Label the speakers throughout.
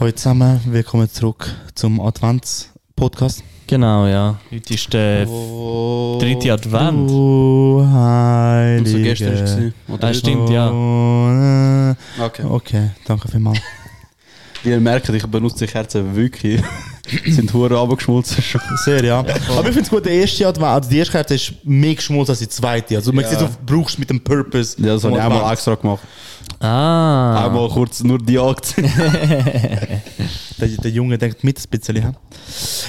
Speaker 1: Hallo zusammen, willkommen zurück zum Advents-Podcast.
Speaker 2: Genau, ja. Heute ist der
Speaker 1: Oh,
Speaker 2: dritte Advent.
Speaker 1: Du Oh, Heilige.
Speaker 3: Also gestern war es. gewesen,
Speaker 2: Ah,
Speaker 3: Oder? Ah,
Speaker 2: Stimmt, ja.
Speaker 1: ja.
Speaker 3: Okay.
Speaker 1: Okay, danke vielmals.
Speaker 3: Wie ihr merkt, ich benutze die Kerzen wirklich. sind Huren runtergeschmolzen schon.
Speaker 1: Sehr, ja. Aber ich finde es gut, der erste Advent, also die erste Kerze ist mehr geschmolzen als die zweite. Also man
Speaker 3: Ja.
Speaker 1: sieht, du brauchst mit dem Purpose.
Speaker 3: Ja, das habe ich
Speaker 1: vom
Speaker 3: einmal
Speaker 1: Advent.
Speaker 3: extra gemacht.
Speaker 2: Ah.
Speaker 3: Einmal kurz nur die angezündet.
Speaker 1: Der, der Junge denkt mit ein bisschen. Ja,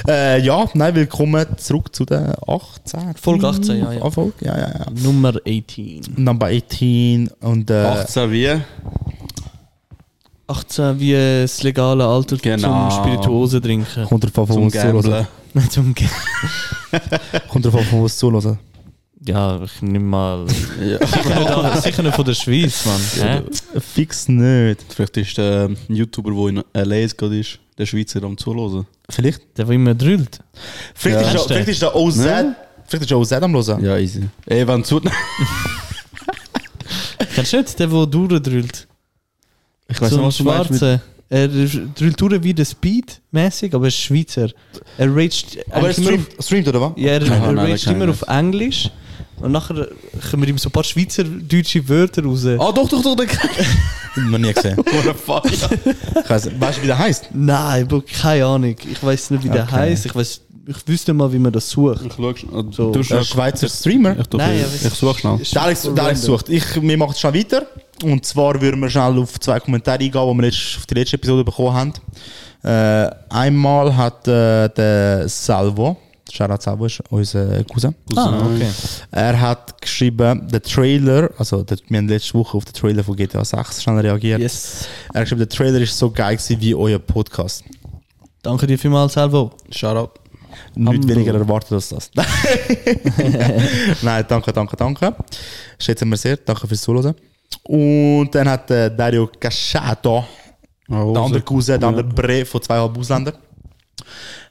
Speaker 1: äh, ja nein, willkommen zurück zu der 18.
Speaker 2: Folge 18, ja, ja.
Speaker 1: Ah, Folge, ja, ja, ja.
Speaker 2: Nummer 18.
Speaker 1: Number 18 und äh,
Speaker 3: 18 wie?
Speaker 2: 18 wie das legale Alter
Speaker 3: Genau.
Speaker 2: zum Spirituose trinken.
Speaker 1: kommt drauf an, von also
Speaker 3: Zum
Speaker 1: uns zuhören.
Speaker 3: Gamblen.
Speaker 2: zum Ge
Speaker 1: Kommt drauf an, von uns zuhören.
Speaker 2: ja, ich nehme mal.
Speaker 3: Ja.
Speaker 2: Sicher nicht von der Schweiz, Mann. Hä?
Speaker 1: Fix nicht.
Speaker 3: Vielleicht ist der ähm, YouTuber, der in L.A. gerade ist, der Schweizer am Zuhören.
Speaker 1: Vielleicht?
Speaker 2: Der, der immer drüllt.
Speaker 1: Vielleicht,
Speaker 3: Ja.
Speaker 1: ist, der, vielleicht ist der OZ.
Speaker 3: Ne?
Speaker 1: Vielleicht ist der OZ am Hören.
Speaker 3: Ja, easy. Ey, wenn zu...
Speaker 2: Kennst du nicht den, der durchdrüllt?
Speaker 3: Ich
Speaker 2: so ein Schwarzer. Er drüllt durch wie der Speed mäßig, aber er ist Schweizer. Er raged
Speaker 1: Aber er
Speaker 2: eigentlich immer auf
Speaker 1: streamt, streamt oder was?
Speaker 2: Ja, er,
Speaker 3: Keine
Speaker 2: er
Speaker 3: Ahnung,
Speaker 2: raged
Speaker 3: keine
Speaker 2: immer auf Englisch. Und nachher kommen ihm so ein paar schweizerdeutsche Wörter raus.
Speaker 1: Oh.
Speaker 3: Ah, doch, doch, doch, der Kerl.
Speaker 1: Noch nie gesehen.
Speaker 3: What the fuck?
Speaker 1: Ich weiss, weißt du, wie der heißt?
Speaker 2: Nein, Bro, keine Ahnung. Ich weiß nicht, wie der
Speaker 1: Okay.
Speaker 2: heißt. Ich, weiss- ich wüsste mal, wie man das sucht.
Speaker 3: Ich schau schon.
Speaker 2: So.
Speaker 3: Du
Speaker 1: Der
Speaker 3: schaust-
Speaker 1: Äh, Schweizer Streamer.
Speaker 3: Ich,
Speaker 2: Nein,
Speaker 3: Nein,
Speaker 2: ja,
Speaker 3: ich,
Speaker 2: weiss-
Speaker 3: ich suche schnell.
Speaker 1: Der Alex, der Alex sucht. Ich, wir machen es schon weiter. Und zwar würden wir schnell auf zwei Kommentare eingehen, die wir letzt, auf die letzte Episode bekommen haben. Äh, einmal hat äh, der Salvo, Shoutout Salvo ist unser Cousin,
Speaker 2: Ah, okay.
Speaker 1: er hat geschrieben, der Trailer, also der, wir haben letzte Woche auf den Trailer von GTA 6 schnell reagiert.
Speaker 2: Yes.
Speaker 1: Er hat geschrieben, der Trailer ist so geil gewesen wie euer Podcast.
Speaker 2: Danke dir vielmals, Salvo.
Speaker 3: Shoutout.
Speaker 1: Nicht
Speaker 2: Hamburg.
Speaker 1: weniger erwartet als das. Nein, danke, danke, danke. Schätzen wir sehr. Danke fürs Zuhören. Und dann hat äh, Dario Casciato,
Speaker 3: Oh,
Speaker 1: der andere Cousin, der andere Bre von zwei halb Ausländern,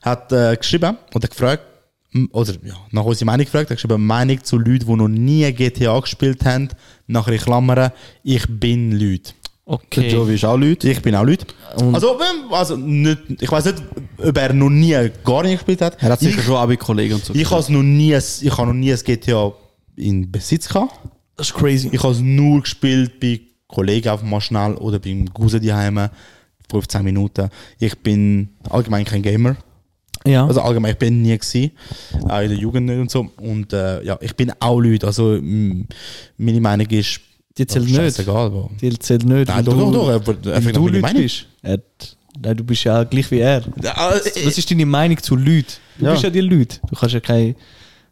Speaker 1: hat äh, geschrieben oder gefragt, m- oder ja, nach unserer Meinung gefragt, hat geschrieben, Meinung zu Leuten, die noch nie GTA gespielt haben, nachher in Klammern, ich bin Leute.
Speaker 3: Der
Speaker 2: Okay.
Speaker 3: Jovi ist auch Leute.
Speaker 1: Ich bin auch Leute.
Speaker 2: Und-
Speaker 1: Also, wenn- also nicht, ich weiß nicht, ob er noch nie gar nicht gespielt hat.
Speaker 3: Er hat
Speaker 1: ich
Speaker 3: sicher schon auch bei Kollegen und so.
Speaker 1: Ich habe noch nie, ich habe noch nie ein GTA in Besitz gehabt.
Speaker 2: Das ist crazy.
Speaker 1: Ich habe es nur gespielt bei Kollegen auf mal schnell oder beim Cousin daheim 15 Minuten. Ich bin allgemein kein Gamer.
Speaker 2: Ja.
Speaker 1: Also allgemein, ich bin nie gewesen. Auch in der Jugend nicht und so. Und äh, ja, ich bin auch Leute. Also m- meine Meinung ist,
Speaker 2: die zählt nicht.
Speaker 1: egal. Wo.
Speaker 2: Die zählt
Speaker 1: Nein,
Speaker 2: nicht. weil
Speaker 1: doch, doch,
Speaker 2: du-
Speaker 1: doch. Er, er,
Speaker 2: Weil
Speaker 1: fragt
Speaker 2: du
Speaker 1: nach meiner
Speaker 2: Leute
Speaker 1: Meinung.
Speaker 2: bist. Er hat- Nein, du bist ja gleich wie er.
Speaker 1: Ah, äh,
Speaker 2: Was ist deine Meinung zu Leuten? Du
Speaker 3: Ja.
Speaker 2: bist ja die Leute. Du kannst ja keine.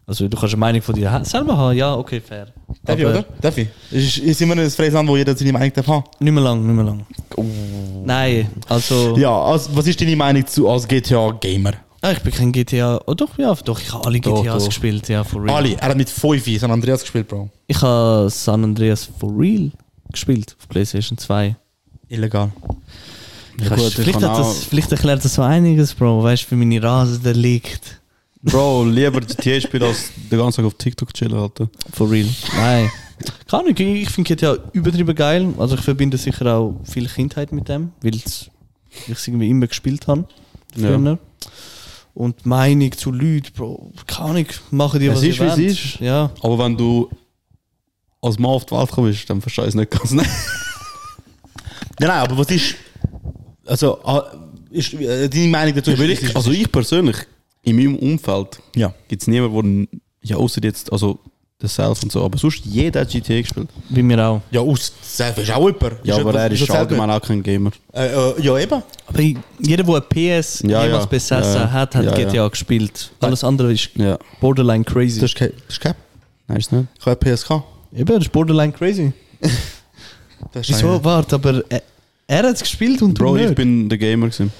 Speaker 2: Also, du kannst eine Meinung von dir ha- selber haben. Ja, okay, fair.
Speaker 1: Darf ich,
Speaker 2: Aber
Speaker 1: oder? Darf ich? Es ist, ist immer ein freies Land, wo jeder seine Meinung darf haben.
Speaker 2: Nicht mehr lang, nicht mehr lang.
Speaker 3: Oh.
Speaker 2: Nein, also.
Speaker 1: Ja, also, was ist deine Meinung zu als GTA-Gamer?
Speaker 2: Ah, ich bin kein GTA. Oh, doch, ja, doch, ich habe alle
Speaker 3: Doch,
Speaker 2: GTAs
Speaker 3: doch.
Speaker 2: gespielt, ja, for real.
Speaker 1: Ali, er hat mit 5 San Andreas gespielt, Bro.
Speaker 2: Ich habe San Andreas for real gespielt auf PlayStation 2.
Speaker 1: Illegal.
Speaker 3: Ja,
Speaker 2: Weißt,
Speaker 3: gut, ich
Speaker 2: vielleicht,
Speaker 3: kann
Speaker 2: hat das,
Speaker 3: auch-
Speaker 2: vielleicht erklärt das so einiges, Bro. Weißt du, für meine Rasen der liegt.
Speaker 3: Bro, lieber GTA spielen als den ganzen Tag auf TikTok chillen, Alter.
Speaker 2: For real. Nein. Keine Ahnung, ich finde GTA übertrieben geil. Also, ich verbinde sicher auch viel Kindheit mit dem, weil ich es irgendwie immer gespielt habe. Früher. Und die Meinung zu Leuten, Bro, keine Ahnung, machen die
Speaker 3: Es
Speaker 2: was
Speaker 3: ist, wie es
Speaker 2: wollen.
Speaker 3: ist.
Speaker 2: Ja.
Speaker 3: Aber wenn du als Mann auf die Welt gekommen bist, dann verstehe ich es nicht ganz. Nein.
Speaker 1: Nein, nein, aber was ist. Also, ah, ist, äh, deine Meinung dazu
Speaker 3: Weil ich, also ich persönlich, in meinem Umfeld,
Speaker 1: Ja.
Speaker 3: gibt es niemanden, der, ja, außer jetzt, also der Self und so, aber sonst jeder hat GTA gespielt.
Speaker 2: Wie mir auch.
Speaker 1: Ja, aus. Selber ist auch jemand.
Speaker 3: Ja, aber
Speaker 1: etwas-
Speaker 3: er ist
Speaker 1: etwas
Speaker 3: allgemein auch kein Gamer.
Speaker 1: selber. Äh, äh, ja, eben.
Speaker 2: Aber jeder, der ein PS
Speaker 3: Ja,
Speaker 2: jemals
Speaker 3: ja.
Speaker 2: besessen
Speaker 3: Ja, ja.
Speaker 2: hat, hat
Speaker 3: Ja, ja.
Speaker 2: GTA gespielt. Alles andere ist
Speaker 3: Ja.
Speaker 2: borderline crazy.
Speaker 1: ist kein. Das ist kein.
Speaker 3: Nein, ist nicht.
Speaker 1: Ich habe PSK.
Speaker 2: Eben, das ist borderline crazy.
Speaker 1: Das ist
Speaker 2: Wieso? Warte, aber er, er hat es gespielt und
Speaker 3: Bro,
Speaker 2: du nicht.
Speaker 3: ich bin der Gamer gewesen.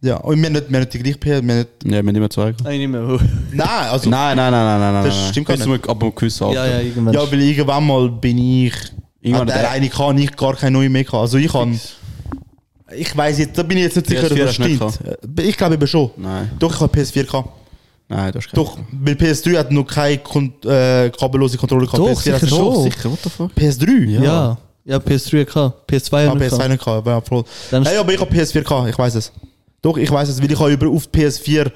Speaker 1: Ja, und wir haben nicht, wir haben nicht die gleiche PS. Wir haben nicht,
Speaker 3: Ja, mit immer zwei.
Speaker 2: Nein, nicht mehr.
Speaker 1: nein, also.
Speaker 3: Nein, nein, nein, nein, nein, nein.
Speaker 1: Das
Speaker 3: nein.
Speaker 1: stimmt gar
Speaker 3: Bis zum- Ab einem gewissen Alter.
Speaker 2: Ja, ja, irgendwann.
Speaker 1: Ja, weil irgendwann mal bin ich.
Speaker 3: Irgendwann
Speaker 1: Irgendwann
Speaker 3: hat
Speaker 1: der
Speaker 3: er-
Speaker 1: eine kann ich gar keine neue mehr gehabt. Also ich kann. Ich weiß jetzt, da bin ich jetzt nicht sicher, ob
Speaker 3: PS4
Speaker 1: das
Speaker 3: hast du nicht
Speaker 1: stimmt. Äh, Ich glaube eben schon.
Speaker 3: Nein,
Speaker 1: Doch, ich habe PS4 gehabt.
Speaker 3: nein, das ist kein
Speaker 1: Doch, weil PS3 hat noch keine kon äh, kabellose Kontrolle gehabt.
Speaker 2: Doch,
Speaker 1: PS4 hat
Speaker 2: sicher
Speaker 1: sie
Speaker 2: schon.
Speaker 3: Sicher, what the fuck?
Speaker 1: PS3?
Speaker 2: ja. Ja, PS3 gehabt. PS2
Speaker 1: Ah,
Speaker 2: habe ich
Speaker 1: PS2
Speaker 2: gehabt.
Speaker 1: nicht gehabt, war abgeholt.
Speaker 2: Dann
Speaker 1: Hey, aber ich habe PS4 gehabt, ich weiß es. Doch, ich weiß es, weil ich habe über auf die PS4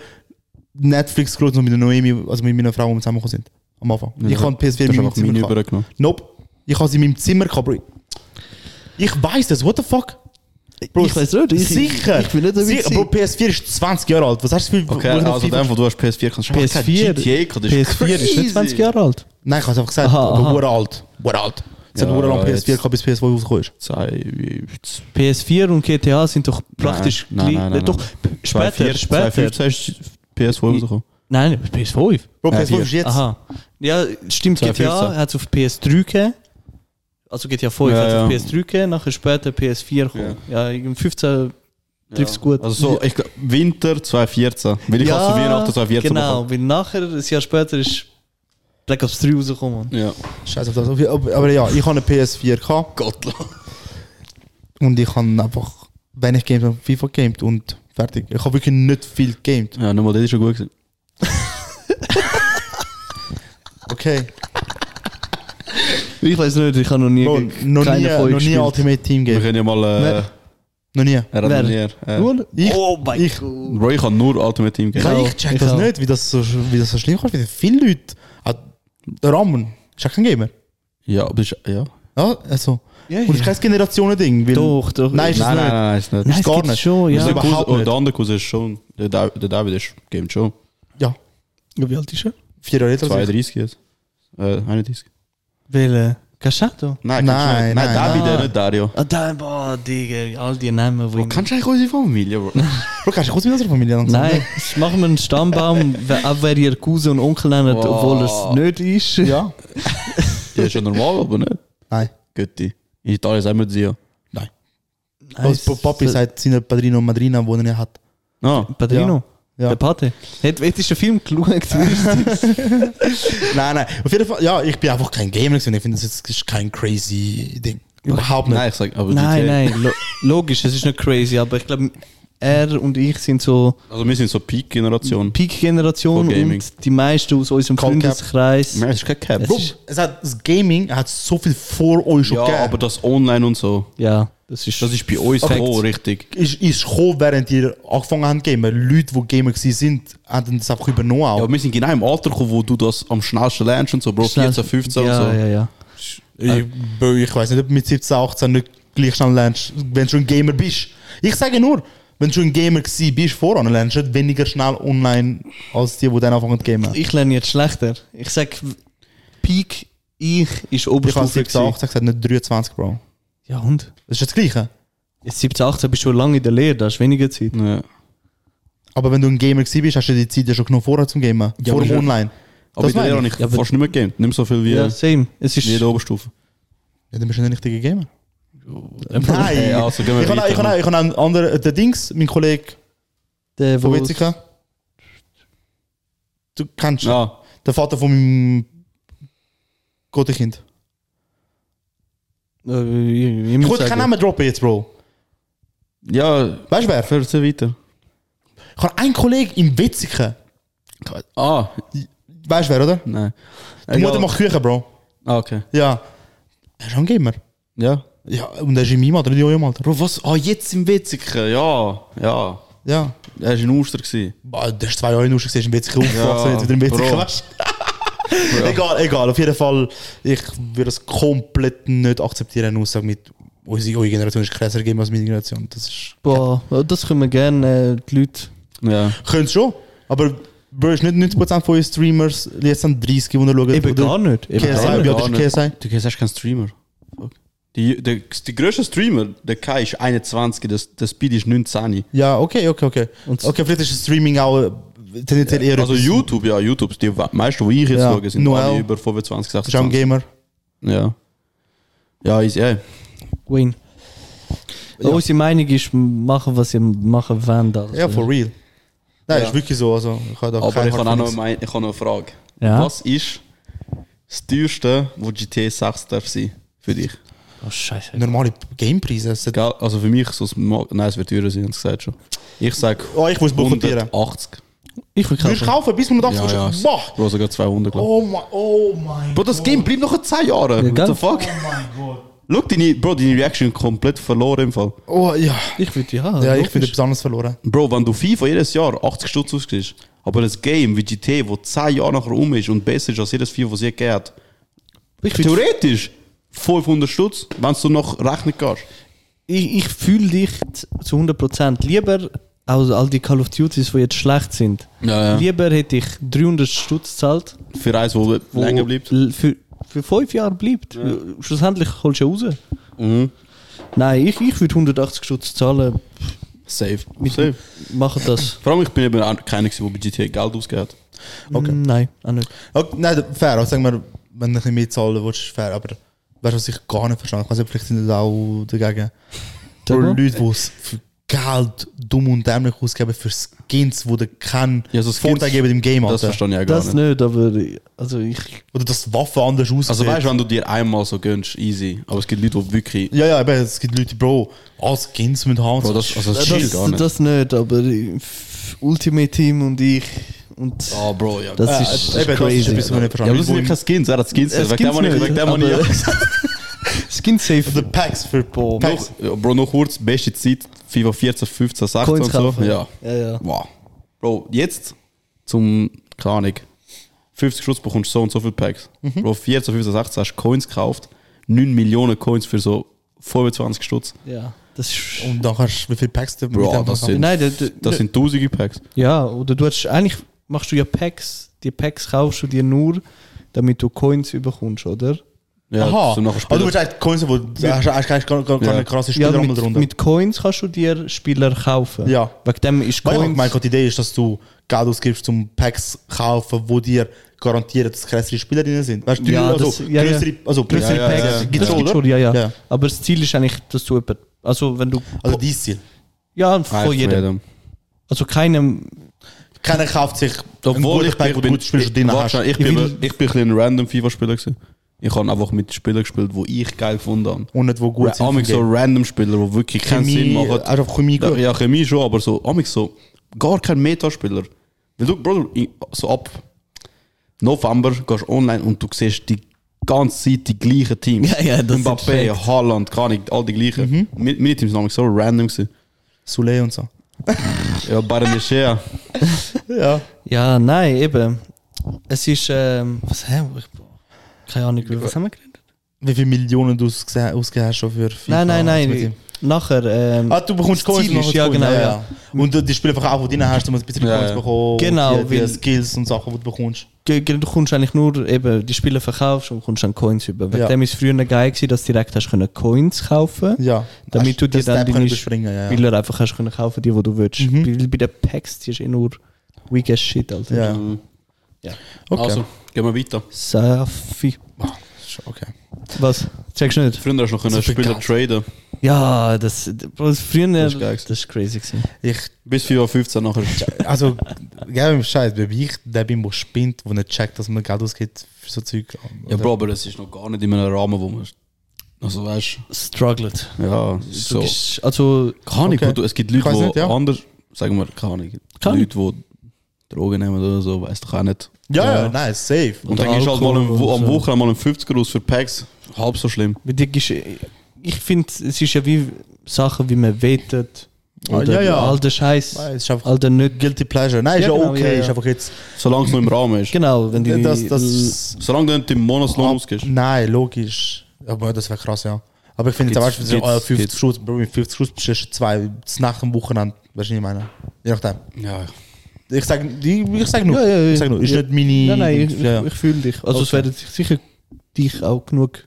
Speaker 1: Netflix geschaut und mit der Noemi, also mit meiner Frau, wo wir zusammengekommen sind. Am Anfang.
Speaker 3: Ja,
Speaker 1: ich habe die PS4
Speaker 3: Du hast
Speaker 1: in meinem
Speaker 3: einfach
Speaker 1: Zimmer
Speaker 3: meine
Speaker 1: gehabt.
Speaker 3: übergenommen.
Speaker 1: Nope. Ich habe sie in meinem Zimmer gehabt, Bro. Ich weiß das, what the fuck? Bro,
Speaker 2: ich weiß nicht. Ich,
Speaker 1: sicher.
Speaker 2: Ich, ich will nicht
Speaker 1: sicher.
Speaker 2: damit
Speaker 1: Bro,
Speaker 2: sein.
Speaker 1: PS4 ist 20 Jahre alt. Was hast du für
Speaker 3: Okay,
Speaker 1: wo ich noch
Speaker 3: also
Speaker 1: FIFA
Speaker 3: dem, wo du hast PS4 kannst, du
Speaker 2: PS4
Speaker 3: GTA gehabt, das ist
Speaker 2: PS4 ist
Speaker 3: crazy.
Speaker 2: nicht 20 Jahre alt.
Speaker 1: Nein, ich habe einfach gesagt,
Speaker 2: Aha, aha.
Speaker 1: aber alt. Hure alt. Es
Speaker 3: Ja,
Speaker 1: hat hure lang PS4
Speaker 3: jetzt-
Speaker 1: gehabt, bis PS2 rausgekommen ist.
Speaker 3: Zwei,
Speaker 2: PS4 und GTA sind doch praktisch
Speaker 3: nein,
Speaker 2: gleich.
Speaker 3: nein, nein,
Speaker 2: doch,
Speaker 3: zwei,
Speaker 2: später,
Speaker 3: vier,
Speaker 2: später.
Speaker 3: zwei, 15 ist PS4 rausgekommen.
Speaker 2: Nein, PS5.
Speaker 1: Bro,
Speaker 3: Ja,
Speaker 1: PS5
Speaker 3: vier.
Speaker 1: ist jetzt.
Speaker 2: Aha. Ja, stimmt,
Speaker 3: 2015.
Speaker 2: GTA hat es auf PS3 gegeben. Also GTA 5
Speaker 3: Ja,
Speaker 2: hat es
Speaker 3: ja.
Speaker 2: auf PS3 gegeben, nachher später PS4 gekommen. Ja, irgendwie 15 trifft es gut.
Speaker 3: Also so, ich glaub, Winter 2014. Weil ich habe zu Weihnachten 2014
Speaker 2: Genau, weil nachher, ein Jahr später, ist Black Ops 3 rausgekommen.
Speaker 3: bekommen. Ja.
Speaker 1: Scheiß auf das. Aber aber ja, ich habe eine PS4 gehabt.
Speaker 3: Gottlob.
Speaker 1: Und ich habe einfach wenig Games auf FIFA gegamed und fertig. Ich habe wirklich nicht viel gegamed.
Speaker 3: Ja, nochmal, das ist schon gut gewesen.
Speaker 1: Okay.
Speaker 2: Ich weiß nicht, ich habe noch nie
Speaker 1: Bro,
Speaker 2: gegen
Speaker 1: noch
Speaker 2: keinen
Speaker 1: nie,
Speaker 2: von euch
Speaker 1: noch nie
Speaker 2: gespielt.
Speaker 1: Ultimate Team
Speaker 3: Wir
Speaker 1: Game.
Speaker 3: können ja mal
Speaker 1: Noch nie.
Speaker 3: äh, randonieren. Äh,
Speaker 2: Nur-
Speaker 1: Ich-
Speaker 2: oh mein
Speaker 1: ich-
Speaker 2: Gott.
Speaker 3: Bro, ich kann nur Ultimate Team geben.
Speaker 2: Ja.
Speaker 1: Nein,
Speaker 2: auch,
Speaker 1: ich check
Speaker 2: ich
Speaker 1: das
Speaker 2: auch.
Speaker 1: nicht, wie das so, sch- wie das so schlimm kommt. Wie viele Leute. Ah, Der Ramon ist ja kein Gamer.
Speaker 3: Ja, aber ist, ja.
Speaker 1: Ja, also.
Speaker 2: Ja,
Speaker 1: Und es ist
Speaker 2: ja.
Speaker 1: kein Generationending. weil-
Speaker 2: Doch, doch.
Speaker 1: Nein, ist es
Speaker 3: Nein, nein,
Speaker 1: nicht.
Speaker 3: nein, ist nicht.
Speaker 2: Nein, es
Speaker 1: gar
Speaker 2: gibt's
Speaker 1: nicht.
Speaker 2: schon,
Speaker 1: Das ist
Speaker 2: ja.
Speaker 1: überhaupt
Speaker 3: Cousin, und
Speaker 1: nicht.
Speaker 3: der andere Cousin ist schon, der, Da- der David ist Game schon.
Speaker 1: Ja,
Speaker 2: Wie alt ist er?
Speaker 1: vier Jahre älter. als ich.
Speaker 3: 32 jetzt. Äh, 31.
Speaker 2: Welcher? Casciato?
Speaker 1: Nein,
Speaker 3: Nein, nein, nein,
Speaker 1: nein,
Speaker 3: David,
Speaker 2: nein.
Speaker 3: der nicht Dario.
Speaker 2: Ah, da, boah, Digga, all die Namen, die...
Speaker 3: Bro, kennst du eigentlich unsere Familie, Bro?
Speaker 1: Bro, kannst du kurz mit unserer Familie dann
Speaker 2: Nein, jetzt machen wir einen Stammbaum, wer- auch wer ihr Cousin und Onkel nennt,
Speaker 3: Wow.
Speaker 2: obwohl er es nicht ist.
Speaker 1: Ja?
Speaker 3: Ja, ist ja normal, aber nicht.
Speaker 1: Nein.
Speaker 3: Götti. In Italien sagen wir sie ja.
Speaker 1: Also, P- Papi sagt seinen Padrino und Madrina, die er hat.
Speaker 3: Ah,
Speaker 2: Padrino,
Speaker 1: Ja.
Speaker 2: der Pate. Hätt- Hättest du den Film geschaut?
Speaker 1: Nein, nein. Auf jeden Fall, ja, ich bin einfach kein Gamer gewesen. Ich finde, das jetzt ist kein crazy Ding. Überhaupt nicht.
Speaker 3: nein, ich sag, aber
Speaker 2: nein,
Speaker 3: GTA.
Speaker 2: nein, lo logisch, es ist nicht crazy, aber ich glaube, er und ich sind so
Speaker 3: Also wir sind so Peak-Generation.
Speaker 2: Peak-Generation
Speaker 3: Von Gaming.
Speaker 2: und die meisten aus unserem
Speaker 1: Cold Cap.
Speaker 2: Freundeskreis.
Speaker 3: Nein, es ist kein Cap.
Speaker 2: Es
Speaker 1: Bro,
Speaker 2: ist-
Speaker 1: es hat, das Gaming hat so viel vor euch schon
Speaker 3: Ja,
Speaker 1: gegeben.
Speaker 3: aber das Online und so,
Speaker 2: Ja, das ist.
Speaker 3: das ist bei uns
Speaker 1: Facts.
Speaker 3: so richtig.
Speaker 1: ist, ist gekommen, während ihr angefangen habt zu gamen. Leute, die Gamer gewesen sind, haben das einfach übernommen.
Speaker 3: Ja,
Speaker 1: Auch.
Speaker 3: wir sind genau im Alter gekommen, wo du das am schnellsten lernst und so, Bro,
Speaker 2: schnell-
Speaker 3: 14, 15
Speaker 2: ja,
Speaker 3: und so.
Speaker 2: Ja, ja, äh,
Speaker 1: Ich, Bro, ich weiß nicht, ob du mit 17, 18 nicht gleich schnell lernst, wenn du schon ein Gamer bist. Ich sage nur, wenn du schon ein Gamer gewesen bist, voran lernst du nicht weniger schnell online als die, die dann anfangen zu gamen.
Speaker 2: Ich lerne jetzt schlechter. Ich sag, Peak, ich ist
Speaker 1: Ich habe
Speaker 2: Oberstufe.
Speaker 1: 17,
Speaker 2: gewesen.
Speaker 1: 18 gesagt, nicht 23, Bro.
Speaker 2: Ja, und?
Speaker 1: Das ist das Gleiche.
Speaker 2: Jetzt 17, 18 bist du schon lange in der Lehre, da hast du weniger Zeit.
Speaker 3: Ja.
Speaker 1: Aber wenn du ein Gamer gewesen bist, hast du die Zeit ja schon genug vorher zum Gamen.
Speaker 3: Ja,
Speaker 1: vor
Speaker 3: aber
Speaker 1: dem
Speaker 3: schon-
Speaker 1: Online.
Speaker 3: Aber
Speaker 1: Das
Speaker 3: in der
Speaker 1: meine
Speaker 3: Lehre habe
Speaker 1: ich.
Speaker 3: ich
Speaker 2: Ja, aber-
Speaker 3: fast nicht mehr gegeben. Nicht so viel wie,
Speaker 2: Ja, same. Es ist.
Speaker 3: wie in der Oberstufe.
Speaker 1: Ja, dann bist du nicht richtiger Gamer.
Speaker 3: Nein.
Speaker 1: Nein!
Speaker 3: also gehen wir
Speaker 1: ich habe
Speaker 3: weiter.
Speaker 1: ich habe- ich habe einen anderen, äh, der Dings, mein Kollege
Speaker 2: der,
Speaker 1: von
Speaker 2: wo-
Speaker 1: Witzika. Du kennst ihn.
Speaker 3: Ja,
Speaker 1: Der Vater von meinem Gottkind.
Speaker 2: Äh, ich- ich
Speaker 1: Ich
Speaker 2: muss
Speaker 1: wollte keinen
Speaker 2: sagen.
Speaker 1: Namen droppen jetzt, Bro.
Speaker 3: ja,
Speaker 1: Weißt du wer?
Speaker 3: erzähl weiter.
Speaker 1: Ich habe einen Kollegen im Witzigen.
Speaker 3: Ah,
Speaker 1: Weißt du wer, oder?
Speaker 3: nein.
Speaker 1: Die Mutter macht Küche, Bro.
Speaker 3: Ah, okay.
Speaker 1: Ja. Er ist auch ein Gamer.
Speaker 3: Ja.
Speaker 1: Ja, und er ist in meinem Alter, nicht in eurem Alter.
Speaker 3: Bro, was? Ah, jetzt im Witzigen. Ja, ja.
Speaker 1: Ja.
Speaker 3: Er war in Uster. gewesen.
Speaker 1: Boah, der ist zwei Jahre in Uschig, ist im Witzigen aufgewachsen,
Speaker 3: Ja,
Speaker 1: jetzt wieder im Witzigen.
Speaker 3: Bro.
Speaker 1: weißt du? Egal, egal. Auf jeden Fall, ich würde es komplett nicht akzeptieren, eine Aussage mit unsere eure Generation ist krasser Gamer als meine Generation. Das ist...
Speaker 2: Boah, ja, das können wir gerne, äh, die Leute.
Speaker 3: Ja.
Speaker 1: Könnt schon, aber... Bro, ist nicht 90% von euren Streamers, jetzt sind 30, die schauen.
Speaker 2: Eben
Speaker 1: oder- Genau.
Speaker 2: gar nicht. Eben
Speaker 1: KSI,
Speaker 2: gar
Speaker 1: wie
Speaker 2: nicht.
Speaker 1: alt
Speaker 3: Gar
Speaker 1: ist der KSI?
Speaker 3: Du sagst kein Streamer. Fuck. Die, der, der grösste Streamer, der Kai, ist 21, der, der Speed ist 19.
Speaker 1: Ja, okay, okay, okay.
Speaker 2: Und-
Speaker 1: okay, vielleicht ist Streaming auch äh, tendenziell eher...
Speaker 3: Also
Speaker 1: etwas-
Speaker 3: YouTube, ja, YouTube. Die we- meisten, die ich jetzt
Speaker 1: Ja.
Speaker 3: schaue, sind
Speaker 1: Noel.
Speaker 3: alle über 25,
Speaker 1: Ist auch ein
Speaker 3: 26.
Speaker 1: Gamer.
Speaker 3: Ja. Ja, ist ja.
Speaker 2: Win. Unsere Meinung ist, machen, was ihr machen wollt. Also.
Speaker 1: Ja, for real. Nein,
Speaker 3: Ja.
Speaker 1: ist wirklich so. Also, ich habe da
Speaker 3: Aber
Speaker 1: kein
Speaker 3: ich
Speaker 1: Hard
Speaker 3: habe auch noch,
Speaker 1: Feelings.
Speaker 3: mein, ich habe noch eine Frage.
Speaker 2: Ja.
Speaker 3: Was ist das teuerste, wo GTA 6 darf sein für dich?
Speaker 2: Oh, Scheiße.
Speaker 1: Normale Gamepreise. es sind-
Speaker 3: Gell? Also für mich, so das Ma- nein, es wird teurer sein, haben sie gesagt schon. Ich sage
Speaker 1: Oh, ich muss boykottieren.
Speaker 3: 180.
Speaker 2: Ich will
Speaker 1: Würdest du
Speaker 2: kaufen.
Speaker 1: kaufen bis 180 ja, ja. Boah!
Speaker 3: Bro, sogar 200, glaube
Speaker 1: Oh mein, oh mein
Speaker 3: Bro, das Game bleibt noch 10 Jahre.
Speaker 2: Ja,
Speaker 3: What the
Speaker 2: gell?
Speaker 3: fuck?
Speaker 1: Oh mein Gott.
Speaker 3: Schau, deine, Bro, deine Reaction ist komplett verloren im Fall.
Speaker 1: Oh ja.
Speaker 2: Ich würde ja.
Speaker 1: Ja, ich
Speaker 2: logisch.
Speaker 1: finde etwas anderes verloren.
Speaker 3: Bro, wenn du FIFA jedes Jahr 80 Stutz ausgibst, aber ein Game wie GT, wo 10 Jahre nachher um ist und besser ist als jedes FIFA, was je gegeben hat,
Speaker 2: Ich find-
Speaker 3: theoretisch 500 Stutz, wenn du noch rechnen kannst.
Speaker 2: ich, ich fühle dich t- zu 100% lieber, als all die Call of Duties, die jetzt schlecht sind.
Speaker 3: Ja,
Speaker 2: Lieber hätte ich 300 Stutz gezahlt,
Speaker 3: Für eins, wo,
Speaker 2: wo
Speaker 3: länger bleibt.
Speaker 2: l- Für, für fünf Jahre bleibt. Schlussendlich holst du ja raus. Nein, ich, ich würde 180 Stutz zahlen.
Speaker 3: Safe.
Speaker 2: Mit,
Speaker 3: Safe.
Speaker 2: Machen das.
Speaker 3: Vor allem, ich bin eben auch keiner, gewesen, der bei GTA Geld ausgegeben hat.
Speaker 1: Okay.
Speaker 2: Mm, Nein, auch nicht.
Speaker 1: okay. Nein, fair. Also, sagen wir, wenn du ein bisschen mehr zahlen willst, ist fair. Aber weißt du, was ich gar nicht verstanden habe? Ich weiß nicht, vielleicht sind das auch dagegen. Bro,
Speaker 2: Sag mal.
Speaker 1: Leute, die es für Geld dumm und dämlich ausgeben für Skins, die dir keinen
Speaker 3: Ja, so Skins,
Speaker 1: Vorteil geben im Game,
Speaker 3: Das
Speaker 1: Alter.
Speaker 3: verstehe ich auch gar
Speaker 2: Das
Speaker 3: nicht. Äh,
Speaker 2: nicht, aber also ich.
Speaker 1: Oder dass die Waffe anders aussieht.
Speaker 3: Also weißt du, wenn du dir einmal so gönnst, easy. Aber es gibt Leute, die wirklich.
Speaker 1: Ja, ja, aber es gibt Leute, Bro, alle Skins mit haben.
Speaker 3: Bro, das, also das,
Speaker 2: das,
Speaker 3: ist gar nicht.
Speaker 2: das nicht, aber Ultimate Team und ich und
Speaker 3: oh, Bro, ja.
Speaker 2: das
Speaker 1: äh,
Speaker 2: ist, das
Speaker 1: eben,
Speaker 2: ist
Speaker 1: das ist
Speaker 2: crazy.
Speaker 1: etwas, was ich nicht
Speaker 3: ja, aber
Speaker 1: verstanden
Speaker 3: das sind ja keine Skins, er hat Skins.
Speaker 2: Äh,
Speaker 3: Wegen
Speaker 2: Skins
Speaker 3: dem habe ich-
Speaker 2: nicht,
Speaker 3: wegen dem habe
Speaker 2: aber-
Speaker 3: ich
Speaker 2: Skin safe.
Speaker 1: Die Packs für Packs.
Speaker 3: Noch, ja, Bro, noch kurz, beste Zeit, FIFA 14, 15, 16
Speaker 2: Coins
Speaker 3: und so.
Speaker 2: kaufen.
Speaker 3: Ja.
Speaker 2: Ja, ja.
Speaker 3: Wow. Bro, jetzt zum, keine Ahnung, 50 Schuss bekommst du so und so viele Packs.
Speaker 2: Mhm.
Speaker 3: Bro, 14, 15, 16 hast du Coins gekauft, 9 Millionen Coins für so 25 Stutz.
Speaker 2: Ja, das ist.
Speaker 1: Und dann kannst du, wie viele Packs du
Speaker 3: Bro, das
Speaker 1: kaufen?
Speaker 3: sind,
Speaker 2: Nein, der- der-
Speaker 3: das sind tausende Packs.
Speaker 2: Ja, oder du hast eigentlich machst du ja Packs. Die Packs kaufst du dir nur, damit du Coins bekommst, oder?
Speaker 3: Ja,
Speaker 1: Aha.
Speaker 3: dass du
Speaker 1: Aber
Speaker 3: nachher
Speaker 1: du
Speaker 3: spielst.
Speaker 1: willst eigentlich Coins, wo du hast, hast, hast keine, keine
Speaker 3: Ja.
Speaker 1: krasse
Speaker 2: Ja,
Speaker 1: Spieler ja,
Speaker 2: mit,
Speaker 1: drunter.
Speaker 2: mit Coins kannst du dir Spieler kaufen.
Speaker 1: Ja.
Speaker 2: Wegen dem ist
Speaker 1: Weil ich
Speaker 2: Coins.
Speaker 1: meine, die Idee ist, dass du Geld ausgibst, um Packs zu kaufen, wo dir garantiert, dass krassere Spieler drin sind. Weißt du,
Speaker 2: Ja,
Speaker 1: also,
Speaker 2: das- ja, ja.
Speaker 1: größere, also größere
Speaker 3: Ja, ja,
Speaker 1: Packs
Speaker 3: ja, ja.
Speaker 1: gibt es
Speaker 2: das
Speaker 1: schon,
Speaker 2: gibt's
Speaker 1: oder?
Speaker 2: schon, ja, ja,
Speaker 1: Ja.
Speaker 2: Aber das Ziel ist eigentlich, dass du jemand. Also, wenn du.
Speaker 1: Also dein Ziel.
Speaker 2: ja,
Speaker 3: Nein,
Speaker 2: von jedem. Also, keinem.
Speaker 1: Keiner kauft sich
Speaker 3: Obwohl ich bin,
Speaker 1: Pack, wo du gut spielst und
Speaker 3: ich,
Speaker 1: drin hast.
Speaker 3: wahrscheinlich- ich,
Speaker 2: Ich
Speaker 3: bin,
Speaker 2: will-
Speaker 3: ich bin ein bisschen ein random FIFA-Spieler gewesen. Ich habe einfach mit Spielern gespielt, die ich geil gefunden habe.
Speaker 1: Und nicht, wo gut
Speaker 3: Gut,
Speaker 1: sind.
Speaker 3: Amix so
Speaker 1: für
Speaker 3: random Spieler, die wirklich keinen Sinn
Speaker 1: Chemie, also
Speaker 3: machen.
Speaker 1: hast du auf Chemie
Speaker 3: ja,
Speaker 1: geschaut?
Speaker 3: ja, Chemie schon, aber so Amix so gar kein Metaspieler. Weil du, Bruder, in- so ab November gehst du online und du siehst die ganze Zeit die gleichen Teams.
Speaker 2: Ja, ja, das sind
Speaker 3: Mbappé, Haaland, keine Ahnung, all die gleichen.
Speaker 1: Mhm.
Speaker 3: Und Meine meine Teams sind Amix so random gewesen.
Speaker 1: Soleil und so.
Speaker 3: Ja, Bayern ist ja.
Speaker 1: Ja.
Speaker 2: Ja, nein, eben. Es ist. Ähm, was haben wir? Keine Ahnung, über was haben wir geredet?
Speaker 1: Wie viele Millionen du ausgese- ausgegeben hast schon für FIFA?
Speaker 2: Nein, nein,
Speaker 1: Ultimate Team?
Speaker 2: nein. Nachher. Ähm,
Speaker 1: Ah, du bekommst
Speaker 2: Das
Speaker 1: Coins.
Speaker 2: Ziel
Speaker 1: und
Speaker 2: ist-
Speaker 1: nachher
Speaker 2: ja,
Speaker 1: Coins,
Speaker 2: genau,
Speaker 1: Und die Spiele einfach auch, wo du drin hast, du musst ein bisschen
Speaker 3: Ja,
Speaker 1: Coins
Speaker 3: ja.
Speaker 1: bekommen.
Speaker 2: Genau,
Speaker 1: die, die
Speaker 2: weil-
Speaker 1: Skills und Sachen, die du bekommst.
Speaker 2: Ge- ge- du kommst eigentlich nur eben die Spiele verkaufst und kommst dann Coins über. Wegen
Speaker 1: Ja.
Speaker 2: dem ist früher geil gewesen, dass du direkt hast können Coins kaufen,
Speaker 1: Ja.
Speaker 2: damit du dir
Speaker 1: Das
Speaker 2: dann
Speaker 1: Step
Speaker 2: deine
Speaker 1: können überspringen, ja, ja.
Speaker 2: Spieler einfach hast können kaufen, die wo du willst.
Speaker 1: Mhm.
Speaker 2: Weil bei den Packs die ist eh nur weak as shit, Alter.
Speaker 1: Ja.
Speaker 2: Ja.
Speaker 1: Okay.
Speaker 3: Also, gehen wir weiter.
Speaker 2: Safi.
Speaker 1: okay.
Speaker 2: Was? Checkst du nicht?
Speaker 3: Früher hast du noch können
Speaker 1: viel
Speaker 3: Spieler
Speaker 1: Geld.
Speaker 3: traden.
Speaker 2: Ja, das, das früher
Speaker 3: Das
Speaker 2: das
Speaker 3: ist geil
Speaker 2: ist,
Speaker 3: gewesen.
Speaker 2: crazy gewesen.
Speaker 1: Ich,
Speaker 3: Bis 4 Uhr 15 nachher.
Speaker 1: also, gell, im Scheiß, wenn ich der bin, der spinnt, der nicht checkt, dass man Geld ausgibt für so Zeug. äh,
Speaker 3: Ja,
Speaker 1: Oder-
Speaker 3: Bro, aber es ist noch gar nicht in einem Rahmen, wo man. Also, weißt
Speaker 2: Struggled.
Speaker 3: du, ja,
Speaker 2: Du
Speaker 3: so.
Speaker 2: bist, also,
Speaker 3: Keine Ahnung,
Speaker 1: Okay.
Speaker 3: Bro, du- es gibt
Speaker 1: Ich weiss
Speaker 3: Leute,
Speaker 1: nicht,
Speaker 3: die
Speaker 1: ja.
Speaker 3: anders, sagen wir, keine Ahnung,
Speaker 2: Keine
Speaker 3: Leute, die Drogen nehmen oder so, weiß doch auch nicht.
Speaker 1: Ja,
Speaker 2: Ja.
Speaker 1: ja, nein, safe.
Speaker 3: Und
Speaker 2: Oder
Speaker 3: dann gehst du halt mal am,
Speaker 2: Alkohol
Speaker 3: Wo- am
Speaker 2: und so.
Speaker 3: Wochenende mal einen 50er raus für Packs, halb so schlimm.
Speaker 2: mit dir gehst- ich finde, es ist ja wie Sachen, wie man wettet.
Speaker 1: Ah,
Speaker 2: Oder
Speaker 1: ja, ja.
Speaker 2: all der Scheiß,
Speaker 1: Nein, es ist einfach
Speaker 2: all der nicht
Speaker 1: Guilty Pleasure. Nein, ist
Speaker 2: Ja,
Speaker 1: ja,
Speaker 2: genau,
Speaker 1: okay.
Speaker 2: ja, ja.
Speaker 1: Ist einfach jetzt.
Speaker 3: Solange es noch im Rahmen ist.
Speaker 2: Genau, wenn die
Speaker 1: Das, das,
Speaker 3: Solange du nicht im Monatslohn ausgehst.
Speaker 1: nein, logisch. Aber das wäre krass, ja. Aber ich finde, zum
Speaker 3: Geht's-
Speaker 1: Beispiel so,
Speaker 3: geht's-
Speaker 1: äh, 50
Speaker 3: geht's.
Speaker 1: Schuss, Bro, mit 50 Schuss bestellst du zwei, nach dem Wochenende. Weißt du, was ich meine? Je nachdem.
Speaker 3: Ja,
Speaker 1: Ich sage ich sag nur.
Speaker 2: Ja, ja, ja.
Speaker 1: Ich sag nur. Ist
Speaker 2: Ja.
Speaker 1: nicht meine.
Speaker 2: Nein, nein, ich,
Speaker 1: ja, ja.
Speaker 2: ich fühle dich. Also es
Speaker 1: Okay.
Speaker 2: werden sich sicher dich auch genug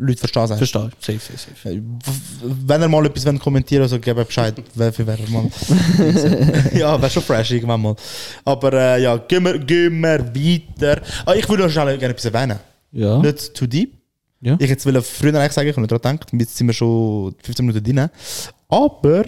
Speaker 1: Leute verstehen es eigentlich.
Speaker 2: verstehen. Safe, safe, safe.
Speaker 1: Wenn ihr mal etwas wollt kommentieren wollt, so gebt Bescheid, wer für wer mal. ja, wäre schon fresh irgendwann mal. Aber äh, ja, gehen wir, gehen wir weiter. Ah, ich würde noch schnell gerne etwas erwähnen.
Speaker 2: Ja.
Speaker 1: Nicht too deep.
Speaker 2: Hm? Ja.
Speaker 1: Ich jetzt will früher eigentlich sagen, ich habe nicht daran gedacht, jetzt sind wir schon 15 Minuten drin. Aber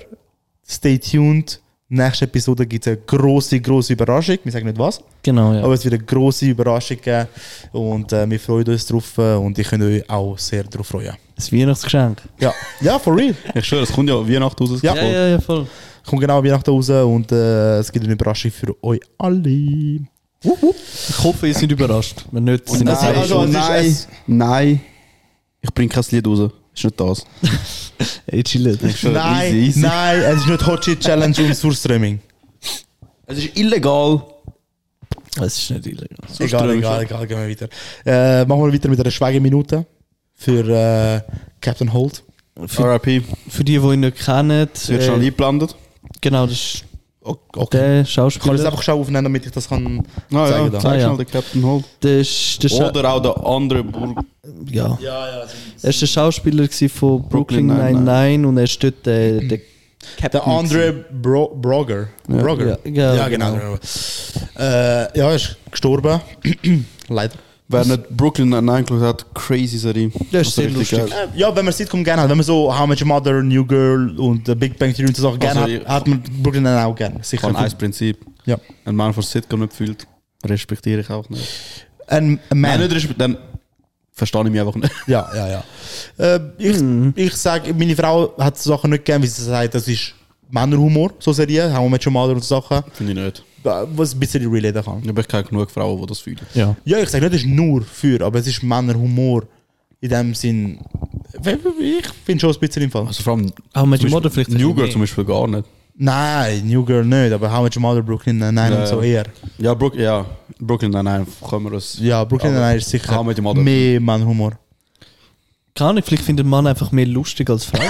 Speaker 1: stay tuned. Nächste Episode gibt es eine grosse, grosse Überraschung. Wir sagen nicht was.
Speaker 2: Genau, ja.
Speaker 1: Aber es wird eine grosse Überraschung geben und äh, wir freuen uns drauf äh, und ich könnt euch auch sehr drauf freuen.
Speaker 2: Das Weihnachtsgeschenk.
Speaker 1: Ja, ja for real.
Speaker 3: ich schwöre, es kommt ja Weihnachten raus.
Speaker 1: Ja.
Speaker 2: Ja, ja, ja, voll.
Speaker 1: Kommt genau Weihnachten raus und äh, es gibt eine Überraschung für euch alle. Wupp, wupp.
Speaker 2: Ich hoffe, ihr seid überrascht. Wenn nicht,
Speaker 3: Und
Speaker 2: sind
Speaker 3: nein,
Speaker 1: also,
Speaker 3: und
Speaker 1: es ist-
Speaker 3: nein,
Speaker 1: es-
Speaker 3: nein, ich bringe kein Lied raus. Ist nicht das.
Speaker 2: Ey, chillt.
Speaker 3: Schon
Speaker 1: Nein,
Speaker 3: easy, easy.
Speaker 1: nein, es ist nicht Hot Shit Challenge und Source Streaming.
Speaker 3: Es ist illegal.
Speaker 2: Das ist nicht illegal.
Speaker 1: Egal,
Speaker 3: Streaming
Speaker 1: egal, egal, gehen wir weiter. Äh, machen wir weiter mit einer Schweigeminute für äh, Captain Holt.
Speaker 2: Für,
Speaker 3: RIP.
Speaker 2: für die, die ihn nicht kennen,
Speaker 3: Wird schon
Speaker 2: äh,
Speaker 3: eingeblendet.
Speaker 2: genau, das ist
Speaker 1: Okay. Ich
Speaker 2: der
Speaker 1: kann das
Speaker 2: Schauspieler.
Speaker 1: einfach schnell aufnehmen, damit ich das kann
Speaker 3: Ah, ja,
Speaker 1: zeigen
Speaker 3: zeig
Speaker 1: kann.
Speaker 2: Ah, ja.
Speaker 3: schnell den Captain Holt.
Speaker 2: Der ist der, Scha
Speaker 3: Oder auch der andere Burg.
Speaker 2: ja.
Speaker 1: Ja, ja.
Speaker 2: Er ist der Schauspieler gewesen von Brooklyn
Speaker 3: Brooklyn
Speaker 2: Nine-Nine und er ist dort der, der
Speaker 1: Der andere Bro Broger.
Speaker 2: Ja,
Speaker 1: Broger.
Speaker 2: ja, ja,
Speaker 1: genau.
Speaker 2: genau.
Speaker 1: Äh, ja, er ist gestorben. Leider.
Speaker 3: Wer nicht Brooklyn Nine geschaut hat, crazy Serie.
Speaker 2: Das ist sehr lustig.
Speaker 3: eh,
Speaker 1: Äh, ja, wenn man Sitcom gerne hat, wenn man so How Much Mother, New Girl und äh, Big Bang Theory und so Sachen gerne
Speaker 3: Also,
Speaker 1: hat, hat man Brooklyn dann auch gerne. Sicher.
Speaker 3: Kann ein Prinzip.
Speaker 1: Ja.
Speaker 3: Ein Mann von Sitcom nicht fühlt, respektiere ich auch nicht.
Speaker 1: Ein ein
Speaker 3: Nein,
Speaker 1: Man.
Speaker 3: nicht respektieren, dann verstehe ich mich einfach nicht.
Speaker 1: Ja, ja, ja. Äh, ich
Speaker 3: Mhm.
Speaker 1: ich sage, meine Frau hat so Sachen nicht gern, weil sie sagt, das ist Männerhumor, so Serien, How Much Mother und so Sachen,
Speaker 3: Finde ich nicht.
Speaker 1: äh, was ein bisschen relaten kann.
Speaker 3: Ich habe keine genug Frauen, die das fühlen.
Speaker 2: Ja.
Speaker 1: Ja, ich sage nicht, es ist nur für, aber es ist Männerhumor. In dem Sinn, ich finde schon ein bisschen im Fall.
Speaker 3: Also vor allem
Speaker 2: Auch mit dem
Speaker 3: zum Beispiel
Speaker 2: Mother vielleicht. ein bisschen
Speaker 3: New Girl
Speaker 2: mehr.
Speaker 3: zum Beispiel gar nicht.
Speaker 1: Nein, New Girl nicht, aber How Much Mother, Brooklyn Nine-Nine und
Speaker 3: Ja,
Speaker 1: so
Speaker 3: ja.
Speaker 1: eher.
Speaker 3: Ja, Brook, ja Brooklyn Nine-Nine können wir das.
Speaker 1: Ja, Brooklyn
Speaker 3: Aber
Speaker 1: Nine-Nine ist sicher
Speaker 3: How I Met Your Mother.
Speaker 1: mehr Männerhumor.
Speaker 2: Keine Ahnung, vielleicht findet Mann einfach mehr lustig als Frau.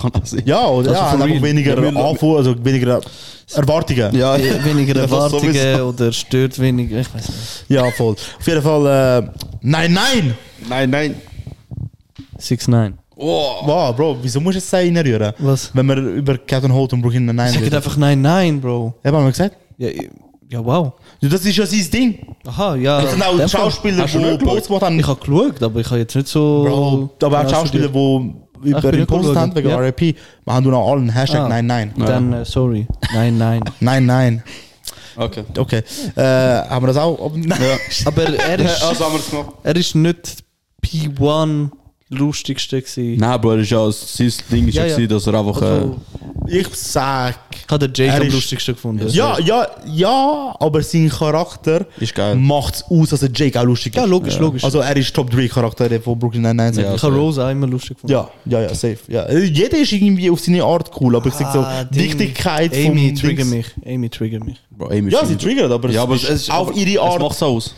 Speaker 3: Kann auch sein.
Speaker 1: Ja, oder?
Speaker 2: Also
Speaker 1: ja,
Speaker 2: for
Speaker 1: hat
Speaker 2: real.
Speaker 1: einfach weniger
Speaker 3: Ja, wir-
Speaker 1: Anfuhr, also weniger Erwartungen. Ja,
Speaker 3: Ja,
Speaker 2: weniger
Speaker 3: das
Speaker 2: Erwartungen
Speaker 3: sowieso.
Speaker 2: oder stört weniger. Ich weiß nicht.
Speaker 1: voll. Auf jeden Fall, äh, nein, nein!
Speaker 3: Nein, nein.
Speaker 2: Six Nine.
Speaker 3: Oh.
Speaker 1: Wow, Bro, wieso musst du es reinrühren?
Speaker 2: Was?
Speaker 1: Wenn wir über Captain Holt und Brooklyn Nine-Nine
Speaker 2: Sagt
Speaker 1: reden.
Speaker 2: einfach nein, nein, Bro.
Speaker 1: Ja, haben wir gesagt?
Speaker 2: Ja, ich- ja wow.
Speaker 1: Ja, Das ist ja sein Ding.
Speaker 2: Aha, ja.
Speaker 1: Das sind
Speaker 2: in
Speaker 1: auch
Speaker 2: dem Fall.
Speaker 1: Schauspieler,
Speaker 3: Hast du
Speaker 1: die
Speaker 3: nicht geschaut?
Speaker 1: Post gemacht haben.
Speaker 2: Ich habe geschaut, aber ich habe jetzt nicht so. genau
Speaker 1: Bro, aber auch Schauspieler, die
Speaker 2: Ach,
Speaker 1: über
Speaker 2: bin
Speaker 1: den
Speaker 2: ich
Speaker 1: Post
Speaker 2: cool,
Speaker 1: haben wegen
Speaker 2: ja.
Speaker 1: RIP, wir haben noch allen Hashtag
Speaker 2: Ah.
Speaker 1: nein, nein.
Speaker 2: Dann, äh, sorry. Nein, nein.
Speaker 1: Nein, nein.
Speaker 3: Okay.
Speaker 1: Okay. Äh, haben wir das auch? ob- Nein.
Speaker 3: Ja.
Speaker 2: aber er ist,
Speaker 3: Also haben wir es gemacht.
Speaker 2: er ist nicht P1 lustigste gewesen.
Speaker 3: Nein, äh, Bro, das ist ja sein Ding, ist
Speaker 2: Ja,
Speaker 3: ja,
Speaker 2: ja.
Speaker 3: gewesen, dass er einfach.
Speaker 2: Also,
Speaker 1: Ich sag.
Speaker 2: ich habe den Jake
Speaker 1: er
Speaker 2: am
Speaker 1: ist-
Speaker 2: lustigsten gefunden.
Speaker 1: Ja, ja, ja, aber sein Charakter
Speaker 3: äh, ist geil.
Speaker 1: macht es aus, dass der Jake auch lustig ist.
Speaker 2: Ja, logisch, logisch.
Speaker 1: Also er ist Top 3 Charakter der von Brooklyn Nine-Nine.
Speaker 3: Ja.
Speaker 1: sind.
Speaker 2: ich habe Rose auch immer lustig gefunden.
Speaker 1: Ja, ja, ja, safe. Ja. Äh, Jeder ist irgendwie auf seine Art cool, aber ich sag so,
Speaker 2: Ah, Ding.
Speaker 1: Wichtigkeit
Speaker 2: Amy
Speaker 1: vom
Speaker 2: trigger
Speaker 1: Dings-
Speaker 2: mich. Amy trigger mich.
Speaker 3: Bro, ey,
Speaker 1: Ja, sie triggert, aber,
Speaker 3: ja, aber
Speaker 1: es ist auf
Speaker 3: aber
Speaker 1: ihre
Speaker 3: Es
Speaker 1: Art.
Speaker 3: macht's aus.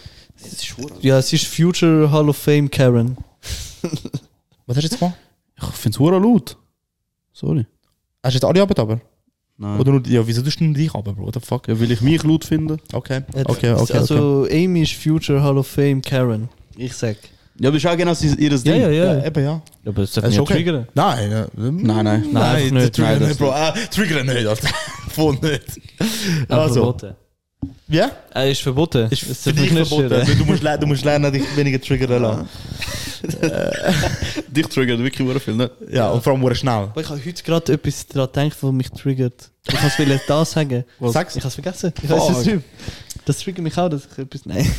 Speaker 2: Ja, es ist Future Hall of Fame Karen.
Speaker 1: Was hast du jetzt gemacht?
Speaker 3: Ich finde es hure laut. Sorry.
Speaker 1: Hast du jetzt alle Arbeit aber?
Speaker 3: Nein.
Speaker 1: Oder nur, ja, wieso tust du nur dich aber, Bro? What the fuck?
Speaker 3: ja, will ich mich laut finden?
Speaker 1: Okay, okay, okay. okay.
Speaker 2: also Amy ist Future Hall of Fame Karen. Ich sag.
Speaker 3: Ja, aber das ist auch genau sein- ihr Ding.
Speaker 1: Ja, eben, ja.
Speaker 2: aber das
Speaker 1: Es ist okay. Nein, äh,
Speaker 3: Nein, nein.
Speaker 2: einfach
Speaker 1: das
Speaker 2: nicht.
Speaker 1: triggert
Speaker 3: Nein, das
Speaker 1: nicht, Bro. Ah, triggern nicht, Alter. Voll nicht. Also,
Speaker 2: verboten.
Speaker 1: ja?
Speaker 2: Er ist verboten.
Speaker 1: Ist
Speaker 2: Es
Speaker 1: für
Speaker 2: darf
Speaker 1: dich
Speaker 2: nicht
Speaker 1: verboten.
Speaker 2: stören.
Speaker 1: Du- Du musst, le- du musst lernen, dich weniger triggern zu lassen.
Speaker 3: Dich triggert wirklich hure viel, ne?
Speaker 1: Ja, und vor allem wurde schnell.
Speaker 2: Aber ich habe heute gerade etwas daran gedacht, was mich triggert. Ich kann es da sagen.
Speaker 1: Was?
Speaker 2: Sag's. Ich habe es vergessen. Ich weiß es nicht. Das triggert mich auch, dass ich etwas. Nein.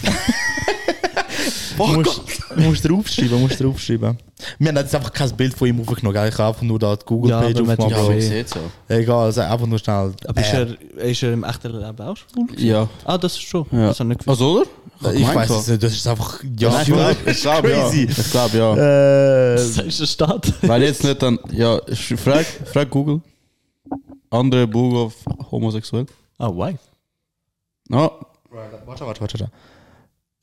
Speaker 1: Du musst, du musst draufschreiben, du musst draufschreiben. Wir haben jetzt einfach kein Bild von ihm aufgenommen. gell? Ich habe einfach nur da die
Speaker 2: Ja,
Speaker 1: Google-Page
Speaker 2: aber man hat
Speaker 1: aufgemacht.
Speaker 2: ja
Speaker 1: Bro.
Speaker 2: gesehen.
Speaker 3: so.
Speaker 1: Egal, sag einfach nur schnell.
Speaker 2: Aber ist
Speaker 1: Äh,
Speaker 2: er, ist er im echten Leben auch schon?
Speaker 3: Ja.
Speaker 2: Ah, das ist schon.
Speaker 3: Ja.
Speaker 2: Das habe ich nicht gewusst.
Speaker 3: Also, oder? hab
Speaker 1: ich
Speaker 3: gemeint,
Speaker 1: weiß
Speaker 3: so.
Speaker 1: es nicht, das ist einfach. Ja,
Speaker 3: Ja, ich glaube, ich glaube, ja.
Speaker 1: Crazy.
Speaker 3: Ich glaube, ja.
Speaker 1: Äh,
Speaker 2: Das ist der Staat.
Speaker 3: Weil jetzt nicht dann, ja, sch- frag, frag Google. Andere Bug auf homosexuell.
Speaker 2: Ah, why?
Speaker 3: No,
Speaker 1: Warte, warte, warte, warte.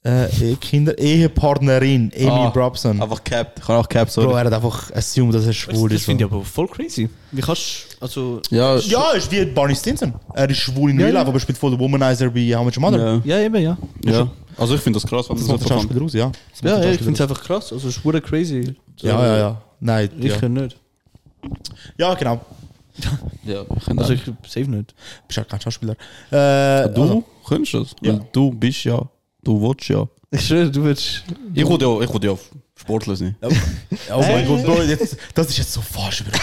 Speaker 1: Äh, Kinder, Ehepartnerin, Amy
Speaker 3: Ah.
Speaker 1: Brobson.
Speaker 3: einfach capped. Ich kann auch capped,
Speaker 1: Bro,
Speaker 3: sorry.
Speaker 1: er hat einfach assumed, dass er schwul
Speaker 2: das
Speaker 1: ist.
Speaker 2: finde ich
Speaker 1: Bro.
Speaker 2: aber voll crazy. Wie kannst du. Also.
Speaker 3: Ja, ja.
Speaker 1: Ja, ist wie Barney Stinson. Er ist schwul in
Speaker 2: Ja,
Speaker 1: Real
Speaker 2: ja.
Speaker 1: Life, aber spielt voll der Womanizer bei How Much Mother.
Speaker 3: ja.
Speaker 2: Ja, eben, ja.
Speaker 3: ja. Also, ich finde das krass, wenn
Speaker 1: Das
Speaker 3: das
Speaker 1: macht der
Speaker 3: so kommt.
Speaker 1: Schauspieler raus, ja. Das
Speaker 2: Ja,
Speaker 1: macht
Speaker 2: ja
Speaker 1: der
Speaker 2: ich finde es
Speaker 1: Schauspieler
Speaker 2: einfach krass. Also, es ist wurde crazy.
Speaker 1: aus. Ja, ja, ja. Nein,
Speaker 2: Ich
Speaker 1: ja.
Speaker 2: kann nicht.
Speaker 1: ja, genau.
Speaker 3: Ja, ich finde
Speaker 2: Also,
Speaker 3: also,
Speaker 2: ich save nicht.
Speaker 1: Bist ja kein Schauspieler. Äh,
Speaker 3: Du
Speaker 1: also,
Speaker 3: könntest das.
Speaker 1: Ja.
Speaker 3: Weil du bist ja, du willst ja.
Speaker 2: Ich schwöre, du würdest.
Speaker 3: Ich würde ja, ich würde ja auf Sportler sein.
Speaker 1: oh mein Gott, Bro, jetzt, das ist jetzt so falsch, Bro.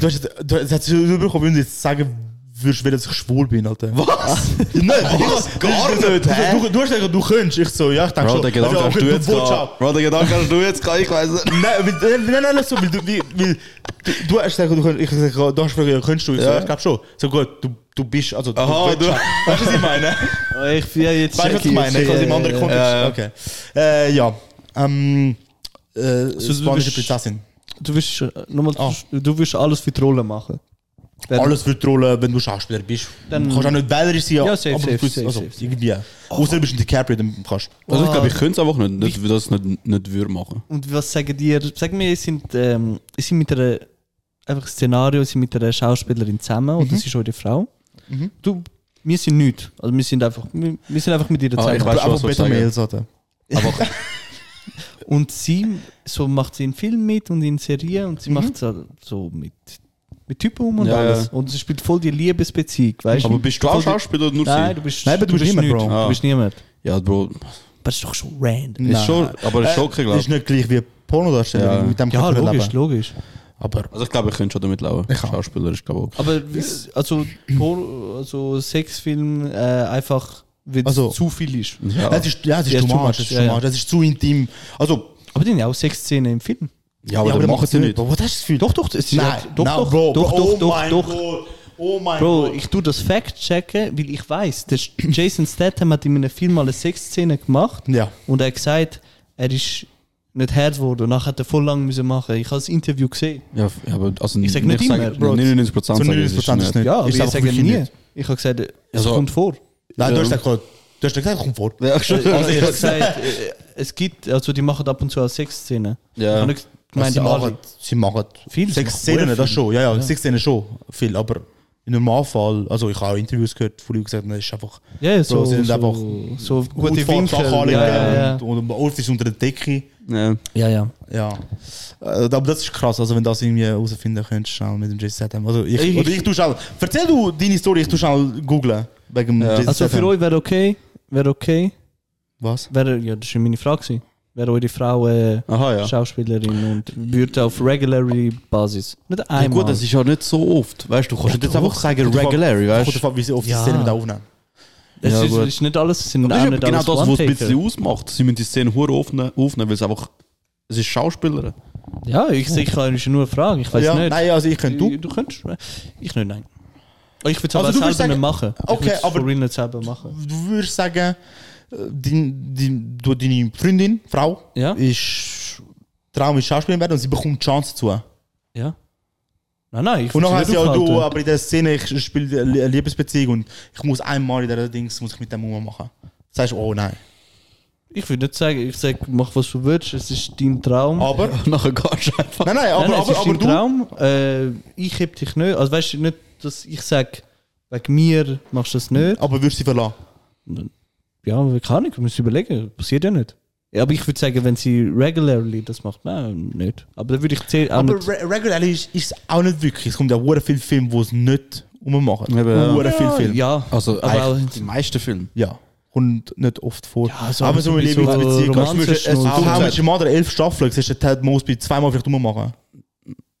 Speaker 1: Du hast jetzt, du hast jetzt überbekommen, wenn du jetzt sagen würdest, wenn ich schwul bin, Alter.
Speaker 3: Was?
Speaker 1: Nein, ich, gar nicht. Du, du, du hast gesagt, du könntest. Ich so, ja, ich denke
Speaker 3: Bro,
Speaker 1: schon.
Speaker 3: den Gedanken
Speaker 1: Also,
Speaker 3: hast
Speaker 1: okay,
Speaker 3: du jetzt
Speaker 1: willst auch.
Speaker 3: gehabt. Bro, den Gedanken hast du jetzt gehabt, ich weiß es.
Speaker 1: Nein, weil- nein, nein, nein, so, weil du, weil, weil du, du hast gesagt, du könntest, ich sag, du hast gefragt, könntest du? Ich so,
Speaker 3: Ja.
Speaker 1: ich glaube schon. So gut, du, du bist, also du
Speaker 3: Aha,
Speaker 1: willst
Speaker 3: du-
Speaker 1: schon. Weißt du, was ich meine?
Speaker 2: Oh, ich bin ja jetzt.
Speaker 1: Weißt du, was ich meine? Ich
Speaker 2: check
Speaker 1: aus dem
Speaker 2: ich,
Speaker 1: anderen
Speaker 2: äh,
Speaker 1: Kontext.
Speaker 3: ja, ja.
Speaker 1: Okay. Äh, ja. Ähm, äh,
Speaker 2: du
Speaker 1: spanische
Speaker 2: bist-
Speaker 1: Prinzessin.
Speaker 2: Du wirst, äh, nochmal,
Speaker 1: Ah.
Speaker 2: du wirst alles für die Rolle machen. Dann-
Speaker 1: Alles wird rollen, wenn du Schauspieler bist.
Speaker 2: Dann-
Speaker 1: du kannst auch nicht wählerisch sein,
Speaker 2: Ja, safe, safe,
Speaker 1: du bist-
Speaker 2: safe,
Speaker 1: also,
Speaker 2: safe, safe.
Speaker 1: irgendwie. Außer du bist ein DiCaprio, dann kannst du.
Speaker 3: Also ich
Speaker 2: Ah.
Speaker 3: glaube, ich könnte es einfach nicht, nicht dass ich es nicht, nicht würde machen.
Speaker 2: Und was sagen dir? Sag mir, es sind, ähm, es sind mit einer einfach ein Szenario, es sind mit einer Schauspielerin zusammen oder sie ist eure Frau.
Speaker 1: Mhm.
Speaker 2: Du, wir sind nicht. Also wir sind einfach, wir, wir sind einfach mit ihr
Speaker 3: Ah,
Speaker 2: zusammen.
Speaker 3: ich weiß schon, was
Speaker 1: Einfach
Speaker 3: du
Speaker 1: Betamails, oder?
Speaker 3: Aber
Speaker 2: und sie, so macht sie in Filmen mit und in Serien und
Speaker 1: Mhm.
Speaker 2: sie macht so, so mit, mit Typen um und
Speaker 3: Ja,
Speaker 2: alles.
Speaker 3: ja.
Speaker 2: Und sie spielt voll die Liebesbeziehung, weißt
Speaker 3: Aber bist du auch Schauspieler oder nur
Speaker 2: Nein,
Speaker 3: sie? Ah.
Speaker 2: du bist,
Speaker 1: Nein, aber du bist niemand,
Speaker 2: nichts.
Speaker 1: Bro.
Speaker 2: Du bist niemand.
Speaker 3: Ja, Bro,
Speaker 2: Aber das ist doch schon random.
Speaker 3: ist schon, aber ist schon okay, glaube
Speaker 1: Äh, Ist
Speaker 3: ich.
Speaker 1: nicht gleich wie Pornodarsteller,
Speaker 3: Ja.
Speaker 1: mit dem
Speaker 2: Ja,
Speaker 1: kannst du nicht
Speaker 2: logisch,
Speaker 1: leben.
Speaker 2: logisch.
Speaker 1: Aber
Speaker 3: Also ich glaube, ich könnte schon damit laufen. Schauspieler ist glaube ich okay.
Speaker 2: Aber wie's- also, Por- also Sexfilm äh, einfach, wenn
Speaker 1: Also-
Speaker 2: es zu viel ist.
Speaker 3: Ja.
Speaker 1: es ist, ja, es ist
Speaker 2: Ja,
Speaker 1: too much, es ist, too
Speaker 2: ja.
Speaker 1: much. Es ist zu intim. Also,
Speaker 2: Aber die haben ja auch Sexszenen im Film.
Speaker 3: ja, aber
Speaker 1: ja,
Speaker 3: dann
Speaker 1: dann
Speaker 3: machen
Speaker 1: macht's
Speaker 3: sie nicht.
Speaker 1: Bro, Was hast du das Gefühl?
Speaker 2: Doch, doch, es ist
Speaker 1: Nein,
Speaker 2: doch,
Speaker 1: nein,
Speaker 2: doch,
Speaker 1: Bro,
Speaker 2: doch,
Speaker 1: Bro,
Speaker 2: doch,
Speaker 1: oh
Speaker 2: doch,
Speaker 1: mein
Speaker 2: doch.
Speaker 1: Gott. Oh mein
Speaker 2: Bro,
Speaker 1: Gott.
Speaker 2: ich tue das Fact checken, weil ich weiß, der Jason Statham hat in einem Film mal eine Sexszene gemacht
Speaker 1: Ja.
Speaker 2: und er hat gesagt, er ist nicht hart geworden und nachher hat er voll lang müssen machen. Ich habe das Interview gesehen.
Speaker 3: Ja, f- ja, aber also
Speaker 2: Ich sag nicht immer, Bro.
Speaker 3: 99 Prozent.
Speaker 1: Zu 99% ist es nicht.
Speaker 2: Ja, aber
Speaker 1: Ist
Speaker 2: ich
Speaker 1: einfach
Speaker 2: sage
Speaker 1: wirklich
Speaker 2: nie.
Speaker 1: nicht.
Speaker 2: Ich habe gesagt, es
Speaker 3: Also-
Speaker 2: kommt vor.
Speaker 1: Nein, du hast
Speaker 3: Ja.
Speaker 1: gesagt, du hast gesagt, komm vor.
Speaker 3: Ja, schon.
Speaker 2: Also ich habe
Speaker 3: Ja,
Speaker 2: gesagt, äh, es gibt, also die machen ab und zu auch Sexszenen. Ich
Speaker 3: ja.
Speaker 2: habe nicht gemeint,
Speaker 1: sie
Speaker 2: alle.
Speaker 1: machen, sie machen viel.
Speaker 2: Viel, sie
Speaker 1: Sechs
Speaker 2: machen
Speaker 1: Szenen,
Speaker 2: sehr
Speaker 1: das
Speaker 2: viel.
Speaker 1: schon. Ja, ja, sechs Szenen schon. Viel, aber im Normalfall, also ich habe auch Interviews gehört, wo Leute gesagt haben, es ist einfach
Speaker 2: Ja, ja, so,
Speaker 1: sie sind
Speaker 2: so,
Speaker 1: einfach
Speaker 2: so
Speaker 1: gute
Speaker 2: gute Winkel.
Speaker 1: Winkel.
Speaker 2: Ja, ja, ja.
Speaker 1: Und, und oft ist es unter der Decke.
Speaker 3: Ja.
Speaker 2: ja, ja.
Speaker 1: Ja. Äh, Aber das ist krass, also wenn du das irgendwie herausfinden könntest, schnell mit dem Jason Statham. Also ich,
Speaker 2: Ich-
Speaker 1: oder ich tu schnell. Erzähl du deine Story, ich tu schnell googlen. Wegen dem
Speaker 3: Ja.
Speaker 1: Jason
Speaker 2: Also für
Speaker 1: Statham.
Speaker 2: euch wäre okay, wäre okay,
Speaker 1: Was?
Speaker 2: wäre, ja, das war meine Frage, gewesen. wäre eure Frau äh,
Speaker 3: Aha, ja.
Speaker 2: Schauspielerin und würde auf regulary Basis. Nicht
Speaker 3: Ja,
Speaker 2: einmal.
Speaker 3: gut, das ist ja nicht so oft. Weißt du, du kannst nicht jetzt
Speaker 1: doch.
Speaker 3: einfach sagen,
Speaker 1: Kommt drauf-
Speaker 3: regular,
Speaker 1: Kommt
Speaker 3: weißt
Speaker 1: drauf
Speaker 3: du?
Speaker 1: an, wie sie oft
Speaker 2: Ja.
Speaker 1: die Szenen mit aufnehmen.
Speaker 2: es
Speaker 3: Ja,
Speaker 2: ist,
Speaker 3: gut.
Speaker 2: ist nicht alles, es sind
Speaker 3: Das
Speaker 2: auch
Speaker 3: ist
Speaker 2: nicht
Speaker 3: genau
Speaker 2: alles
Speaker 3: das, was es ein bisschen
Speaker 2: One-Taker.
Speaker 3: ausmacht. Sie müssen die Szene hoch aufnehmen, aufnehmen weil es einfach. Es ist Schauspielerin.
Speaker 2: Ja, ich sehe, ich kann ist nur eine Frage, ich weiß
Speaker 1: Ja,
Speaker 2: nicht.
Speaker 1: Nein, also ich könnte du.
Speaker 2: du? du könntest. äh, Ich nicht, nein. Oh, ich würde
Speaker 1: Also
Speaker 2: es aber
Speaker 1: du
Speaker 2: selber
Speaker 1: würdest sagen-
Speaker 2: nicht machen.
Speaker 1: Okay,
Speaker 2: ich würd's
Speaker 1: aber-
Speaker 2: For real nicht selber machen.
Speaker 1: Du würdest sagen, äh, dein, dein, du, deine Freundin, Frau,
Speaker 2: Ja?
Speaker 1: ist Traum ist Schauspielerin werden und sie bekommt die Chance dazu.
Speaker 2: Ja. Nein, nein, ich
Speaker 1: Und dann
Speaker 2: würd's
Speaker 1: heißt
Speaker 2: nicht
Speaker 1: ja du,
Speaker 2: aufhalten.
Speaker 1: aber in der Szene, ich spiele eine Liebesbeziehung und ich muss einmal in der Dings muss ich mit dem Mama machen. Sagst du, oh nein.
Speaker 2: Ich würde nicht sagen, ich sage, mach was du willst, es ist dein Traum.
Speaker 1: Aber.
Speaker 3: Nachher gehst du einfach.
Speaker 1: Nein, nein, aber,
Speaker 2: Nein, nein, es
Speaker 1: aber,
Speaker 2: ist
Speaker 1: aber
Speaker 2: dein
Speaker 1: du.
Speaker 2: Traum. Äh, ich heb dich nicht. Also weißt du nicht, dass ich sage, wegen mir machst du das nicht.
Speaker 1: Aber würdest du sie verlassen?
Speaker 2: Ja, kann ich, wir müssen überlegen. Passiert ja nicht. Ja, aber ich würde sagen, wenn sie regularly das macht, nein, nicht. Aber dann würde ich zählen, auch
Speaker 1: Aber
Speaker 2: nicht.
Speaker 1: re regular ist ist es auch nicht wirklich. Es kommt ja sehr viele Filme, die es nicht rummachen.
Speaker 3: Eben, ja.
Speaker 1: Sehr viele Filme.
Speaker 2: Ja,
Speaker 3: Also,
Speaker 2: aber auch,
Speaker 3: eigentlich die meisten Filme.
Speaker 1: Ja. Und nicht oft vor.
Speaker 2: Ja, so
Speaker 1: aber so eine
Speaker 2: ein bisschen
Speaker 1: Liebesbeziehung.
Speaker 2: so romantisch
Speaker 1: Es ist
Speaker 2: noch.
Speaker 1: auch mit Mother elf Staffeln, siehst du Ted Mosby zweimal vielleicht rummachen.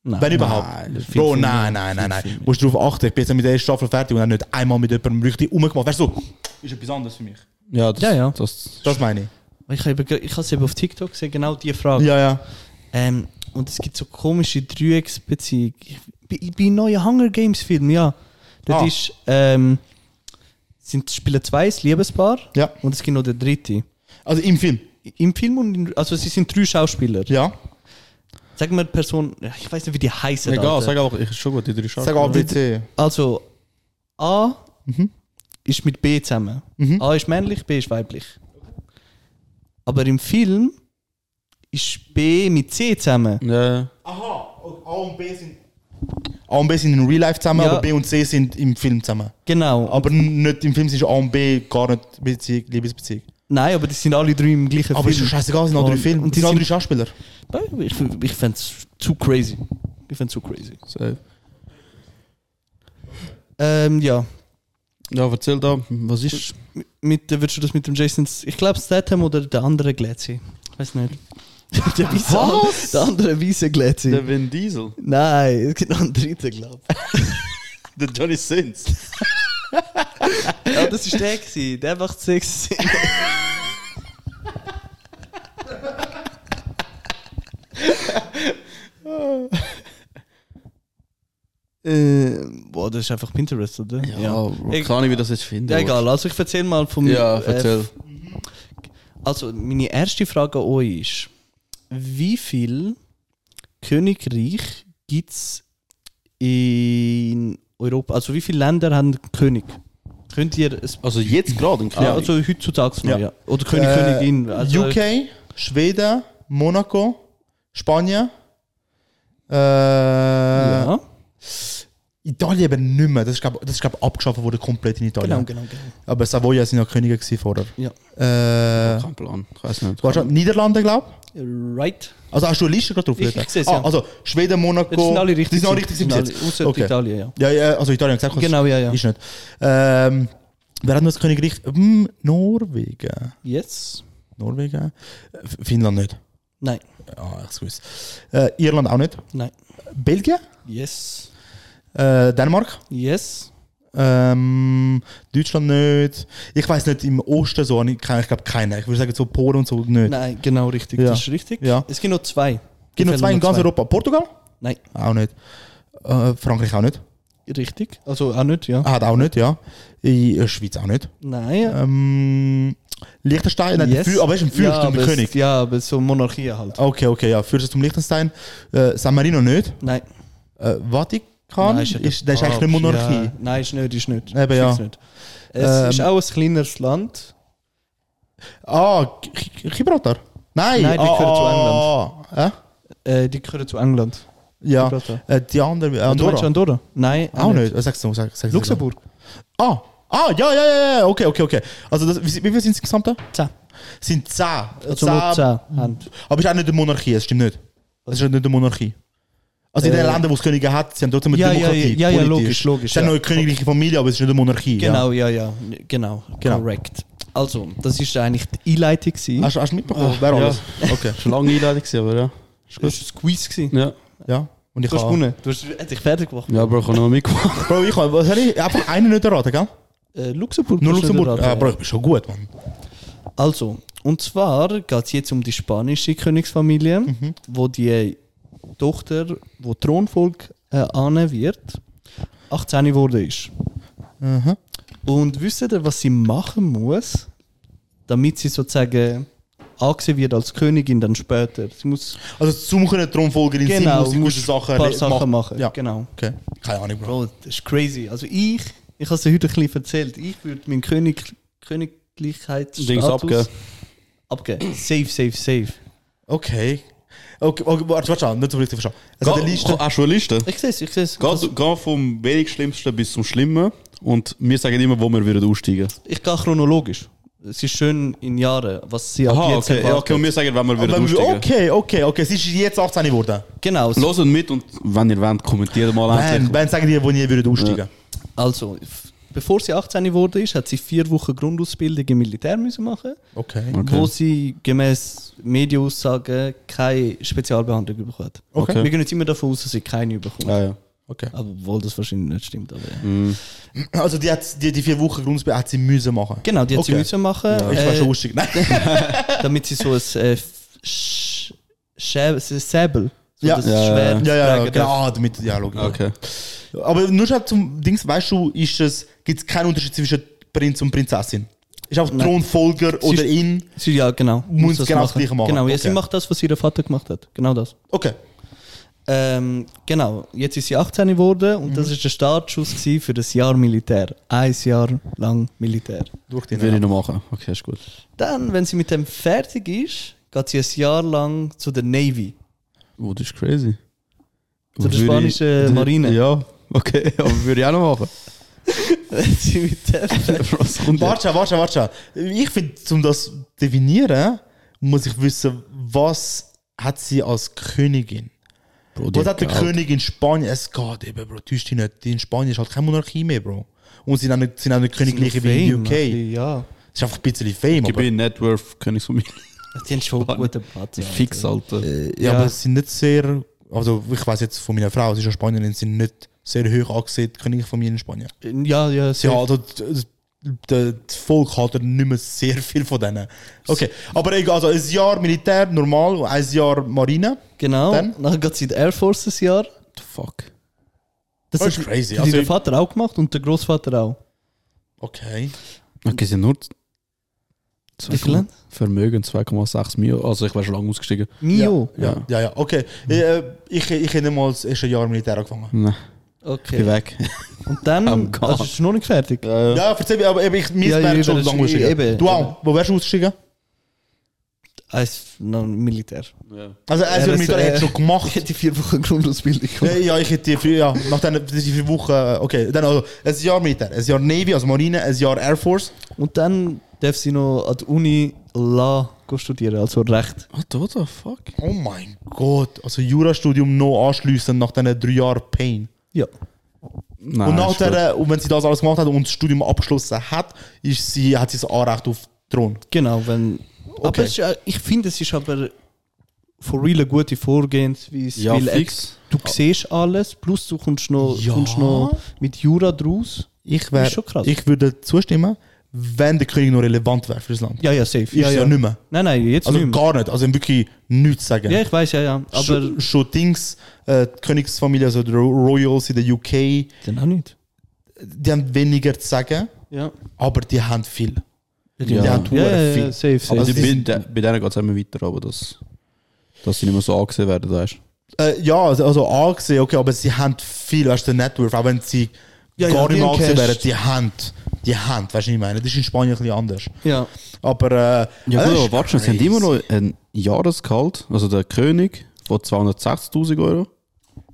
Speaker 2: nein,
Speaker 1: Wenn überhaupt.
Speaker 2: Nein, viel
Speaker 1: Bro,
Speaker 2: Film,
Speaker 1: nein, nein, nein,
Speaker 2: viel
Speaker 1: nein.
Speaker 2: Film.
Speaker 1: Musst du darauf achten. Ich bin jetzt mit der ersten Staffel fertig und habe nicht einmal mit jemandem richtig umgemacht. Weißt du, so, ist etwas anderes für mich.
Speaker 3: Ja, das,
Speaker 2: Ja, ja.
Speaker 3: Das,
Speaker 1: Das meine ich.
Speaker 2: Ich habe eben- ich habe es eben auf TikTok gesehen, genau diese Frage.
Speaker 1: Ja, ja.
Speaker 2: Ähm, und es gibt so komische Dreiecksbeziehungen. Bei, bei neuen Hunger Games Filmen, ja. Dort
Speaker 1: Ah.
Speaker 2: ist, ähm, sind, spielen zwei ein Liebespaar
Speaker 1: Ja.
Speaker 2: und es gibt noch den dritten.
Speaker 1: Also im Film.
Speaker 2: Im Film und in, also sie sind drei Schauspieler.
Speaker 1: Ja.
Speaker 2: Sagen wir Person, ich weiß nicht, wie die heißen.
Speaker 3: egal,
Speaker 2: Alter.
Speaker 3: sag einfach, ich schon gut, die drei Schauspieler.
Speaker 1: Sag A, B, C.
Speaker 2: Also A ist mit B zusammen. A ist männlich, B ist weiblich. Aber im Film ist B mit C zusammen.
Speaker 3: Ja,
Speaker 1: Aha. A und B sind. A und B sind in Real Life zusammen,
Speaker 2: Ja.
Speaker 1: aber B und C sind im Film zusammen.
Speaker 2: Genau.
Speaker 1: Aber n- nicht im Film sind A und B gar nicht Beziehung, Liebesbeziehung.
Speaker 2: Nein, aber die sind alle drei im gleichen
Speaker 1: Aber ist
Speaker 2: Film.
Speaker 1: doch scheißegal, es sind andere
Speaker 2: Und-
Speaker 1: Filme.
Speaker 2: und
Speaker 1: Und
Speaker 2: die
Speaker 1: sind andere
Speaker 2: sind-
Speaker 1: Schauspieler.
Speaker 2: Ich, ich fände es zu crazy. Ich fände es zu crazy.
Speaker 3: safe.
Speaker 2: Ähm, ja.
Speaker 3: Ja, erzähl da, was ist.
Speaker 2: Mit, äh, würdest du das mit dem Jason, ich glaube Statham oder der andere Glätzi. Ich weiß nicht. der, weisse,
Speaker 3: Was?
Speaker 2: der andere weiße Glätzi.
Speaker 3: Vin Diesel.
Speaker 2: Nein, es gibt noch einen dritten, glaube ich.
Speaker 3: Der Johnny Sins.
Speaker 2: ja, das ist der gewesen. Der macht Sex. ähm, boah, das ist einfach Pinterest, oder?
Speaker 3: Ja, Bro, keine Ahnung, wie das jetzt finde.
Speaker 2: Ja, egal, also ich erzähle mal vom.
Speaker 3: Ja,
Speaker 2: äh,
Speaker 3: erzähl.
Speaker 2: also, meine erste Frage an euch ist: Wie viel Königreich gibt es in Europa? Also wie viele Länder haben einen König? Könnt ihr es.
Speaker 3: Also jetzt gerade ein
Speaker 2: Ah,
Speaker 3: Klar.
Speaker 2: also heutzutage noch,
Speaker 1: Ja.
Speaker 2: ja. Oder König,
Speaker 1: Äh,
Speaker 2: Königin. Also,
Speaker 1: UK, Schweden, Monaco, Spanien. Äh,
Speaker 2: Ja. Genau,
Speaker 1: Italien eben nicht mehr. Das ist, glaub, das ist, glaub, abgeschafft worden komplett in Italien.
Speaker 2: Genau, genau, genau.
Speaker 1: Aber Savoyen sind ja Könige gewesen vorher.
Speaker 2: Ja.
Speaker 1: Äh,
Speaker 3: Kein Plan. Ich weiß nicht.
Speaker 1: warte, Niederlande, glaube
Speaker 2: Right.
Speaker 1: Also hast du eine Liste gerade drauf?
Speaker 2: Ich-
Speaker 1: Leute?
Speaker 2: ich seh's,
Speaker 1: ah,
Speaker 2: ja.
Speaker 1: Also Schweden, Monaco.
Speaker 2: Das sind alle richtig.
Speaker 1: Die sind alle richtig bis
Speaker 2: Sind
Speaker 1: jetzt.
Speaker 2: alle- Außer
Speaker 1: Okay.
Speaker 2: Italien, ja.
Speaker 1: Ja, ja, also Italien hat gesagt,
Speaker 2: Genau, ja, ja.
Speaker 1: ist nicht. Ähm, wer hat noch das Königreich? Hm, Norwegen.
Speaker 2: Yes?
Speaker 1: Norwegen? Äh, F- Finnland nicht.
Speaker 2: Nein.
Speaker 1: Ah, ich weiß. Äh, Irland auch nicht.
Speaker 2: Nein.
Speaker 1: Belgien?
Speaker 2: Yes.
Speaker 1: Äh, Dänemark?
Speaker 2: Yes.
Speaker 1: Ähm, Deutschland nicht. Ich weiß nicht, im Osten so, ich, kann- ich glaube keiner. Ich würde sagen, so Polen und so nicht.
Speaker 2: Nein, genau richtig.
Speaker 1: Ja.
Speaker 2: Das ist richtig.
Speaker 1: Ja.
Speaker 2: Es gibt noch zwei.
Speaker 1: Gibt noch
Speaker 2: Fehlen
Speaker 1: zwei in ganz Europa. Portugal?
Speaker 2: Nein,
Speaker 1: Auch nicht. Äh, Frankreich auch nicht.
Speaker 2: richtig. Also auch nicht, ja.
Speaker 1: Ah, Hat auch nicht, ja. In der Schweiz auch nicht.
Speaker 2: Nein.
Speaker 1: Ähm, Liechtenstein, nein,
Speaker 2: Yes.
Speaker 1: Fü- aber er ist ein Fürst
Speaker 2: ja,
Speaker 1: und
Speaker 2: aber
Speaker 1: ein
Speaker 2: es-
Speaker 1: König.
Speaker 2: Ja, aber so Monarchie halt.
Speaker 1: Okay, okay, ja. Fürst zum Liechtenstein. Äh, San Marino nicht.
Speaker 2: Nein.
Speaker 1: Äh, Vatikan,
Speaker 2: Nein,
Speaker 1: ist,
Speaker 2: ja der
Speaker 1: ist, das ist eigentlich
Speaker 2: Papst,
Speaker 1: eine Monarchie.
Speaker 2: Ja. Nein, ist nicht, ist nicht.
Speaker 1: Eben,
Speaker 2: Ist
Speaker 1: ja.
Speaker 2: nicht. Es
Speaker 1: Ähm.
Speaker 2: ist auch ein kleineres Land.
Speaker 1: Ah, Gi- Gi- Gibraltar? Nein,
Speaker 2: Nein, die
Speaker 1: ah,
Speaker 2: gehören zu
Speaker 1: zu England.
Speaker 2: Äh, die gehören zu England.
Speaker 1: Ja,
Speaker 2: Gibraltar.
Speaker 1: äh, die andere, äh,
Speaker 2: Du meinst
Speaker 1: Andorra.
Speaker 2: Andorra? Nein,
Speaker 1: Auch nicht. Äh, Sag's noch, sag, sag's noch.
Speaker 2: Luxemburg.
Speaker 1: Ah, ah, ja, ja, ja, ja, okay, okay, okay. Also, das, wie, wie viel sind es insgesamt? da?
Speaker 2: Zehn.
Speaker 1: Sind zehn.
Speaker 2: Also nur zehn. haben.
Speaker 1: Aber es ist auch nicht eine Monarchie, es stimmt nicht. Es ist auch nicht eine Monarchie. Also in den
Speaker 2: Äh.
Speaker 1: Ländern, wo es Könige hat, sie haben trotzdem eine
Speaker 2: Ja, ja,
Speaker 1: Demokratie.
Speaker 2: ja, ja,
Speaker 1: politisch.
Speaker 2: logisch, logisch,
Speaker 1: Es ist auch
Speaker 2: ja.
Speaker 1: noch eine königliche Familie, aber es ist nicht eine Monarchie.
Speaker 2: Genau, ja, ja. Genau. Ah,
Speaker 1: Genau.
Speaker 2: Correct. Also, das ist eigentlich die Einleitung.
Speaker 1: Ja.
Speaker 2: gewesen.
Speaker 1: Hast, hast du mitbekommen? Wer
Speaker 3: ja.
Speaker 1: alles? Okay.
Speaker 3: Schon lange einleidig, gewesen, aber ja.
Speaker 2: Das war ein Quiz. gewesen.
Speaker 3: Ja,
Speaker 1: Ja. Und ich
Speaker 2: Du hast
Speaker 1: habe.
Speaker 2: gewonnen. Du hast er hat dich fertig gemacht.
Speaker 3: ja Bro, ich habe noch mitgemacht.
Speaker 1: Bro, ich habe. Was habe ich? Einfach einen nicht erraten, gell?
Speaker 2: Äh, Luxemburg. Ah,
Speaker 1: Nur
Speaker 2: hast du
Speaker 1: Luxemburg.
Speaker 2: erraten,
Speaker 1: Ja,
Speaker 2: ja.
Speaker 1: Bro, ich bin schon gut, Mann.
Speaker 2: Also, und zwar geht es jetzt um die spanische Königsfamilie, wo die Tochter, wo die Thronfolge äh, annehmen wird, 18 geworden ist.
Speaker 1: Mhm.
Speaker 2: Und wisst ihr, was sie machen muss, damit sie sozusagen angesehen wird als Königin dann später? Sie muss
Speaker 1: Also zum können Thronfolgerin
Speaker 2: Genau,
Speaker 1: sein, muss ich gewisse Sachen
Speaker 2: ein paar
Speaker 1: le-
Speaker 2: Sachen machen.
Speaker 1: Ja.
Speaker 2: Genau.
Speaker 1: Okay. Keine Ahnung, Bro.
Speaker 2: Bro, das ist crazy. Also ich, ich habe es dir heute ein bisschen erzählt, ich würde meinen König,
Speaker 3: Dings
Speaker 2: Königlichkeitsstatus
Speaker 3: abgeben.
Speaker 2: abgeben. Safe, safe, safe.
Speaker 1: Okay. Okay, okay warte, warte, warte, nicht so richtig verstanden. Es
Speaker 3: Geh-
Speaker 1: hat eine Liste.
Speaker 3: Hast du eine Also Liste? Also-
Speaker 2: Ich sehe es, ich sehe es.
Speaker 3: Geh, geh vom wenig Schlimmsten bis zum Schlimmen und wir sagen immer, wo wir würden aussteigen
Speaker 2: Ich gehe chronologisch. Es ist schön in Jahren, was sie ab jetzt
Speaker 3: Aha, Ah, okay. Ja,
Speaker 2: erwartet.
Speaker 3: okay,
Speaker 1: um-
Speaker 3: und wir sagen, wenn wir würden
Speaker 1: Aber-
Speaker 3: aussteigen.
Speaker 1: Ah, Okay, okay, okay. Es ist jetzt 18 geworden.
Speaker 2: Genau. so.
Speaker 3: Losen mit und wenn ihr wollt, kommentiert
Speaker 2: Ah,
Speaker 3: mal
Speaker 1: Ben,
Speaker 3: endlich.
Speaker 1: ben, sagen dir, wo ihr würdet aussteigen.
Speaker 2: Also, f- bevor sie 18 geworden ist, hat sie vier Wochen Grundausbildung im Militär müssen machen,
Speaker 1: Okay.
Speaker 3: Okay.
Speaker 2: wo sie gemäß Medienaussagen keine Spezialbehandlung bekommen hat.
Speaker 1: Okay.
Speaker 2: Wir gehen jetzt immer davon aus, dass sie keine bekommt.
Speaker 3: Ja, ja.
Speaker 1: Okay.
Speaker 2: Aber obwohl das wahrscheinlich nicht stimmt. Aber ja.
Speaker 1: Also die, hat, die, die vier Wochen Grundsbe hat sie müssen machen.
Speaker 2: Genau, die hat sie
Speaker 1: Okay.
Speaker 2: müssen machen,
Speaker 1: Ich war
Speaker 2: äh,
Speaker 1: schon lustig. Nein.
Speaker 2: damit sie so ein äh, Sch- Schä- Säbel, so
Speaker 1: Ja.
Speaker 2: das
Speaker 3: Ja, ja,
Speaker 2: Schwert
Speaker 1: ja, ja, ja,
Speaker 2: tragen darf.
Speaker 1: genau. Ah, damit, ja, logisch.
Speaker 3: Okay.
Speaker 1: Aber nur schon zum Dings, weißt du, ist es, gibt es keinen Unterschied zwischen Prinz und Prinzessin. Ist auch Thronfolger oder
Speaker 2: ist-
Speaker 1: in.
Speaker 2: Sie, ja, genau.
Speaker 1: Muss
Speaker 2: das
Speaker 1: genau das Gleiche machen.
Speaker 2: Genau, ja,
Speaker 1: Okay.
Speaker 2: sie macht das, was ihr Vater gemacht hat. Genau das.
Speaker 1: Okay.
Speaker 2: Ähm, genau, jetzt ist sie 18 geworden und
Speaker 1: Mhm.
Speaker 2: das war der Startschuss gewesen für das Jahr Militär. Ein Jahr lang Militär.
Speaker 1: Durch die
Speaker 3: Den würde ich noch machen. Okay, ist gut.
Speaker 2: Dann, wenn sie mit dem fertig ist, geht sie ein Jahr lang zu der Navy.
Speaker 3: Oh, das ist crazy.
Speaker 2: Zu der
Speaker 3: Würde ich-
Speaker 2: spanischen Marine.
Speaker 3: Ja, okay. Aber würde ich auch noch machen.
Speaker 2: Wenn sie mit der
Speaker 3: Bro, es kommt ja.
Speaker 1: Warte, warte, warte. Ich finde, um das zu definieren, muss ich wissen, was hat sie als Königin?
Speaker 3: Bro, die
Speaker 1: Was hat der
Speaker 3: Geld.
Speaker 1: König in Spanien? Es geht eben, Bro. Täusch dich nicht. Die In Spanien ist halt keine Monarchie mehr, Bro. Und sie sind auch nicht, sind auch nicht königliche wie in UK. Es
Speaker 2: Ja.
Speaker 1: ist einfach ein bisschen Fame.
Speaker 3: Ich
Speaker 1: aber-
Speaker 3: bin Net Worth Königsfamilie.
Speaker 2: Die haben schon einen guten Platz. Alter.
Speaker 3: Fix, Alter.
Speaker 1: Ja,
Speaker 2: Ja.
Speaker 1: aber es sind nicht sehr. Also, ich weiß jetzt von meiner Frau, sie ist ja Spanierin, sind nicht sehr hoch angesehen, die Könige von mir in Spanien.
Speaker 2: Ja, ja,
Speaker 1: Sie
Speaker 2: sehr.
Speaker 1: hat also, das Volk hat ja nicht mehr sehr viel von denen. Okay, aber egal, also ein Jahr Militär, normal, ein Jahr Marine.
Speaker 2: Genau.
Speaker 1: Dann?
Speaker 2: Dann, geht sie in die Air Force ein Jahr.
Speaker 3: Fuck.
Speaker 1: Das
Speaker 2: Das hat
Speaker 1: ist crazy.
Speaker 2: ihr
Speaker 1: Also,
Speaker 2: Vater auch gemacht und der Großvater auch.
Speaker 1: okay.
Speaker 3: Okay, sind nur
Speaker 2: Wie viel denn?
Speaker 3: Vermögen 2,6 Mio. Also ich wäre schon lange ausgestiegen.
Speaker 2: Mio?
Speaker 1: Ja, ja, ja okay. Ich, äh, ich, ich hätte mal das erste Jahr Militär angefangen.
Speaker 3: Nein, ich bin
Speaker 2: Okay.
Speaker 3: weg.
Speaker 2: Und dann
Speaker 1: Oh
Speaker 3: Am
Speaker 2: also,
Speaker 3: Gas.
Speaker 2: ist es noch nicht fertig.
Speaker 1: Ja, eh, erzähl mir, aber eben, ich, mein
Speaker 2: Ja,
Speaker 1: ja,
Speaker 2: ja,
Speaker 1: schon
Speaker 2: eben,
Speaker 1: lange
Speaker 2: das-
Speaker 1: ausgestiegen.
Speaker 2: eben,
Speaker 1: Du auch, wo wärst du ausgestiegen?
Speaker 2: Als Ah, noch Militär.
Speaker 1: Also, also
Speaker 2: Ja, das,
Speaker 1: Militär hättest du
Speaker 2: äh,
Speaker 1: schon gemacht.
Speaker 2: hätte vier Wochen Grundausbildung
Speaker 1: Ja, ja, ich hätte die vier, ja, nach diesen diese vier Wochen, äh, okay, dann also ein Jahr Militär, ein Jahr Navy, also Marine, ein Jahr Air Force.
Speaker 2: Und dann darf sie noch an der Uni La studieren, also Recht.
Speaker 3: What, what the fuck?
Speaker 1: Oh mein Gott, also Jurastudium noch anschliessen nach diesen drei Jahren Pain.
Speaker 2: Ja.
Speaker 3: Nein,
Speaker 2: Ah,
Speaker 1: und
Speaker 3: ist gut.
Speaker 1: nachher, äh, und wenn sie das alles gemacht hat und das Studium abgeschlossen hat, ist sie, hat sie das Anrecht auf den Thron.
Speaker 2: Genau, wenn.
Speaker 1: Okay.
Speaker 2: Aber es ist, äh, ich finde, es ist aber for real eine gute Vorgehensweise.
Speaker 3: Ja,
Speaker 2: weil
Speaker 3: fix.
Speaker 2: äh, Du siehst alles, plus du kommst noch,
Speaker 1: Ja.
Speaker 2: kommst noch mit Jura draus.
Speaker 1: Ich, wär,
Speaker 2: Ist schon krass.
Speaker 1: ich würde zustimmen, wenn der König noch relevant wäre für das Land.
Speaker 2: Ja, ja, safe.
Speaker 1: Ist
Speaker 2: ja,
Speaker 1: ja,
Speaker 2: ja.
Speaker 1: nicht mehr.
Speaker 2: Nein, nein, jetzt
Speaker 1: Also
Speaker 2: nicht mehr.
Speaker 1: gar nicht, also wirklich nichts sagen.
Speaker 2: Ja, ich weiß, ja, ja. Aber
Speaker 1: schon, schon Dings, äh, die Königsfamilie, also die Ro- Royals in der UK,
Speaker 2: dann auch nicht.
Speaker 1: die haben weniger zu sagen,
Speaker 2: Ja.
Speaker 1: aber die haben viel.
Speaker 3: Ja.
Speaker 1: Die haben
Speaker 2: Ja,
Speaker 1: hure
Speaker 2: ja,
Speaker 1: viel.
Speaker 2: ja, safe, safe.
Speaker 3: Aber
Speaker 1: Also
Speaker 3: also
Speaker 1: die
Speaker 3: bei,
Speaker 1: sind-
Speaker 3: de, bei denen geht es immer weiter, aber das, dass sie nicht mehr so angesehen werden, weißt du?
Speaker 1: Äh, ja, also, also angesehen, okay, aber sie haben viel, weißt du, den Network, auch wenn sie
Speaker 2: Ja, ja,
Speaker 1: gar nicht
Speaker 2: die
Speaker 1: mehr
Speaker 2: haben
Speaker 1: angesehen
Speaker 2: Cash.
Speaker 1: werden, die haben, die haben, weißt du, was ich meine, das ist in Spanien ein bisschen anders.
Speaker 2: ja.
Speaker 1: Aber, äh,
Speaker 3: Ja,
Speaker 1: das
Speaker 3: gut,
Speaker 1: ist
Speaker 3: aber warte schon, sie haben
Speaker 1: crazy.
Speaker 3: immer noch ein Jahresgehalt, also der König von 260.000 Euro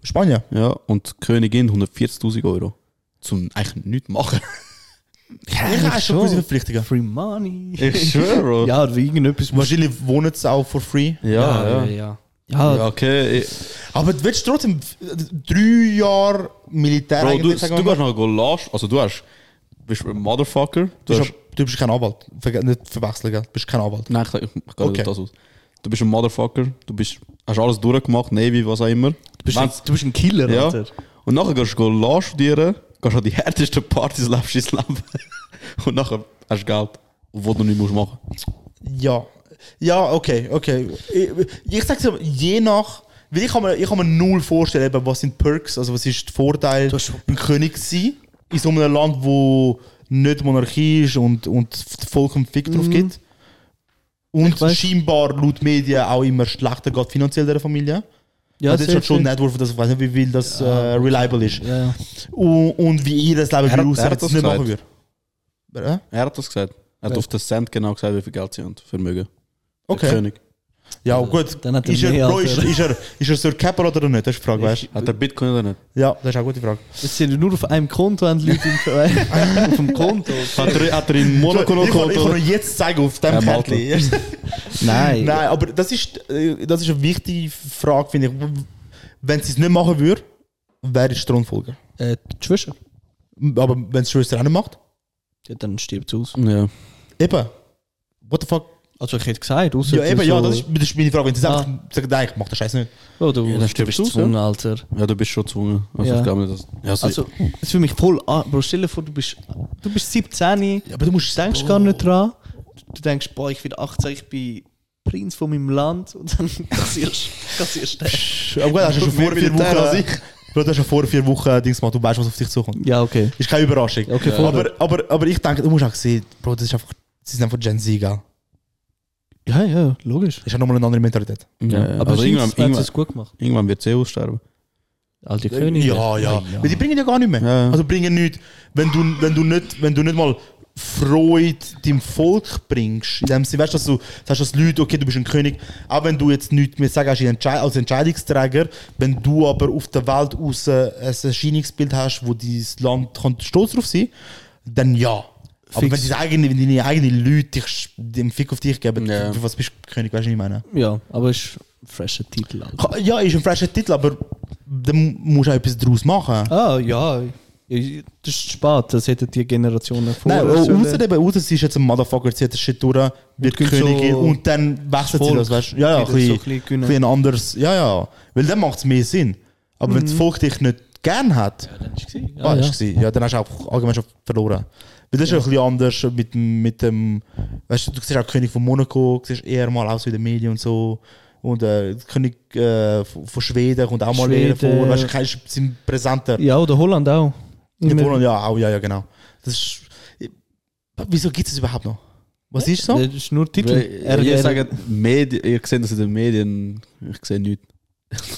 Speaker 1: Spanien?
Speaker 3: ja, und die Königin 140.000 Euro. Zum eigentlich nichts machen.
Speaker 1: ich habe schon gewisse Verpflichtungen.
Speaker 2: Free Money.
Speaker 3: schwöre, Bro.
Speaker 2: ja,
Speaker 3: Ja,
Speaker 2: oder irgendetwas. muss-
Speaker 1: Wahrscheinlich wohnen sie auch for free.
Speaker 3: ja. Ja,
Speaker 2: ja. Ja,
Speaker 3: okay. ich-
Speaker 1: Aber du willst trotzdem äh, drei Jahre Militär
Speaker 3: Bro, du, du
Speaker 1: eigentlich,
Speaker 3: kannst
Speaker 1: sagen wir mal.
Speaker 3: noch gehen lassen. Also du hast, bist ein Motherfucker. Du
Speaker 1: Du
Speaker 3: hast,
Speaker 1: bist, du bist kein Anwalt. Verge nicht verwechseln, gell? du bist kein Anwalt.
Speaker 3: nein, ich, sag- ich, ich gehe
Speaker 1: Okay.
Speaker 3: okay. das aus. Du bist ein Motherfucker, du bist, hast alles durchgemacht, Navy, was auch immer.
Speaker 2: Du bist, ein,
Speaker 3: Wenn's-
Speaker 2: du bist ein Killer,
Speaker 3: Ja.
Speaker 2: Alter.
Speaker 3: Und nachher gehst du gehen studieren, gehst an die härtesten Partys, lebst dein Leben. Und nachher hast du Geld, das du nicht musst machen musst.
Speaker 1: Ja. Ja, okay, okay. Ich, ich sag's dir, je nach. Weil ich kann mir, ich kann mir null vorstellen, eben, was sind Perks, also was ist der Vorteil,
Speaker 2: Du hast-
Speaker 1: ein König zu sein in so einem Land, wo nicht Monarchie ist und, und das Volk einen Fick drauf gibt. Und
Speaker 2: Mhm. Ich weiß.
Speaker 1: scheinbar laut Medien auch immer schlechter geht finanziell der Familie.
Speaker 2: Ja,
Speaker 1: das ist
Speaker 2: safe,
Speaker 1: halt schon ein
Speaker 2: safe.
Speaker 1: Network, das ich weiß nicht, wie viel das äh, reliable ist.
Speaker 2: Ja, ja.
Speaker 1: Und, und wie ihr das Leben
Speaker 3: Er hat-
Speaker 1: würde aussehen, wenn ihr es
Speaker 3: er hat das
Speaker 1: nicht
Speaker 3: gesagt.
Speaker 1: machen würde. Wer, äh?
Speaker 3: Er hat das gesagt. Er hat
Speaker 1: Ja.
Speaker 3: auf den Cent genau gesagt, wie viel Geld sie haben, Vermögen. Der
Speaker 1: Okay.
Speaker 3: König.
Speaker 1: Ja, gut.
Speaker 2: Dann hat er
Speaker 1: ist, er,
Speaker 2: mehr,
Speaker 1: Bro, ist,
Speaker 2: Alter.
Speaker 1: ist er, ist er Sir Keppel oder nicht? Das ist die Frage, weißt du?
Speaker 3: Hat er Bitcoin oder nicht?
Speaker 1: Ja, das ist auch eine gute Frage.
Speaker 2: Das sind nur auf einem Konto, haben die Leute im Verein. auf dem Konto.
Speaker 3: Hat er, hat er in
Speaker 1: Ich
Speaker 3: Monaco
Speaker 1: kann,
Speaker 3: noch
Speaker 1: ich kann
Speaker 3: geholt? oder?
Speaker 1: noch jetzt zeigen auf dem
Speaker 3: Ja,
Speaker 1: Kärtchen.
Speaker 2: Nein.
Speaker 1: Nein, aber das ist, äh, das ist eine wichtige Frage, finde ich. Wenn sie es nicht machen würde, wäre es Thronfolger.
Speaker 2: Äh, die Schwester.
Speaker 1: Aber wenn es Schwester auch nicht macht,
Speaker 2: Ja, dann stirbt sie aus.
Speaker 3: Ja.
Speaker 1: eben. What the fuck?
Speaker 2: Also ich hätte gesagt, außer
Speaker 1: Ja, eben,
Speaker 2: so,
Speaker 1: ja, das ist, das ist meine Frage. Wenn sie es
Speaker 2: Ah.
Speaker 1: einfach sagt, nein, ich mach den Scheiß nicht.
Speaker 2: Oh, du
Speaker 3: Ja, dann
Speaker 2: stirbst
Speaker 3: stirbst
Speaker 2: du
Speaker 3: du aus,
Speaker 2: gezwungen, Alter.
Speaker 3: ja, du bist schon gezwungen. Also
Speaker 2: Ja.
Speaker 3: ich glaube nicht, dass... Ja, so-
Speaker 2: Also, es ist für mich voll... an- Bro, stell dir vor, du bist, du bist 17,
Speaker 1: Ja, aber du musst
Speaker 2: du denkst gar nicht dran. Du denkst, boah, ich bin 18, ich bin Prinz von meinem Land. Und dann kassierst kassierst du den.
Speaker 1: Aber gut, hast du schon vor vier
Speaker 3: Militär als
Speaker 1: Wochen. Bro, du hast schon vor vier Wochen Dings gemacht, du weißt, was auf dich zukommt.
Speaker 2: Ja, okay.
Speaker 1: Ist keine Überraschung.
Speaker 2: Okay, voll.
Speaker 1: aber, aber, aber ich denke, du musst auch sehen, Bro, das ist einfach, sie sind einfach Gen Z, gell?
Speaker 2: Ja, ja, logisch.
Speaker 1: Das ist ja nochmal eine andere Mentalität.
Speaker 3: ja, ja.
Speaker 2: Aber
Speaker 3: also irgendwann,
Speaker 2: Äh, irgendwann hat
Speaker 3: irgendwann,
Speaker 2: es gut gemacht.
Speaker 3: irgendwann wird sie aussterben.
Speaker 2: Alte Könige.
Speaker 1: Ja, ja. Weil die bringen ja gar nicht mehr.
Speaker 3: Ja, ja.
Speaker 1: Also bringen nichts. Wenn du, wenn, du nicht, wenn du nicht mal Freude deinem Volk bringst, in dem Sinne, weißt du, dass du sagst, dass Leute, okay, du bist ein König, auch wenn du jetzt nichts mehr sagst als Entscheidungsträger, wenn du aber auf der Welt raus ein Erscheinungsbild hast, wo dieses Land kann stolz drauf sein dann ja. Aber
Speaker 2: Fix.
Speaker 1: wenn, deine eigene, wenn deine eigenen Leute dich, den Fick auf dich geben,
Speaker 3: Ja.
Speaker 1: für was bist du König, weißt du, was ich meine?
Speaker 2: Ja, aber ist ein fresher Titel. Alter.
Speaker 1: Ja, ist ein fresher Titel, aber dann musst du auch etwas daraus
Speaker 3: Also
Speaker 1: machen.
Speaker 2: Ah, ja. Ja, Das ist spät, das hätten die Generationen vorher.
Speaker 1: Nein, oh,
Speaker 2: sollen.
Speaker 1: außer eben, außer sie ist jetzt ein Motherfucker, sie hat das Shit durch, wird
Speaker 2: geht
Speaker 1: Königin
Speaker 2: so
Speaker 1: und dann wechselt
Speaker 2: das
Speaker 1: sie
Speaker 2: Volk
Speaker 1: das, weißt du? Ja, ja, ein
Speaker 2: wieder
Speaker 1: bisschen,
Speaker 2: so ein bisschen gönnen.
Speaker 1: bisschen anders. Ja, ja. Weil dann macht es mehr Sinn. Aber wenn das Volk dich nicht gern hat,
Speaker 2: Ja, dann ist es
Speaker 1: ah,
Speaker 2: gewesen. Mhm. ja, ja.
Speaker 1: ist ja. ja, dann hast du auch allgemein schon verloren. Weil das ist ja ein bisschen anders mit, dem- mit dem, weißt du, du siehst auch König von Monaco, du siehst eher mal aus wie in den Medien und so. Und äh, König äh, von von Schweden kommt auch mal eher
Speaker 2: Schweden.
Speaker 1: vor, weißt du, kein- sind präsenter.
Speaker 2: ja, oder Holland auch.
Speaker 1: In
Speaker 2: Immer-
Speaker 1: Polen, ja, auch, ja, ja, genau. Das ist, wieso gibt es das überhaupt noch? Was ist so?
Speaker 2: Das ist nur Titel.
Speaker 3: Weil, ihr sagt, Medi ihr seht das in den Medien. Ich sehe nichts.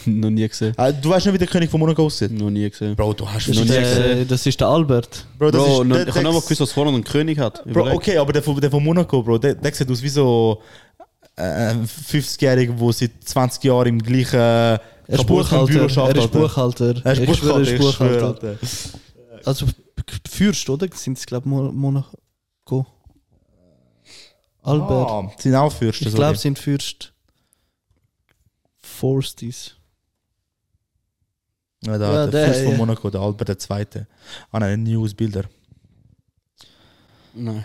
Speaker 3: noch nie gesehen.
Speaker 1: Ah, Du weißt nicht, wie der König von Monaco aussieht.
Speaker 3: Noch nie gesehen.
Speaker 1: Bro, du hast
Speaker 2: das,
Speaker 3: noch
Speaker 2: ist
Speaker 3: nie
Speaker 2: der,
Speaker 3: gesehen.
Speaker 2: das ist der Albert.
Speaker 1: Bro, das
Speaker 3: Bro,
Speaker 1: ist,
Speaker 3: noch,
Speaker 1: der-
Speaker 3: ich habe
Speaker 1: der-
Speaker 3: nicht mal gewusst, was vorne ein König hat.
Speaker 1: Bro,
Speaker 3: Überleg.
Speaker 1: okay, aber der von, der von Monaco, Bro, der, der sieht aus wie so äh, 50-Jähriger, der seit 20 Jahren im gleichen äh,
Speaker 2: Er ist
Speaker 1: kaputten
Speaker 2: Buchhalter.
Speaker 1: Büro schafft.
Speaker 2: Er ist Buchhalter.
Speaker 1: Er ist
Speaker 2: Ich schwöre,
Speaker 1: Buchhalter. ich schwöre,
Speaker 2: Buchhalter.
Speaker 1: Alter.
Speaker 2: Also Fürst, oder? Sind es, glaube ich, Mon- Monaco. Albert.
Speaker 1: Ah, sind auch Fürsten.
Speaker 2: ich
Speaker 1: sorry.
Speaker 2: glaube, sind Fürst. Forstis.
Speaker 1: Ja, der,
Speaker 2: Ja,
Speaker 1: der,
Speaker 2: der,
Speaker 1: Fürst von
Speaker 2: ja.
Speaker 1: Monaco, der Albert II. Ah nein, Newsbilder.
Speaker 3: Nein,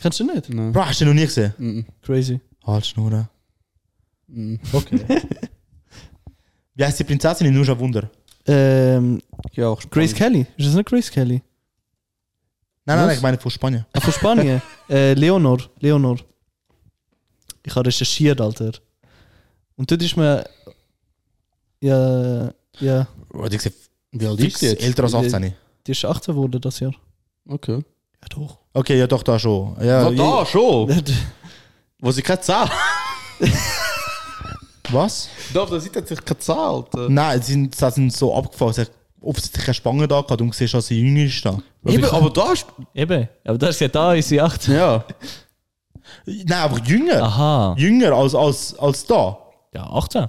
Speaker 2: Kannst du nicht?
Speaker 3: nein.
Speaker 1: Bro, hast du den noch nie gesehen?
Speaker 3: Mhm.
Speaker 2: Crazy.
Speaker 1: Halt Schnurren.
Speaker 3: Mhm.
Speaker 1: Okay. Wie heißt die Prinzessin in Nusha Wunder?
Speaker 2: Ähm,
Speaker 3: Ja, auch
Speaker 2: Grace Kelly. Ist das nicht Grace Kelly?
Speaker 1: Nein, nein,
Speaker 2: Was?
Speaker 1: nein, ich meine von Spanien.
Speaker 2: Ah, von Spanien. äh, Leonor. Leonor. Ich habe recherchiert, Alter. Und dort ist mir. Ja, ja.
Speaker 1: Bro, die sieht
Speaker 3: Wie alt
Speaker 1: fix
Speaker 3: ist jetzt?
Speaker 1: älter als 18.
Speaker 2: Die ist 18 geworden das Jahr.
Speaker 3: Okay.
Speaker 2: Ja, doch.
Speaker 1: Okay, ja doch, da schon. Ja,
Speaker 3: Ah, da, schon.
Speaker 2: Die
Speaker 3: Wo sie keine Zahl
Speaker 1: Was?
Speaker 3: Da auf der Seite hat sich keine Zahl. Alter.
Speaker 1: Nein, sie sind, sie sind so abgefahren. Sie hat offensichtlich keine Spange da gehabt und du siehst, dass sie jünger ist da.
Speaker 3: Eben, aber da ist.
Speaker 2: Eben, aber das ist ja da, ist sie 18.
Speaker 3: Ja.
Speaker 1: Nein, aber jünger.
Speaker 2: Aha.
Speaker 1: Jünger als, als, als da.
Speaker 2: Ja, 18.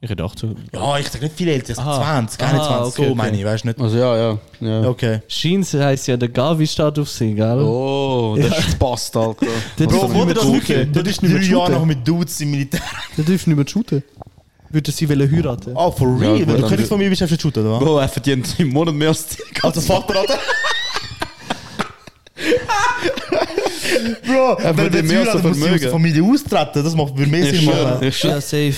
Speaker 2: Ich hätte 18.
Speaker 1: Ja, ich sag nicht viel älter, ich sag
Speaker 2: Aha.
Speaker 1: 20, keine 20,
Speaker 2: Aha, okay,
Speaker 1: so
Speaker 2: okay.
Speaker 1: meine ich, weißt du nicht.
Speaker 3: Also Oh, ja, ja. ja.
Speaker 1: Okay.
Speaker 2: Scheins heisst ja, der Gavi steht auf sie, gell?
Speaker 3: Oh, das ist passt, Alter.
Speaker 2: Der
Speaker 3: Was
Speaker 2: Bro,
Speaker 3: für
Speaker 2: wo
Speaker 3: ein
Speaker 2: der das
Speaker 3: Gute.
Speaker 2: wirklich-
Speaker 1: Das ist drei Jahre noch mit Dudes im Militär.
Speaker 2: Der dürfen nicht mehr shooten. Würde sie wollen heiraten?
Speaker 1: Oh, for real? Wenn
Speaker 3: Ja, gut,
Speaker 1: du
Speaker 3: dann-
Speaker 1: König von mir bist, hast du shooten, oder? was?
Speaker 3: Bro, er verdient im Monat mehr als die
Speaker 1: Als das Vater, oder? Bro,
Speaker 3: Er
Speaker 1: wenn
Speaker 3: würde
Speaker 1: du
Speaker 3: mehr
Speaker 1: mehr als
Speaker 3: als
Speaker 1: Vermögen.
Speaker 3: ein
Speaker 1: Aus der
Speaker 3: Vermögen.
Speaker 1: Familie austreten, das macht würde mehr Sinn machen.
Speaker 3: Ich schwöre.
Speaker 2: safe.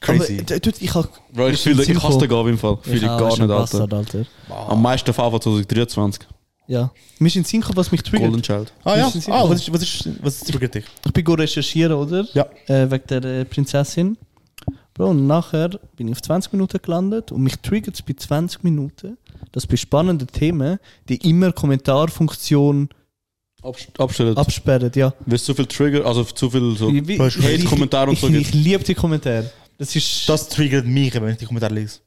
Speaker 1: Crazy.
Speaker 2: Aber, d- dort, ich hab,
Speaker 3: Bro, ich fühle, ich hasse den Gabe im Fall. Fühle ich
Speaker 2: auch,
Speaker 3: gar
Speaker 2: ist
Speaker 3: nicht,
Speaker 2: ein
Speaker 3: Alter.
Speaker 2: Bastard, Alter.
Speaker 3: Am meisten FAV 2023.
Speaker 2: Ja. Mir ist in den Sinn gekommen, was mich triggert.
Speaker 3: Golden Child.
Speaker 1: Ah ja,
Speaker 2: Das ist-
Speaker 1: ah, was ist, was ist, was ist triggert dich?
Speaker 2: Ich bin go recherchieren, oder?
Speaker 1: Ja.
Speaker 2: Äh, wegen der äh, Prinzessin. Bro, und nachher bin ich auf 20 Minuten gelandet und mich triggert es bei 20 Minuten, dass bei spannenden Themen die immer Kommentarfunktion
Speaker 3: Abstellen.
Speaker 2: absperren, ja.
Speaker 3: Weil es zu viel Trigger, also zu viel so.
Speaker 2: Wie- wie-
Speaker 1: weißt du,
Speaker 2: ich-
Speaker 3: Hate-Kommentare und
Speaker 2: ich,
Speaker 3: so
Speaker 2: Ich,
Speaker 3: gibt's.
Speaker 2: ich liebe die Kommentare. Das ist...
Speaker 1: Das triggert mich, wenn ich die Kommentare lese.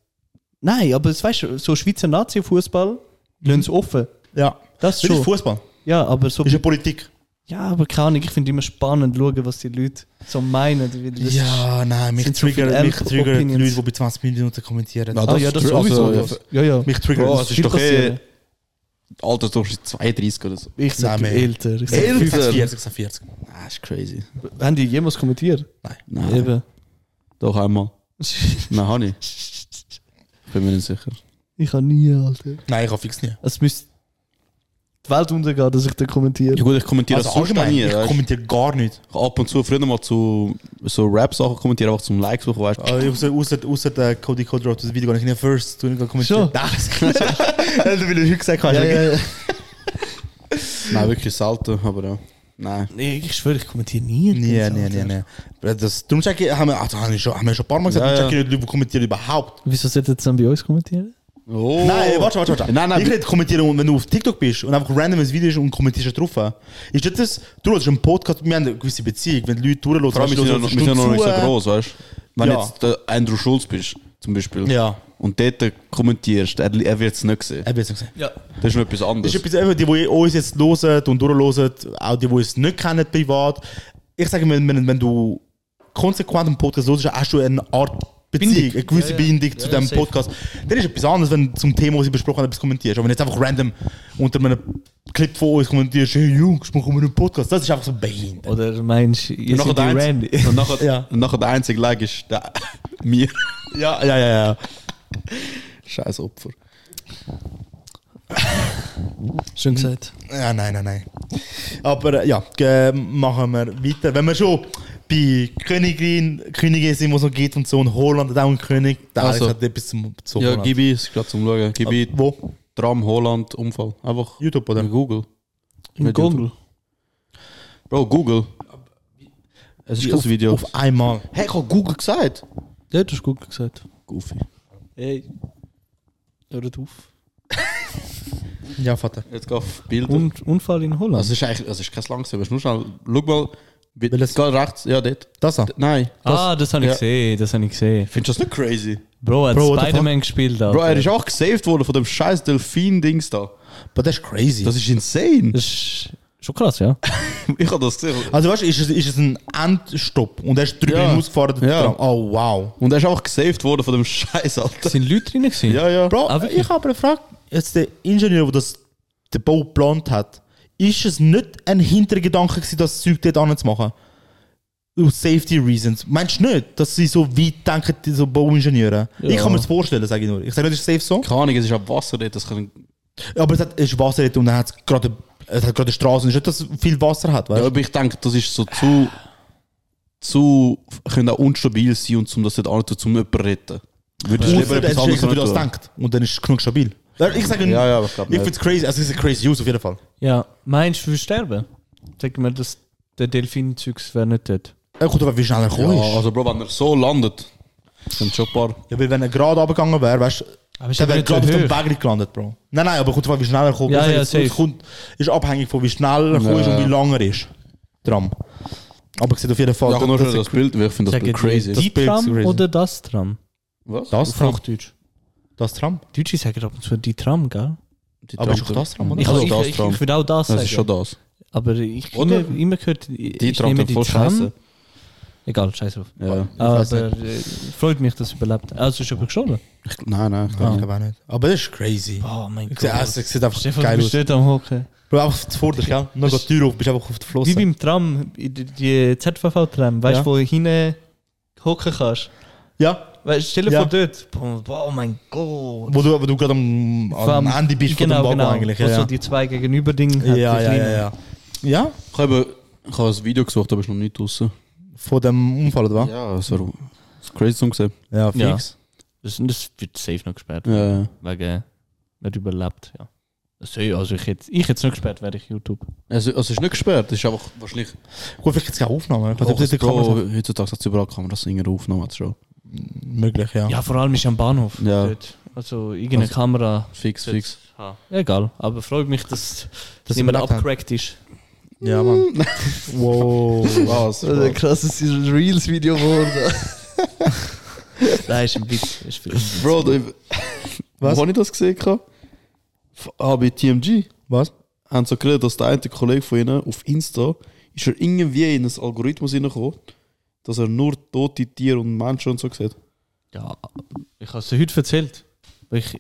Speaker 2: Nein, aber das weißt du, so Schweizer Nazi-Fußball lassen sie offen.
Speaker 1: Ja.
Speaker 2: Das
Speaker 1: Das ist
Speaker 2: schon.
Speaker 1: Fußball.
Speaker 2: Ja, aber so.
Speaker 1: Das ist ja Politik.
Speaker 2: Ja, aber keine Ahnung, ich finde immer spannend schauen, was die Leute so meinen. weil das ist-
Speaker 1: Ja, nein, mich
Speaker 2: sind so viele
Speaker 1: triggert, mich
Speaker 2: Elf-
Speaker 1: triggert die
Speaker 2: Opinions.
Speaker 1: Leute, die bei 20 Minuten kommentieren.
Speaker 3: Na,
Speaker 2: Ah, ja, das
Speaker 3: tr-
Speaker 2: sowieso.
Speaker 3: also,
Speaker 2: ja, ja.
Speaker 1: Mich triggert
Speaker 3: Bro,
Speaker 1: das.
Speaker 3: es
Speaker 2: viel
Speaker 3: ist doch eh
Speaker 2: passieren.
Speaker 3: Altersdurchschnitt 32 oder so.
Speaker 2: Ich sag
Speaker 1: Nein, mehr.
Speaker 2: älter. Ich sag,
Speaker 3: Älter?
Speaker 1: 46, 46.
Speaker 3: Ah, ist crazy.
Speaker 2: haben die jemals kommentiert?
Speaker 3: Nein,
Speaker 2: Eben.
Speaker 3: doch einmal. Nein, habe ich. Bin mir nicht sicher.
Speaker 2: Ich habe nie, Alter.
Speaker 1: Nein, ich kann fix nie.
Speaker 2: Es müsste die Welt untergehen, dass ich da
Speaker 3: Ja
Speaker 2: kommentiere.
Speaker 3: gut, ich kommentiere
Speaker 1: Also
Speaker 3: das sonst
Speaker 1: allgemein,
Speaker 3: nie.
Speaker 1: ich
Speaker 3: weißt du.
Speaker 1: kommentiere gar nicht.
Speaker 3: Ich ab und zu früher mal zu so Rap-Sachen kommentieren, einfach zum Likes suchen, weißt du.
Speaker 1: Also, außer, außer, außer der Cody Code Road, das Video gar nicht in der First, du nicht gar kommentieren.
Speaker 2: Schon?
Speaker 1: Nein, das kann ich nicht. Weil du heute gesagt hast. okay.
Speaker 2: ja.
Speaker 3: Nein, wirklich selten, aber ja. Nein.
Speaker 2: Nee, ich schwöre, ich kommentiere nie.
Speaker 1: Nee, nee, nee, nee. Bro, Das, darum check ich, haben wir, also, haben wir schon, haben wir schon ein paar Mal gesagt,
Speaker 3: Ja,
Speaker 1: darum
Speaker 3: ja.
Speaker 1: check ich nicht, Leute, die kommentieren überhaupt.
Speaker 2: Wieso sollten sie dann bei uns kommentieren?
Speaker 3: Oh.
Speaker 1: Nein, warte, warte, warte.
Speaker 3: Nein, nein,
Speaker 1: ich rede kommentieren, und wenn du auf TikTok bist und einfach random ein Video ist und kommentierst da drauf. Ist das das, du das ist ein Podcast, wir haben eine gewisse Beziehung, wenn die Leute durchlösen,
Speaker 3: Vor allem, wir sind ja noch- wir sind ja noch nicht so groß, weißt du? Wenn
Speaker 1: Ja.
Speaker 3: jetzt der Andrew Schulz bist, zum Beispiel,
Speaker 1: Ja.
Speaker 3: und dort kommentierst, er, er wird es nicht sehen.
Speaker 1: Eben, so gesehen.
Speaker 2: Ja.
Speaker 3: Das ist noch etwas anderes.
Speaker 1: Das ist etwas, eben, die, die uns jetzt hören und durchhören, auch die, die uns nicht kennen privat. Ich sage, wenn, wenn, wenn du konsequent einen Podcast hörst, hast du eine Art Beziehung,
Speaker 2: Bindung.
Speaker 1: eine gewisse
Speaker 2: Ja, ja.
Speaker 1: Bindung zu
Speaker 2: Ja, ja,
Speaker 1: diesem
Speaker 2: safe.
Speaker 1: Podcast. Dann ist etwas anderes, wenn du zum Thema, was ich besprochen habe, etwas kommentierst. Aber wenn du jetzt einfach random unter einem Clip von uns kommentierst, hey Jungs, machen wir einen Podcast, das ist einfach so behindert.
Speaker 2: Oder meinst du, ihr
Speaker 3: und
Speaker 2: seid die
Speaker 3: nachher, der
Speaker 2: Randy?
Speaker 3: einzige, und, nachher,
Speaker 1: Ja.
Speaker 3: und nachher der einzige Lag ist der, mir.
Speaker 1: Ja, ja, ja, ja.
Speaker 3: Scheiß Opfer.
Speaker 2: Schön gesagt.
Speaker 1: Ja, nein, nein, nein. Aber äh, ja, ge- machen wir weiter. Wenn wir schon bei Königin, Königin sind, wo es noch geht und so, und Holland hat auch einen König, der
Speaker 3: Also.
Speaker 1: also. hat etwas zum, zu
Speaker 3: Ja,
Speaker 1: Holland.
Speaker 3: gib es, gerade zum Schauen. Gib ich
Speaker 1: Wo?
Speaker 3: Tram, Holland, Unfall. Einfach
Speaker 1: YouTube, oder?
Speaker 3: Google.
Speaker 2: In
Speaker 3: Mit
Speaker 2: Google.
Speaker 3: Bro, Google. Es ist
Speaker 1: auf,
Speaker 3: das Video.
Speaker 1: Auf einmal.
Speaker 3: hey, ich habe Google gesagt.
Speaker 2: Ja, du hast Google gesagt.
Speaker 3: Goofy.
Speaker 2: Ey. Hört auf.
Speaker 1: Ja, Vater.
Speaker 3: Jetzt geh auf Bilder.
Speaker 2: Und Unfall in Holland.
Speaker 3: Das ist eigentlich, das ist kein langsam, aber nur schnell. Schau mal, wie,
Speaker 1: Welches?
Speaker 3: geh rechts, ja, dort.
Speaker 1: Das da.
Speaker 3: D- Nein.
Speaker 2: ah, das habe ich
Speaker 3: ja.
Speaker 2: gesehen, das habe ich gesehen.
Speaker 3: Findest du das nicht crazy?
Speaker 2: Bro, er hat
Speaker 1: Bro, what the
Speaker 2: Spider-Man gespielt, Alter.
Speaker 3: Bro, er ist auch gesaved worden von dem scheiß Delfin-Dings da.
Speaker 1: Aber das ist crazy.
Speaker 3: Das ist insane.
Speaker 2: das ist schon krass, ja.
Speaker 3: ich habe das gesehen.
Speaker 1: also weißt du, ist es, ist es ein Endstopp und er ist drüber
Speaker 3: Ja.
Speaker 1: hinausgefahren.
Speaker 3: Ja.
Speaker 1: dran. Oh wow.
Speaker 3: Und er ist auch gesaved worden von dem scheiß Alter.
Speaker 2: Sind Leute drin gewesen?
Speaker 3: Ja, ja.
Speaker 1: Bro,
Speaker 2: Ah, wirklich?
Speaker 1: ich habe eine Frage. Jetzt der Ingenieur, der das, den Bau geplant hat, ist es nicht ein Hintergedanke gewesen, das Zeug dort anzumachen? Aus Safety Reasons. Meinst du nicht, dass sie so weit denken, die so Bauingenieure?
Speaker 2: Ja.
Speaker 1: Ich kann mir das vorstellen, sage ich nur. Ich sage nicht, es ist safe so.
Speaker 3: Keine Ahnung, es ist ab Wasser dort. Das kann,
Speaker 1: Aber es, hat, es ist Wasser dort und dann hat es gerade es hat gerade eine Straße. Es ist nicht, dass es viel Wasser hat, weißt
Speaker 3: ja,
Speaker 1: du?
Speaker 3: aber ich denke, das ist so zu. zu. können auch unstabil sein und um das dort anzutun, zum jemanden retten. Würdest du
Speaker 1: Ja.
Speaker 3: lieber
Speaker 1: Außer,
Speaker 3: etwas
Speaker 1: es
Speaker 3: anderes
Speaker 1: ist, wie das
Speaker 3: tun?
Speaker 1: denkt. Und dann ist es genug stabil. Ich sage
Speaker 3: Ja, ja, aber ich glaube
Speaker 1: ich finde
Speaker 3: nicht.
Speaker 1: es crazy. Also, es ist ein crazy Use auf jeden Fall.
Speaker 2: Ja, meinst du, wir sterben? Sag mir, dass der Delfin-Zeugs wäre nicht dort.
Speaker 1: Er kommt aber, wie schnell er
Speaker 3: Ja,
Speaker 1: gekommen ist.
Speaker 3: also, Bro, wenn er so landet, sind schon ein paar.
Speaker 1: Ja, weil wenn er gerade runtergegangen wäre, weißt
Speaker 2: Aber
Speaker 1: du,
Speaker 2: ist
Speaker 1: dann wäre
Speaker 2: aber
Speaker 1: er
Speaker 2: nicht so
Speaker 1: gerade auf dem
Speaker 2: hoch.
Speaker 1: Weg gelandet, Bro. Nein, nein, aber kommt drauf an, wie schnell er kommt.
Speaker 2: Ja,
Speaker 1: Also
Speaker 2: ja,
Speaker 1: es- es
Speaker 2: safe.
Speaker 1: kommt, ist abhängig von wie schnell er kommt
Speaker 3: Ja.
Speaker 1: und wie lang er ist. Drum. Aber ich sehe auf jeden Fall,
Speaker 3: Ja, ich kann nur
Speaker 1: das,
Speaker 3: schon das Bild, weil ich finde genau. das
Speaker 2: Sag
Speaker 3: Bild
Speaker 2: dir,
Speaker 3: crazy.
Speaker 2: Die
Speaker 1: Das Bild ist
Speaker 2: Tram
Speaker 1: crazy.
Speaker 2: oder das Tram?
Speaker 3: Was?
Speaker 1: das Tram.
Speaker 2: Hochdeutsch.
Speaker 1: Das Tram.
Speaker 2: Deutsche sagen ab und zu die Tram, gell?
Speaker 3: Die
Speaker 1: Aber ist doch
Speaker 3: Tram-
Speaker 1: das Tram, oder?
Speaker 2: Ich,
Speaker 3: Also
Speaker 2: ich,
Speaker 3: das
Speaker 2: ich,
Speaker 3: Tram.
Speaker 2: ich würde auch das,
Speaker 3: Das
Speaker 2: sagen.
Speaker 3: ist schon das.
Speaker 2: Aber ich
Speaker 3: Oder?
Speaker 2: immer, immer gehört, ich,
Speaker 3: Die
Speaker 2: ich
Speaker 3: Tram
Speaker 2: nehme
Speaker 3: tut
Speaker 2: die
Speaker 3: voll scheiße.
Speaker 2: Tram. Egal, scheiß drauf.
Speaker 3: Ja.
Speaker 1: weiß
Speaker 2: Aber äh, freut mich, dass es überlebt. hat. Also ist jemand gestorben?
Speaker 3: Ich, nein, nein, ich
Speaker 2: Ah.
Speaker 1: Ja. Ich
Speaker 3: glaube
Speaker 1: glaube auch nicht. Aber das ist crazy.
Speaker 2: Oh mein
Speaker 1: Ich sehe, es
Speaker 2: Gott.
Speaker 1: es sieht einfach
Speaker 2: Stefan, du
Speaker 1: geil
Speaker 2: bist
Speaker 1: aus.
Speaker 2: dort am Hocken.
Speaker 1: Bro, einfach zuvorderst, gell? Nur geht die Tür auf, bist einfach auf der
Speaker 2: Wie
Speaker 1: Flosse.
Speaker 2: beim Tram, in die- die ZVV-Tram, weißt
Speaker 1: Ja.
Speaker 2: du, wo du hinten hocken kannst.
Speaker 1: Ja,
Speaker 2: Weißt, stell dir
Speaker 1: Ja.
Speaker 2: vor dort. Boah, oh mein Gott.
Speaker 1: wo du, wo du gerade am, am
Speaker 2: Vom-
Speaker 1: Ende bist
Speaker 2: genau,
Speaker 1: von dem Wagen
Speaker 2: genau,
Speaker 1: eigentlich.
Speaker 2: Wo
Speaker 1: Ja,
Speaker 2: so
Speaker 1: ja.
Speaker 2: die zwei gegenüber halt Dinge
Speaker 1: ja, ja, ja, ja. Ja?
Speaker 3: Ich habe ich habe ein Video gesucht, aber ist noch nicht draußen.
Speaker 1: Von dem Unfall, oder was?
Speaker 3: Ja, das
Speaker 2: also-
Speaker 3: war das crazy Song gesehen.
Speaker 1: Ja, fix.
Speaker 2: Das, das wird safe noch gesperrt.
Speaker 3: Ja, ja.
Speaker 2: Wegen, wenn du überlebt, ja. Also, ja, also ich hätte ich hätte es nicht gesperrt, wäre ich YouTube.
Speaker 3: Also, also es ist nicht gesperrt, es ist einfach wahrscheinlich.
Speaker 1: Gut, vielleicht gibt es keine Aufnahme. Ich weiß nicht, ob
Speaker 3: Doch,
Speaker 1: das in der Kamera
Speaker 3: Bro, heutzutage hat es überall Kameras in der Aufnahme jetzt schon.
Speaker 1: Möglich, ja.
Speaker 2: Ja, vor allem ist am Bahnhof.
Speaker 3: Ja.
Speaker 2: Dort. Also irgendeine
Speaker 3: Also-
Speaker 2: Kamera.
Speaker 3: Fix, fix.
Speaker 2: Ja, egal, aber freut mich, dass
Speaker 1: Dass
Speaker 2: das niemand
Speaker 1: sie überlebt haben.
Speaker 2: abgecrackt ist.
Speaker 1: Ja, Mann. wow.
Speaker 3: Was?
Speaker 2: krasses Reels-Video wurde. Nein, ist ein Witz. Ist viel.
Speaker 3: Bro, da-
Speaker 1: Was?
Speaker 3: wo habe ich das gesehen? gehabt? F- Ah, bei TMG
Speaker 1: Was?
Speaker 3: haben sie so geredet, dass der eine Kollege von ihnen auf Insta ist er irgendwie in einen Algorithmus reingekommen, dass er nur tote Tiere und Menschen und so sieht.
Speaker 2: Ja, ich habe es dir heute erzählt. Ich,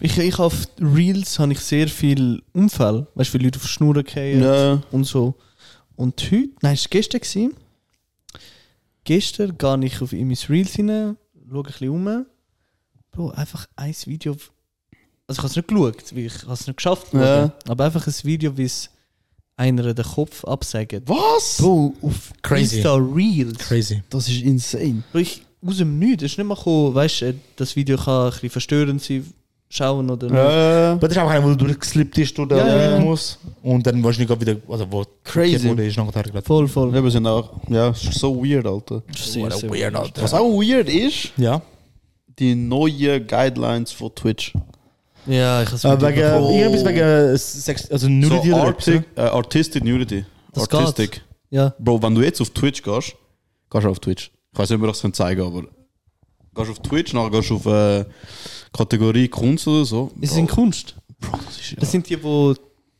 Speaker 2: ich, ich auf Reels habe ich sehr viel Unfälle. Weißt du, wie Leute auf Schnurren fallen
Speaker 3: Ja.
Speaker 2: und so. Und heute, nein, es war gestern. Gewesen. Gestern gehe ich auf in mein Reels rein, schaue ein bisschen um. Bro, einfach ein Video. Also ich habe es nicht geschaut, weil ich habe es nicht geschafft
Speaker 3: Ja.
Speaker 2: habe. Aber einfach ein Video, wie es einer den Kopf absägt.
Speaker 3: Was?
Speaker 2: Bro, auf
Speaker 1: Crazy.
Speaker 2: Insta Reels.
Speaker 1: Crazy.
Speaker 3: Das ist insane.
Speaker 2: Weil ich aus dem Nichts, es ist nicht mehr gekommen, weißt du, das Video kann ein bisschen verstörend sein, schauen oder nicht.
Speaker 3: Ja.
Speaker 1: Aber das ist einfach einer, wo du durchgeslippt bist durch den
Speaker 2: Ja, ja, ja.
Speaker 1: Algorithmus. Und dann wahrscheinlich gerade wieder, also wo
Speaker 3: Crazy.
Speaker 1: gekehrt wurde, ist nachher gerade.
Speaker 2: Voll, voll.
Speaker 3: Ja, wir sind auch, ja, es ist so weird, Alter.
Speaker 2: Sehr, sehr
Speaker 1: Weird, Alter.
Speaker 3: Was auch weird ist,
Speaker 1: Ja.
Speaker 3: die neuen Guidelines von Twitch.
Speaker 2: Ja, ich habe
Speaker 1: Äh, wegen,
Speaker 2: es
Speaker 3: Oh.
Speaker 1: Irgendwas wegen Sex, also Nudity
Speaker 3: so
Speaker 1: oder
Speaker 3: Arctic, äh, Artistic Nudity.
Speaker 2: Das
Speaker 3: Artistic.
Speaker 2: Ja,
Speaker 3: Bro, wenn du jetzt auf Twitch gehst, gehst du auf Twitch. Ich weiß nicht, ob wir das können zeigen aber gehst auf Twitch, nachher gehst du auf äh, Kategorie Kunst oder so.
Speaker 2: es sind Kunst.
Speaker 3: Bro, das ist ja...
Speaker 2: Das sind die, wo,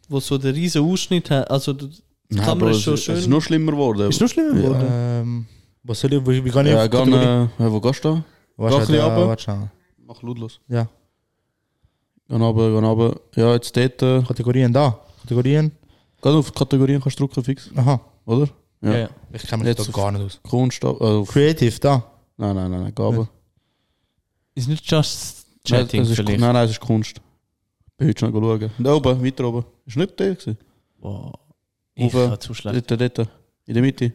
Speaker 2: wo so den riesen Ausschnitt haben. Also die die
Speaker 3: Nein,
Speaker 2: Kamera
Speaker 3: Bro,
Speaker 2: ist schon
Speaker 3: es,
Speaker 2: schön.
Speaker 3: es ist noch schlimmer geworden.
Speaker 2: Ist noch schlimmer geworden.
Speaker 1: Ähm, was soll ich, wie, wie kann ich
Speaker 3: ja, gehen, äh, äh, wo gehst du da? geh ein
Speaker 1: Warte,
Speaker 3: bisschen runter.
Speaker 1: warte, warte.
Speaker 3: Mach laut los.
Speaker 1: Ja.
Speaker 3: Gehen runter, gehen runter. Ja, jetzt dort... Äh,
Speaker 1: Kategorien da. Kategorien.
Speaker 3: geh auf Kategorien, kannst du drücken, fix.
Speaker 1: Aha.
Speaker 3: Oder?
Speaker 2: Ja, ja.
Speaker 1: Ich kenne
Speaker 3: Jetzt auf-
Speaker 1: nicht aus.
Speaker 3: Kunst, äh, auf
Speaker 1: Creative, da.
Speaker 3: Nein, nein, nein, nein, Gabe.
Speaker 2: Ist nicht just
Speaker 3: Nein,
Speaker 2: Chatting
Speaker 3: es ist,
Speaker 2: vielleicht.
Speaker 3: nein, nein, es ist Kunst. Bin heute schon schauen. Da oben, weiter oben. Ist nicht der gewesen?
Speaker 2: Wow. Ich
Speaker 3: Auf, äh,
Speaker 2: habe zu schlecht.
Speaker 3: Dort, dort, dort. In der Mitte.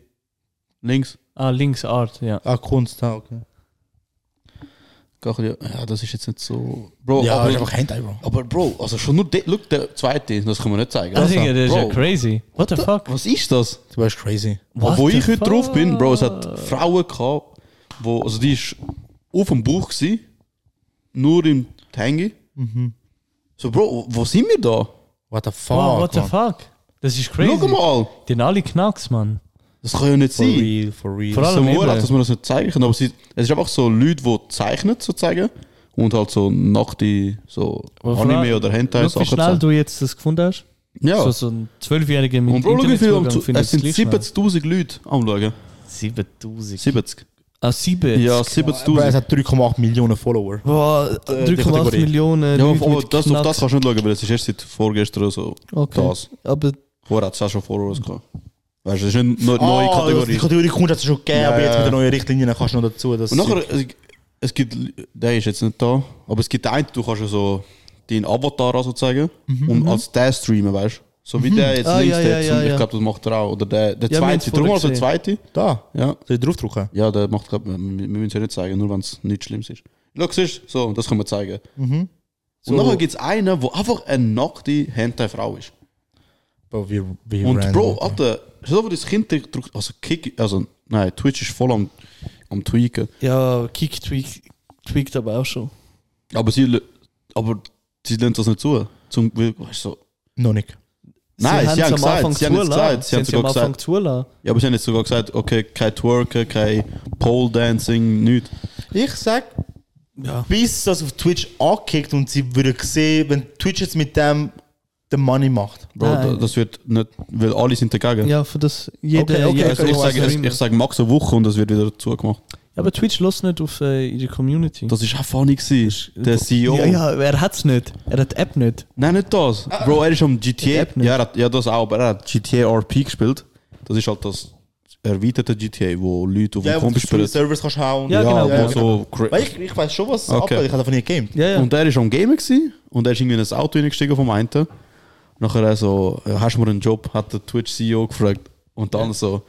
Speaker 3: Links.
Speaker 2: Ah, links Art, ja.
Speaker 1: Ah, Kunst, da, okay.
Speaker 3: Geh ein bisschen- Ja, das ist jetzt nicht so. Bro,
Speaker 1: ja, aber ist
Speaker 3: Oh, aber,
Speaker 1: einfach Hentai, Bro.
Speaker 3: aber Bro, also schon nur der, look, der zweite, das können wir nicht zeigen. Also,
Speaker 2: Das, ist ja- das ist ja
Speaker 3: Bro,
Speaker 2: crazy. What the fuck?
Speaker 3: Was ist das?
Speaker 1: Du bist crazy.
Speaker 2: What
Speaker 3: Wo
Speaker 2: the
Speaker 3: ich heute
Speaker 2: fuck?
Speaker 3: drauf bin, Bro, es hat Frauen gehabt, wo, also
Speaker 2: Mhm.
Speaker 3: die ist auf dem Bauch gsi, nur im Hänge, So, Bro, wo sind wir da?
Speaker 1: What the fuck?
Speaker 3: Ah,
Speaker 4: Wow, what the
Speaker 1: man?
Speaker 4: fuck? Das ist crazy.
Speaker 3: Schau mal!
Speaker 4: Die haben alle Knacks, Mann.
Speaker 3: Das kann ja nicht
Speaker 1: For
Speaker 3: sein.
Speaker 1: real, for real.
Speaker 4: Vor allem-
Speaker 3: So
Speaker 4: eben.
Speaker 3: Uhr, dass man das nicht zeigen kann. Aber sie, es ist einfach so Leute, die zeichnen, sozusagen. Und halt so nackte so
Speaker 4: Aber vor
Speaker 3: Anime
Speaker 4: allem-
Speaker 3: oder
Speaker 4: Schau, wie
Speaker 3: Hentai-Sachen
Speaker 4: schnell
Speaker 3: zeigen.
Speaker 4: du jetzt das gefunden hast.
Speaker 3: Ja.
Speaker 4: So, so ein Zwölfjähriger mit
Speaker 3: Und Bro, schau, wie viele am
Speaker 4: Internetzugang
Speaker 3: um zu-
Speaker 4: findet
Speaker 3: es sind
Speaker 4: gleich schnell.
Speaker 3: 70.000 Leute am Schauen.
Speaker 2: 7000.
Speaker 3: 70.
Speaker 4: Ah, sieben.
Speaker 3: Ja,
Speaker 1: Bro,
Speaker 3: 70.000.
Speaker 1: es hat 3,8 Millionen Follower.
Speaker 2: Boah,
Speaker 1: Äh,
Speaker 2: 3,8
Speaker 1: Kategorie.
Speaker 2: Millionen.
Speaker 3: Ja,
Speaker 2: Leute
Speaker 3: aber
Speaker 2: mit
Speaker 3: das, auf das
Speaker 2: Knacks.
Speaker 3: kannst du nicht schauen, weil es ist erst seit vorgestern oder so.
Speaker 2: Okay.
Speaker 3: Das.
Speaker 2: Aber
Speaker 3: Vorher hat es auch schon Followers gehabt. Weißt du, es ist nicht nur eine
Speaker 4: Oh,
Speaker 3: neue
Speaker 1: Ah,
Speaker 3: Kategorie.
Speaker 1: Die Kategorie Kunst hat es schon gegeben, aber
Speaker 3: Ja,
Speaker 1: jetzt
Speaker 3: ja.
Speaker 1: mit den neuen Richtlinien kannst du noch dazu. Das
Speaker 3: Und nachher, es, es gibt, der ist jetzt nicht da, aber es gibt einen, du kannst ja so deinen Avatar also zeigen und als der streamen, weißt du? So wie der jetzt
Speaker 2: Mhm, Ah,
Speaker 3: links
Speaker 2: ja,
Speaker 3: der
Speaker 2: ja,
Speaker 3: jetzt,
Speaker 2: ja,
Speaker 3: und ich
Speaker 2: ja.
Speaker 3: glaube, das macht er auch. Oder der, der
Speaker 2: Ja, wir haben's
Speaker 3: zweite, drum
Speaker 2: vorher
Speaker 3: also der
Speaker 2: gesehen.
Speaker 3: zweite.
Speaker 1: da,
Speaker 3: Ja,
Speaker 1: soll ich draufdrücken?
Speaker 3: ja der macht, glaub, wir, wir müssen es ja nicht zeigen, nur wenn es nichts Schlimmes ist. Schau, siehst du, so, das können wir zeigen.
Speaker 2: Mhm.
Speaker 3: Und nachher gibt es einen, der einfach eine nackte Hentai-Frau ist.
Speaker 1: Bro, wie, wie
Speaker 3: Und
Speaker 1: random.
Speaker 3: Bro, Alter, so wie das Kind drückt, also Kick, also nein, Twitch ist voll am, am Tweaken.
Speaker 2: ja, Kick tweak, tweakt aber auch schon.
Speaker 3: Aber sie, lö- aber sie lernt das nicht zu. Zum, weißt du, so.
Speaker 1: Noch nicht.
Speaker 3: Nein, sie
Speaker 2: haben's
Speaker 3: haben gesagt, sie haben's
Speaker 2: zugelassen.
Speaker 3: gesagt, sie haben
Speaker 2: haben's
Speaker 3: sogar
Speaker 2: am Anfang zulassen.
Speaker 3: Ja, aber sie haben jetzt sogar gesagt, okay, kein Twerken, kein Pole Dancing, nichts.
Speaker 1: Ich sag,
Speaker 2: Ja.
Speaker 1: bis das auf Twitch angekickt und sie würden sehen, wenn Twitch jetzt mit dem den Money macht.
Speaker 3: Bro,
Speaker 2: Nein.
Speaker 3: da- das wird nicht, weil alle sind dagegen.
Speaker 2: Ja, für das jeder.
Speaker 1: Okay, okay,
Speaker 2: jeder
Speaker 1: also
Speaker 3: also ich sage, ich,
Speaker 2: Streamer.
Speaker 3: ich sage max eine Woche und das wird wieder zugemacht.
Speaker 2: Ja, aber Twitch lässt nicht auf äh, ihre Community.
Speaker 3: Das ist auch funny gewesen. Der CEO.
Speaker 2: Ja, ja, er hat's nicht. Er hat die App nicht.
Speaker 3: Nein, nicht das. Bro, er ist am GTA.
Speaker 2: App nicht.
Speaker 3: Ja, er hat, ja, das auch, aber er hat GTA RP gespielt. Das ist halt das erweiterte GTA, wo Leute auf dem
Speaker 1: wo du
Speaker 3: Computer spielen.
Speaker 1: Servers kannst hauen.
Speaker 2: Ja, genau.
Speaker 3: wo
Speaker 1: ja,
Speaker 3: so cra-
Speaker 1: Weil ich, ich weiß schon, was
Speaker 3: Okay.
Speaker 1: abgeht. Ich habe davon nie gegamed.
Speaker 2: Ja, ja.
Speaker 3: Und er war am Gamen gewesen, und er ist irgendwie in ein Auto hineingestiegen vom einen. Nachher er so, «Ja, hast du mir einen Job? Hat der Twitch-CEO gefragt. Und dann so,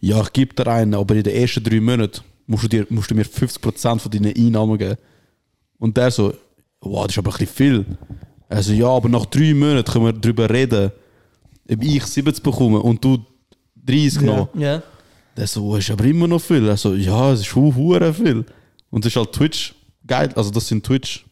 Speaker 3: ja, ich gebe dir einen, aber in den ersten drei Monaten musst du, dir, musst du mir 50% von deinen Einnahmen geben. Und der so, wow, das ist aber ein bisschen viel. Also ja, aber nach drei Monaten können wir darüber reden, ob ich 70 bekomme und du 30 noch.
Speaker 2: ja.
Speaker 3: Der so, "Oh, ist aber immer noch viel. Also, ja, es ist hu- hure viel. Und es ist halt Twitch geil. Also, das sind Twitch.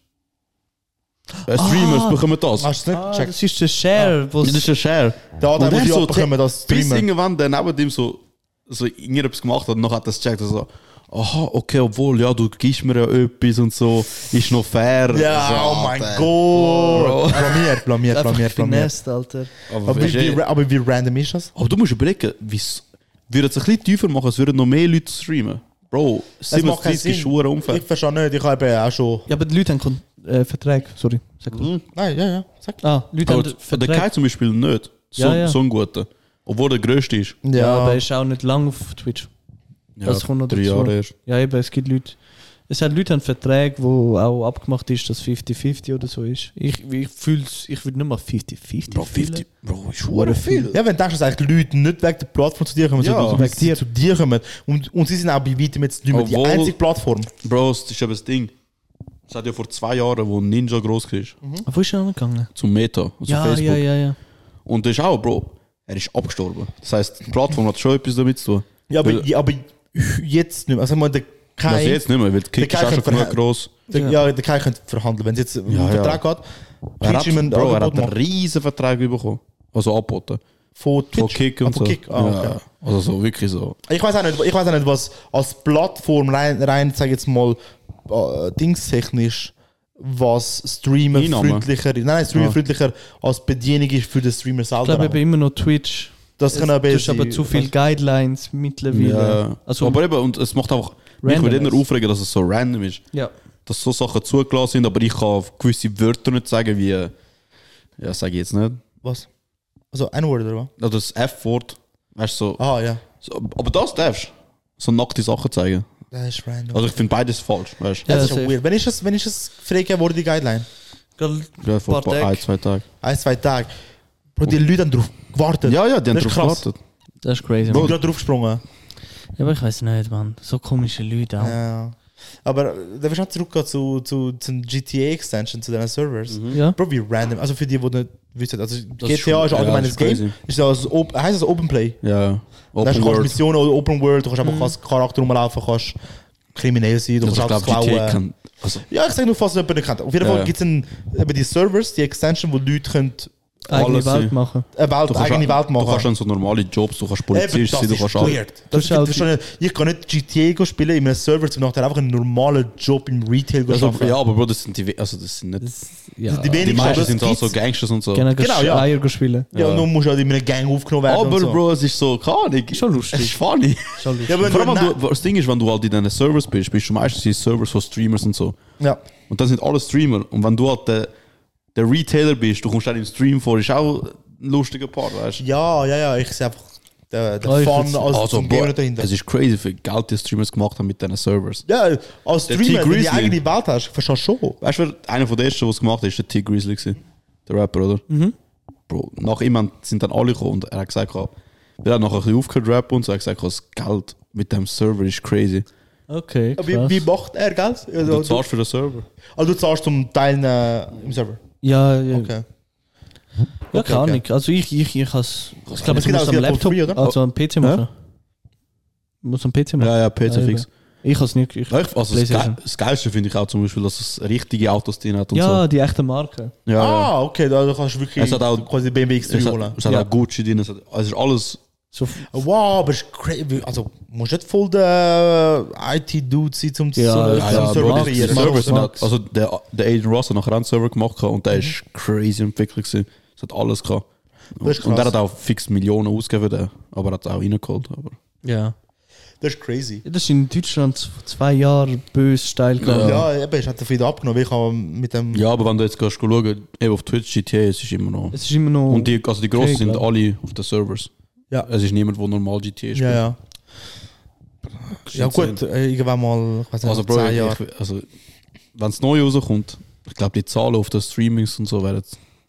Speaker 3: Äh,
Speaker 1: Ah.
Speaker 3: Streamers bekommen das. Ja,
Speaker 1: Hast du es nicht
Speaker 2: Ah,
Speaker 1: gecheckt?
Speaker 2: das ist der Share, wo
Speaker 3: Ah. Das ist ein Share.
Speaker 1: Der Adam,
Speaker 3: Und
Speaker 1: der
Speaker 3: er
Speaker 1: die
Speaker 3: so,
Speaker 1: abbekommen, das
Speaker 3: bis
Speaker 1: Streamer.
Speaker 3: irgendwann der neben dem so, so irgendetwas gemacht hat und noch hat er es gecheckt. Also, aha, okay, obwohl, ja, du gibst mir ja etwas und so, ist noch fair.
Speaker 1: Ja,
Speaker 3: also,
Speaker 1: oh mein
Speaker 3: Alter.
Speaker 1: Gott. Blamiert, blamiert,
Speaker 2: Einfach
Speaker 1: blamiert, blamiert.
Speaker 2: finessed, Alter.
Speaker 3: Aber,
Speaker 1: Aber
Speaker 3: weißt
Speaker 1: wie,
Speaker 3: du,
Speaker 1: wie, aber wie random ist das?
Speaker 3: aber du musst überlegen, wie's, würde es ein bisschen tiefer machen, es würden noch mehr Leute streamen. Bro,
Speaker 1: Das macht keinen
Speaker 3: 37 ist
Speaker 1: Sinn.
Speaker 3: hure unfair.
Speaker 1: Ich verstehe nicht, ich habe eben auch schon.
Speaker 2: Ja, aber die Leute haben Kon äh, Verträge. Sorry. Sag
Speaker 3: Hm?
Speaker 2: du.
Speaker 1: Nein, ja, ja. Sag.
Speaker 2: Ah, Leute
Speaker 3: Aber
Speaker 2: haben
Speaker 3: der Kai zum Beispiel nicht. So,
Speaker 2: Ja, ja.
Speaker 3: so ein guter. Obwohl der größte ist.
Speaker 2: Ja, aber er
Speaker 1: Ja,
Speaker 2: ist auch nicht lang auf Twitch.
Speaker 3: Ja,
Speaker 2: Das kommt noch
Speaker 3: drei
Speaker 2: dazu.
Speaker 3: Jahre erst.
Speaker 2: Ja, eben, es gibt Leute. Es hat Leute an Verträgen, wo auch abgemacht ist, dass 50-50 oder so ist. Ich, ich fühle es, ich würde nicht mal 50-50
Speaker 3: Bro,
Speaker 2: fühlen.
Speaker 3: 50. Bro, ist hure viel.
Speaker 1: ja, wenn du denkst, dass eigentlich Leute nicht wegen der Plattform zu dir kommen,
Speaker 3: Ja.
Speaker 1: sondern wegen dir. zu dir kommen. Und, und sie sind auch bei weitem jetzt nicht mehr die
Speaker 3: Obwohl-
Speaker 1: einzige Plattform.
Speaker 3: Bro, das ist eben das Ding. Es hat ja vor zwei Jahren, wo Ninja groß war,
Speaker 2: Wo ist er angegangen?
Speaker 3: zum Meta, also
Speaker 2: Mhm. ja,
Speaker 3: Facebook.
Speaker 2: ja, ja, ja.
Speaker 3: Und das ist auch, Bro, er ist abgestorben. Das heisst, die Plattform hat schon etwas damit zu tun.
Speaker 1: Ja, aber,
Speaker 3: Weil-
Speaker 1: ja, aber jetzt nicht mehr. Also, ich meine, der Kai,
Speaker 3: Also jetzt nicht mehr, weil die
Speaker 1: Der
Speaker 3: Kick ist auch
Speaker 1: Kai
Speaker 3: schon
Speaker 1: kann
Speaker 3: genug
Speaker 1: verhe-
Speaker 3: gross.
Speaker 1: der, ja, der Kai könnte verhandeln. Wenn es jetzt einen
Speaker 3: Ja, ja.
Speaker 1: Vertrag hat,
Speaker 3: Er hat,
Speaker 1: kriegst du ihm ein
Speaker 3: Bro, er hat
Speaker 1: Angebot
Speaker 3: einen
Speaker 1: machen.
Speaker 3: riesen Vertrag bekommen. Also angeboten.
Speaker 1: von Twitch.
Speaker 3: Von Kick
Speaker 1: Ah,
Speaker 3: und
Speaker 1: von
Speaker 3: so.
Speaker 1: Kick. Ah, okay.
Speaker 3: ja. Also so, wirklich so.
Speaker 1: Ich weiß auch nicht, ich weiß auch nicht, was als Plattform rein, rein sag jetzt mal, äh, dingstechnisch, was streamerfreundlicher, nein, nein, streamerfreundlicher als Bedienung ist für den Streamer
Speaker 2: Ich glaube eben
Speaker 1: selber.
Speaker 2: immer noch Twitch.
Speaker 1: Das kann aber
Speaker 2: Du hast aber zu viele Guidelines mittlerweile.
Speaker 3: Ja.
Speaker 2: Also,
Speaker 3: aber eben, und es macht einfach. Mich
Speaker 2: Random
Speaker 3: würde eher
Speaker 2: ist.
Speaker 3: aufregen, dass es so random ist.
Speaker 2: ja.
Speaker 3: dass so Sachen zugelassen sind, aber ich kann gewisse Wörter nicht sagen, wie. äh, Ja, sage ich jetzt nicht.
Speaker 1: Was? Also ein Wort oder was?
Speaker 3: Also das F-Wort. Weißt du, so,
Speaker 1: Ah ja.
Speaker 3: so. Aber das darfst du. So nackte Sachen zeigen.
Speaker 1: Das ist random.
Speaker 3: Also ich finde beides falsch, weißt du?
Speaker 1: das ist
Speaker 2: Ja,
Speaker 1: schon
Speaker 2: safe.
Speaker 1: weird. Wenn ist das, wenn ist das freigegeben wurde, die Guideline?
Speaker 2: Gerade
Speaker 3: Ja, vor
Speaker 2: paar
Speaker 3: ein, paar,
Speaker 2: Tage.
Speaker 3: ein, zwei Tagen.
Speaker 1: Ein, zwei Tage. Bro, die Leute haben drauf gewartet.
Speaker 3: Ja, ja, die haben
Speaker 1: Das
Speaker 3: drauf
Speaker 1: ist krass.
Speaker 3: gewartet.
Speaker 2: Das ist crazy.
Speaker 1: Die sind
Speaker 2: Mann.
Speaker 1: gerade draufgesprungen.
Speaker 4: Ja, aber ich weiß nicht, Mann. So komische Leute auch.
Speaker 1: Ja. Aber äh, da willst du auch zurückgehen zu, zu, zum GTA-Extension, zu diesen Servers.
Speaker 2: Ja.
Speaker 1: Bro, wie random. Also für die, die nicht wissen, also
Speaker 3: Mhm. ist
Speaker 1: GTA ist
Speaker 3: schon-
Speaker 1: ein allgemeines
Speaker 3: ja, das ist
Speaker 1: Game.
Speaker 3: crazy.
Speaker 1: Ist das Op heißt das Open Play?
Speaker 3: Ja.
Speaker 1: Open
Speaker 3: Open
Speaker 1: du kannst
Speaker 3: World.
Speaker 1: Missionen oder Open World, du kannst einfach als Charakter rumlaufen, kannst kriminell sein, du
Speaker 3: Also ich
Speaker 1: kannst auch
Speaker 3: glaube, GTA
Speaker 1: klauen.
Speaker 3: kann Also-
Speaker 1: ja, ich sage nur, falls jemand nicht kennt. Auf jeden
Speaker 3: Ja,
Speaker 1: Fall
Speaker 3: ja.
Speaker 1: gibt es eben die Servers, die Extension, wo Leute können
Speaker 2: Eigene
Speaker 3: Alles
Speaker 2: Welt
Speaker 3: sein.
Speaker 2: machen.
Speaker 1: eine Welt, eigene Welt machen
Speaker 3: Du kannst dann so normale Jobs, du kannst
Speaker 1: Eben,
Speaker 3: Polizist
Speaker 1: das
Speaker 3: sein, du
Speaker 1: ist
Speaker 3: kannst alles.
Speaker 1: weird. Das
Speaker 2: Du kannst
Speaker 1: ist schon nicht- ich kann nicht GTA go spielen in einem Server, zum nachher einfach einen normalen Job im Retail go
Speaker 3: Also,
Speaker 1: schaffen.
Speaker 3: ja, aber Bro, das sind die, we- also das sind nicht,
Speaker 2: Ja.
Speaker 1: Die
Speaker 3: die
Speaker 1: wenigsten, aber
Speaker 3: meisten
Speaker 1: es
Speaker 3: sind auch
Speaker 1: gibt's.
Speaker 3: so Gangsters und so.
Speaker 2: Gerne
Speaker 1: Genau,
Speaker 2: genau,
Speaker 1: ja.
Speaker 2: ja. Eier spielen.
Speaker 1: Ja, und
Speaker 3: Ja.
Speaker 1: dann musst du halt in einer Gang aufgenommen werden.
Speaker 3: Aber
Speaker 1: und so.
Speaker 3: Oh, Bro, es ist so, keine Ahnung. Ist
Speaker 2: schon lustig.
Speaker 3: Es ist funny.
Speaker 2: Schon lustig.
Speaker 1: Ja, aber wenn
Speaker 3: Vor allem,
Speaker 1: du,
Speaker 3: wenn du, das Ding ist, wenn du halt in diesen Servers bist, bist du meistens in Servers von Streamers und so.
Speaker 1: ja.
Speaker 3: Und das sind alle Streamer. Und wenn du halt der, der Retailer bist, du kommst dann im Stream vor, ist auch ein lustiger Part, weißt du?
Speaker 1: ja, ja, ja, ich sehe einfach den, den
Speaker 2: Ah, ich
Speaker 1: Fun
Speaker 2: find's-
Speaker 1: als also, zum
Speaker 3: Bro,
Speaker 1: Gamer dahinter.
Speaker 3: es ist crazy, wie viel Geld die Streamers gemacht haben mit diesen Servers.
Speaker 1: Ja, als
Speaker 3: Der
Speaker 1: Streamer, wenn
Speaker 3: T.
Speaker 1: du die
Speaker 3: Grizzly.
Speaker 1: eigene Welt hast, verstehst du schon.
Speaker 3: Weißt du, wer einer von den ersten, was gemacht hat, ist der T Grizzly gewesen. Der Rapper, oder? Bro, nach ihm sind dann alle gekommen und er hat gesagt, oh, wir haben nachher ein bisschen aufgehört rappen und so, er hat gesagt, oh, das Geld mit dem Server ist crazy.
Speaker 2: Okay,
Speaker 1: Wie,
Speaker 2: krass.
Speaker 1: wie macht er Geld?
Speaker 3: Du
Speaker 1: Also, du,
Speaker 3: zahlst für den Server.
Speaker 1: also, du zahlst zum Teil äh, im Server.
Speaker 2: Ja, ja.
Speaker 1: Okay.
Speaker 2: Ja, keine
Speaker 1: okay.
Speaker 2: Ahnung. Also ich, ich, ich has, Ich
Speaker 3: Also
Speaker 2: glaube,
Speaker 1: Es gibt
Speaker 2: ich
Speaker 1: auch
Speaker 2: muss am
Speaker 1: wieder
Speaker 2: Laptop,
Speaker 1: Portfolio, oder?
Speaker 2: also am PC machen. Muss am PC machen.
Speaker 3: Ja, ja, PC
Speaker 2: Ah,
Speaker 3: fix.
Speaker 2: eben. Ich has nicht. Ich,
Speaker 3: Ja, ich- Also das,
Speaker 2: PlayStation.
Speaker 3: Geil, das Geilste finde ich auch zum Beispiel, dass es richtige Autos drin hat und
Speaker 2: ja,
Speaker 3: so.
Speaker 2: die echte Marke.
Speaker 3: Ja, ja.
Speaker 1: Ah, okay, da da kannst du wirklich
Speaker 3: Es hat auch-
Speaker 1: quasi BMW X3
Speaker 3: Es
Speaker 1: holen.
Speaker 3: hat, es hat
Speaker 2: Ja.
Speaker 3: auch Gucci drin, es, hat, es ist alles.
Speaker 2: So,
Speaker 1: Äh, Wow, aber ist crazy. Also, musst nicht voll der IT-Dude sein, um
Speaker 2: Ja,
Speaker 1: so,
Speaker 2: ja,
Speaker 1: zum
Speaker 2: ja,
Speaker 1: Server
Speaker 3: Bro,
Speaker 1: zu
Speaker 2: Max,
Speaker 3: die- die
Speaker 1: kreieren.
Speaker 2: Max,
Speaker 3: Server sind
Speaker 2: Max. Mhm.
Speaker 3: halt- Also der, der Aiden Ross hat nachher einen Server gemacht gehabt und der ist crazy entwickelt gewesen. Es hat alles gehabt.
Speaker 1: Das ist
Speaker 3: Und der
Speaker 1: krass.
Speaker 3: hat auch fix Millionen ausgegeben, für den, aber er hat es auch reingeholt. Aber.
Speaker 2: ja.
Speaker 1: Das ist crazy.
Speaker 2: Das ist in Deutschland vor zwei Jahren bös steil gegangen.
Speaker 1: Ja, eben, ich hatte viel abgenommen. Ich habe mit dem.
Speaker 3: Ja, aber wenn du jetzt gehst, schauen, eben auf Twitch, GTA, es ist immer noch.
Speaker 2: Es ist immer noch.
Speaker 3: Und die, also die Grossen
Speaker 2: Oh. Okay,
Speaker 3: sind
Speaker 2: klar.
Speaker 3: alle auf den Servers.
Speaker 1: Ja.
Speaker 3: Es ist niemand, der normal GTA spielt.
Speaker 1: ja. ja.
Speaker 3: Das ist
Speaker 1: Ja,
Speaker 3: insane.
Speaker 1: gut, äh, irgendwann mal, ich weiß nicht,
Speaker 3: Also,
Speaker 1: nach
Speaker 3: Bro,
Speaker 1: zehn Jahren.
Speaker 3: ich, also, wenn es neu rauskommt, ich glaube, die Zahlen auf den Streamings und so werden.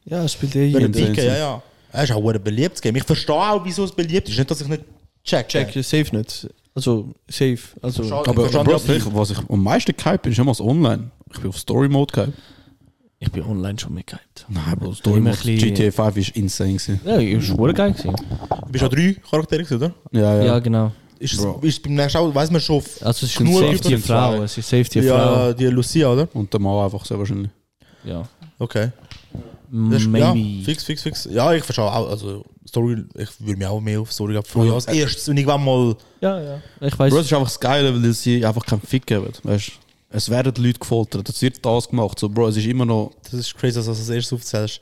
Speaker 2: ja, es spielt eh
Speaker 1: Wegen
Speaker 2: jeder.
Speaker 3: Wahnsinn.
Speaker 1: Dicke, ja, ja. Er ist auch ein beliebtes Game. Ich verstehe auch, wieso es beliebt ist. Nicht, dass ich nicht check.
Speaker 2: Check, safe nicht. Also, safe. Also,
Speaker 1: Verstehe.
Speaker 3: Aber
Speaker 1: verstehe
Speaker 3: Bro,
Speaker 1: die Appeal.
Speaker 3: ich, was ich am meisten gehypt bin, ist immer das Online. Ich bin auf Story Mode gehypt. Also,
Speaker 4: Ich bin online schon mitgehypt.
Speaker 3: Nein, Bro, Story
Speaker 4: Immer
Speaker 3: Mode.
Speaker 4: ein bisschen-
Speaker 3: GTA 5 ist insane. Gewesen.
Speaker 4: Ja, ich war geil gewesen.
Speaker 1: Du bist ja drei Charaktere, gewesen, oder?
Speaker 3: Ja,
Speaker 4: Ja,
Speaker 3: ja.
Speaker 4: genau.
Speaker 1: Ist, es,
Speaker 3: Bro.
Speaker 1: ist beim nächsten Mal, weiß man schon. f-
Speaker 4: Also es ist ein
Speaker 1: Nur
Speaker 4: Safety
Speaker 1: über
Speaker 4: eine Frau.
Speaker 3: zwei.
Speaker 4: Es ist Safety eine Frau.
Speaker 1: Ja, die Lucia, oder?
Speaker 3: Und der Mann einfach sehr wahrscheinlich.
Speaker 4: Ja.
Speaker 1: Okay. Das ist, ja,
Speaker 4: Maybe.
Speaker 1: fix, fix, fix. Ja, ich verstehe auch. Also, Story, ich würde mich auch mehr auf Story freuen. Als erstes, und irgendwann mal.
Speaker 2: ja, ja.
Speaker 4: Ich
Speaker 3: Bro,
Speaker 4: weiß.
Speaker 3: es ist einfach das Geile, weil sie einfach keinen Fick geben. Weißt du? Es werden Leute gefoltert, es wird das gemacht. So, Bro, es ist immer noch.
Speaker 1: Das ist crazy, dass du das als erstes aufzählst.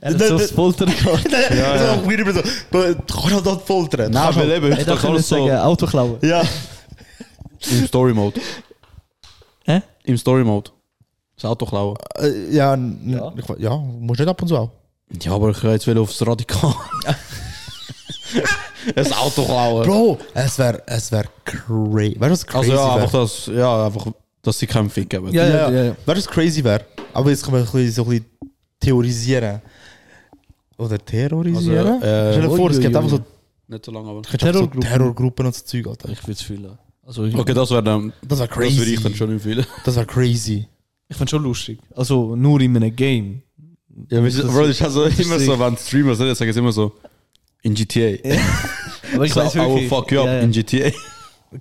Speaker 2: Er hat so das Folter gehabt.
Speaker 1: Ja, ja. Das ist auch weird, aber so, Bro, du kannst halt dort foltern. Du kannst
Speaker 3: weil
Speaker 1: halt-
Speaker 3: eben,
Speaker 2: Er hätte auch
Speaker 3: heutzutage
Speaker 2: können
Speaker 3: alles so
Speaker 2: sagen, Auto klauen.
Speaker 1: Ja.
Speaker 3: im Story Mode.
Speaker 4: Hä?
Speaker 3: Im Story Mode. Das Auto klauen.
Speaker 1: Äh, Ja, n- ich we- ja, musst nicht ab und zu auch.
Speaker 3: Ja, aber ich will jetzt will aufs Radikal. das Auto klauen.
Speaker 1: Bro, es wäre es wär crazy. Weißt du, was crazy
Speaker 3: also ja,
Speaker 1: wäre?
Speaker 3: einfach das, ja, einfach, dass sie keinen Fick geben.
Speaker 2: Ja, ja, ja. ja.
Speaker 1: Weißt du, was crazy wäre? Aber jetzt können wir ein bisschen, so ein bisschen theorisieren. Oder terrorisieren?
Speaker 3: Also, äh,
Speaker 1: Stell dir vor, es gibt
Speaker 2: uiuiui.
Speaker 1: einfach so,
Speaker 3: Nicht so lange, aber.
Speaker 1: könntest einfach so
Speaker 2: Terrorgruppen.
Speaker 1: Terrorgruppen und so Zeug, Alter.
Speaker 2: Ich würde es fühlen. Also, ich,
Speaker 3: Okay, das wäre dann.
Speaker 1: Das wäre
Speaker 3: Das würde
Speaker 1: crazy.
Speaker 3: ich dann schon empfehlen.
Speaker 1: Das wäre crazy.
Speaker 2: ich fand schon lustig. Also, nur in einem Game.
Speaker 3: Ja, das
Speaker 2: Das-
Speaker 3: Bro, das ist also
Speaker 2: ist
Speaker 3: immer so,
Speaker 2: sick.
Speaker 3: wenn Streamer sind, sagen sie immer so. In GTA.
Speaker 2: Aber
Speaker 3: So, I will fuck you up
Speaker 2: Ja, ja.
Speaker 3: in GTA.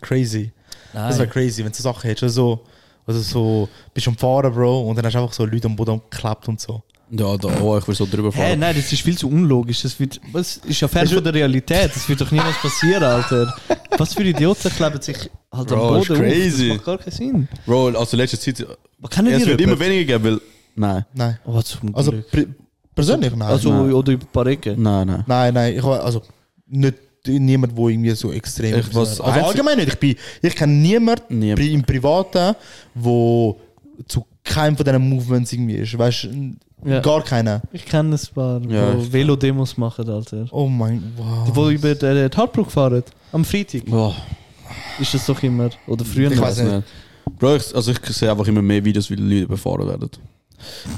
Speaker 1: Crazy. Das
Speaker 2: Ah,
Speaker 1: wäre
Speaker 4: Nein.
Speaker 1: crazy, wenn du so Sachen hättest. Also so, also so, bist am Fahren, Bro, und dann hast du einfach so Leute am Boden geklappt und so.
Speaker 3: Ja, da, oh, ich will so drüber
Speaker 2: Hä,
Speaker 3: fahren.
Speaker 2: nein, das ist viel zu unlogisch. Das, wird, das ist ja fern von der Realität. Das wird doch niemals passieren, Alter. Was für Idioten kleben sich halt
Speaker 3: Bro,
Speaker 2: am
Speaker 3: ist
Speaker 2: Boden
Speaker 3: crazy.
Speaker 2: auf. Das macht gar keinen Sinn.
Speaker 3: Bro, also letzte Zeit.
Speaker 2: Man kann nicht
Speaker 3: Es wird
Speaker 2: jemanden-
Speaker 3: immer weniger geben, weil. Nein.
Speaker 1: Nein.
Speaker 2: Oh, zum
Speaker 1: Also,
Speaker 2: Glück.
Speaker 1: pri- persönlich, nein.
Speaker 2: also
Speaker 3: nein. Hm.
Speaker 2: oder über ein paar Ecken.
Speaker 3: Nein, nein.
Speaker 1: Nein, nein, ich war also nicht niemand, der irgendwie so extrem
Speaker 3: Ich was-
Speaker 1: Also allgemein nicht. Ich, bin, ich kenne niemanden
Speaker 3: Niemand.
Speaker 1: pri- im Privaten, der zu keinem von diesen Movements irgendwie ist. Weißt du,
Speaker 2: Ja.
Speaker 1: gar keiner.
Speaker 2: Ich kenne ein paar,
Speaker 3: Ja,
Speaker 2: die Velodemos machen, Alter.
Speaker 1: Oh mein wow.
Speaker 2: Die, die über den die Hartbrücke fahren, am Freitag.
Speaker 3: Boah.
Speaker 2: Ist das doch immer. Oder früher
Speaker 1: Ich
Speaker 2: noch.
Speaker 1: weiß nicht.
Speaker 3: Bro, ich, also ich sehe einfach immer mehr Videos, wie Leute überfahren werden.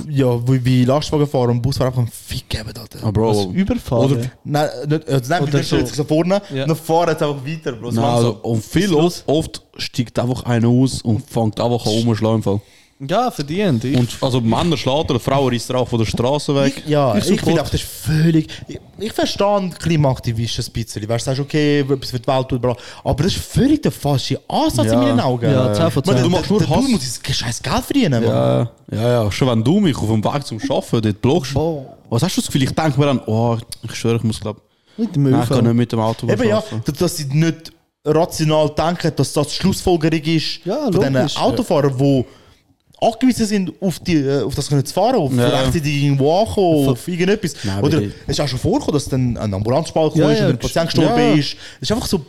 Speaker 1: Ja, wie, wie Lastwagen fahren und Busfahrer einfach einen Fick geben, Alter.
Speaker 3: Ah, Bro,
Speaker 2: Was, überfahren?
Speaker 3: Oder-
Speaker 1: Nein, nicht, also nein,
Speaker 2: Oder
Speaker 1: wir stellen
Speaker 2: so.
Speaker 1: sich so vorne,
Speaker 2: Ja.
Speaker 1: dann fahren sie einfach weiter, Bro.
Speaker 3: Also, oh. Nein, also, und viel oft, oft steigt einfach einer aus und fängt einfach an rumzuschlagen. im Fall.
Speaker 2: Ja, verdient. Ich,
Speaker 3: Und also Männer schlägt er, Frauen reißt er auch von der Straße weg.
Speaker 1: Ich, ja, ich,
Speaker 3: support-
Speaker 1: finde auch, das ist völlig. Ich, ich verstehe Klimaaktivisten ein bisschen. Weißt du, sagst, okay, etwas für die Welt tut, bla. aber das ist völlig der falsche Ansatz in meinen Augen.
Speaker 2: Ja, 10 von
Speaker 1: Man,
Speaker 2: 10.
Speaker 1: du
Speaker 3: machst
Speaker 1: machst
Speaker 3: nur
Speaker 1: nur
Speaker 3: Hass.
Speaker 1: Du musst scheiß Geld verdienen, Mann.
Speaker 3: Ja, ja, ja. Schon wenn du mich auf dem Weg zum Arbeiten dort blockst, was hast du das Gefühl? Ich denke mir dann, oh, ich schwöre, ich muss glaube
Speaker 2: mit dem
Speaker 3: Nein, ich
Speaker 2: ÖV.
Speaker 3: kann nicht mit dem Auto
Speaker 1: Eben ja,
Speaker 3: arbeiten.
Speaker 1: dass- dass sie nicht rational denken, dass das die Schlussfolgerung ist
Speaker 2: Ja,
Speaker 1: von diesen
Speaker 2: logisch.
Speaker 1: Autofahrern, die angewiesen sind, auf, die, äh, auf das können zu fahren, auf
Speaker 3: Ja.
Speaker 1: rechtzeitig irgendwo ankommen, auf irgendetwas.
Speaker 3: Nein, aber
Speaker 1: Oder
Speaker 3: die-
Speaker 1: es ist auch schon vorgekommen, dass dann ein Ambulanzball gekommen
Speaker 2: Ja,
Speaker 1: ist
Speaker 2: ja,
Speaker 1: oder ein Patient gestorben
Speaker 3: ja. eh.
Speaker 1: ist. Es ist einfach so,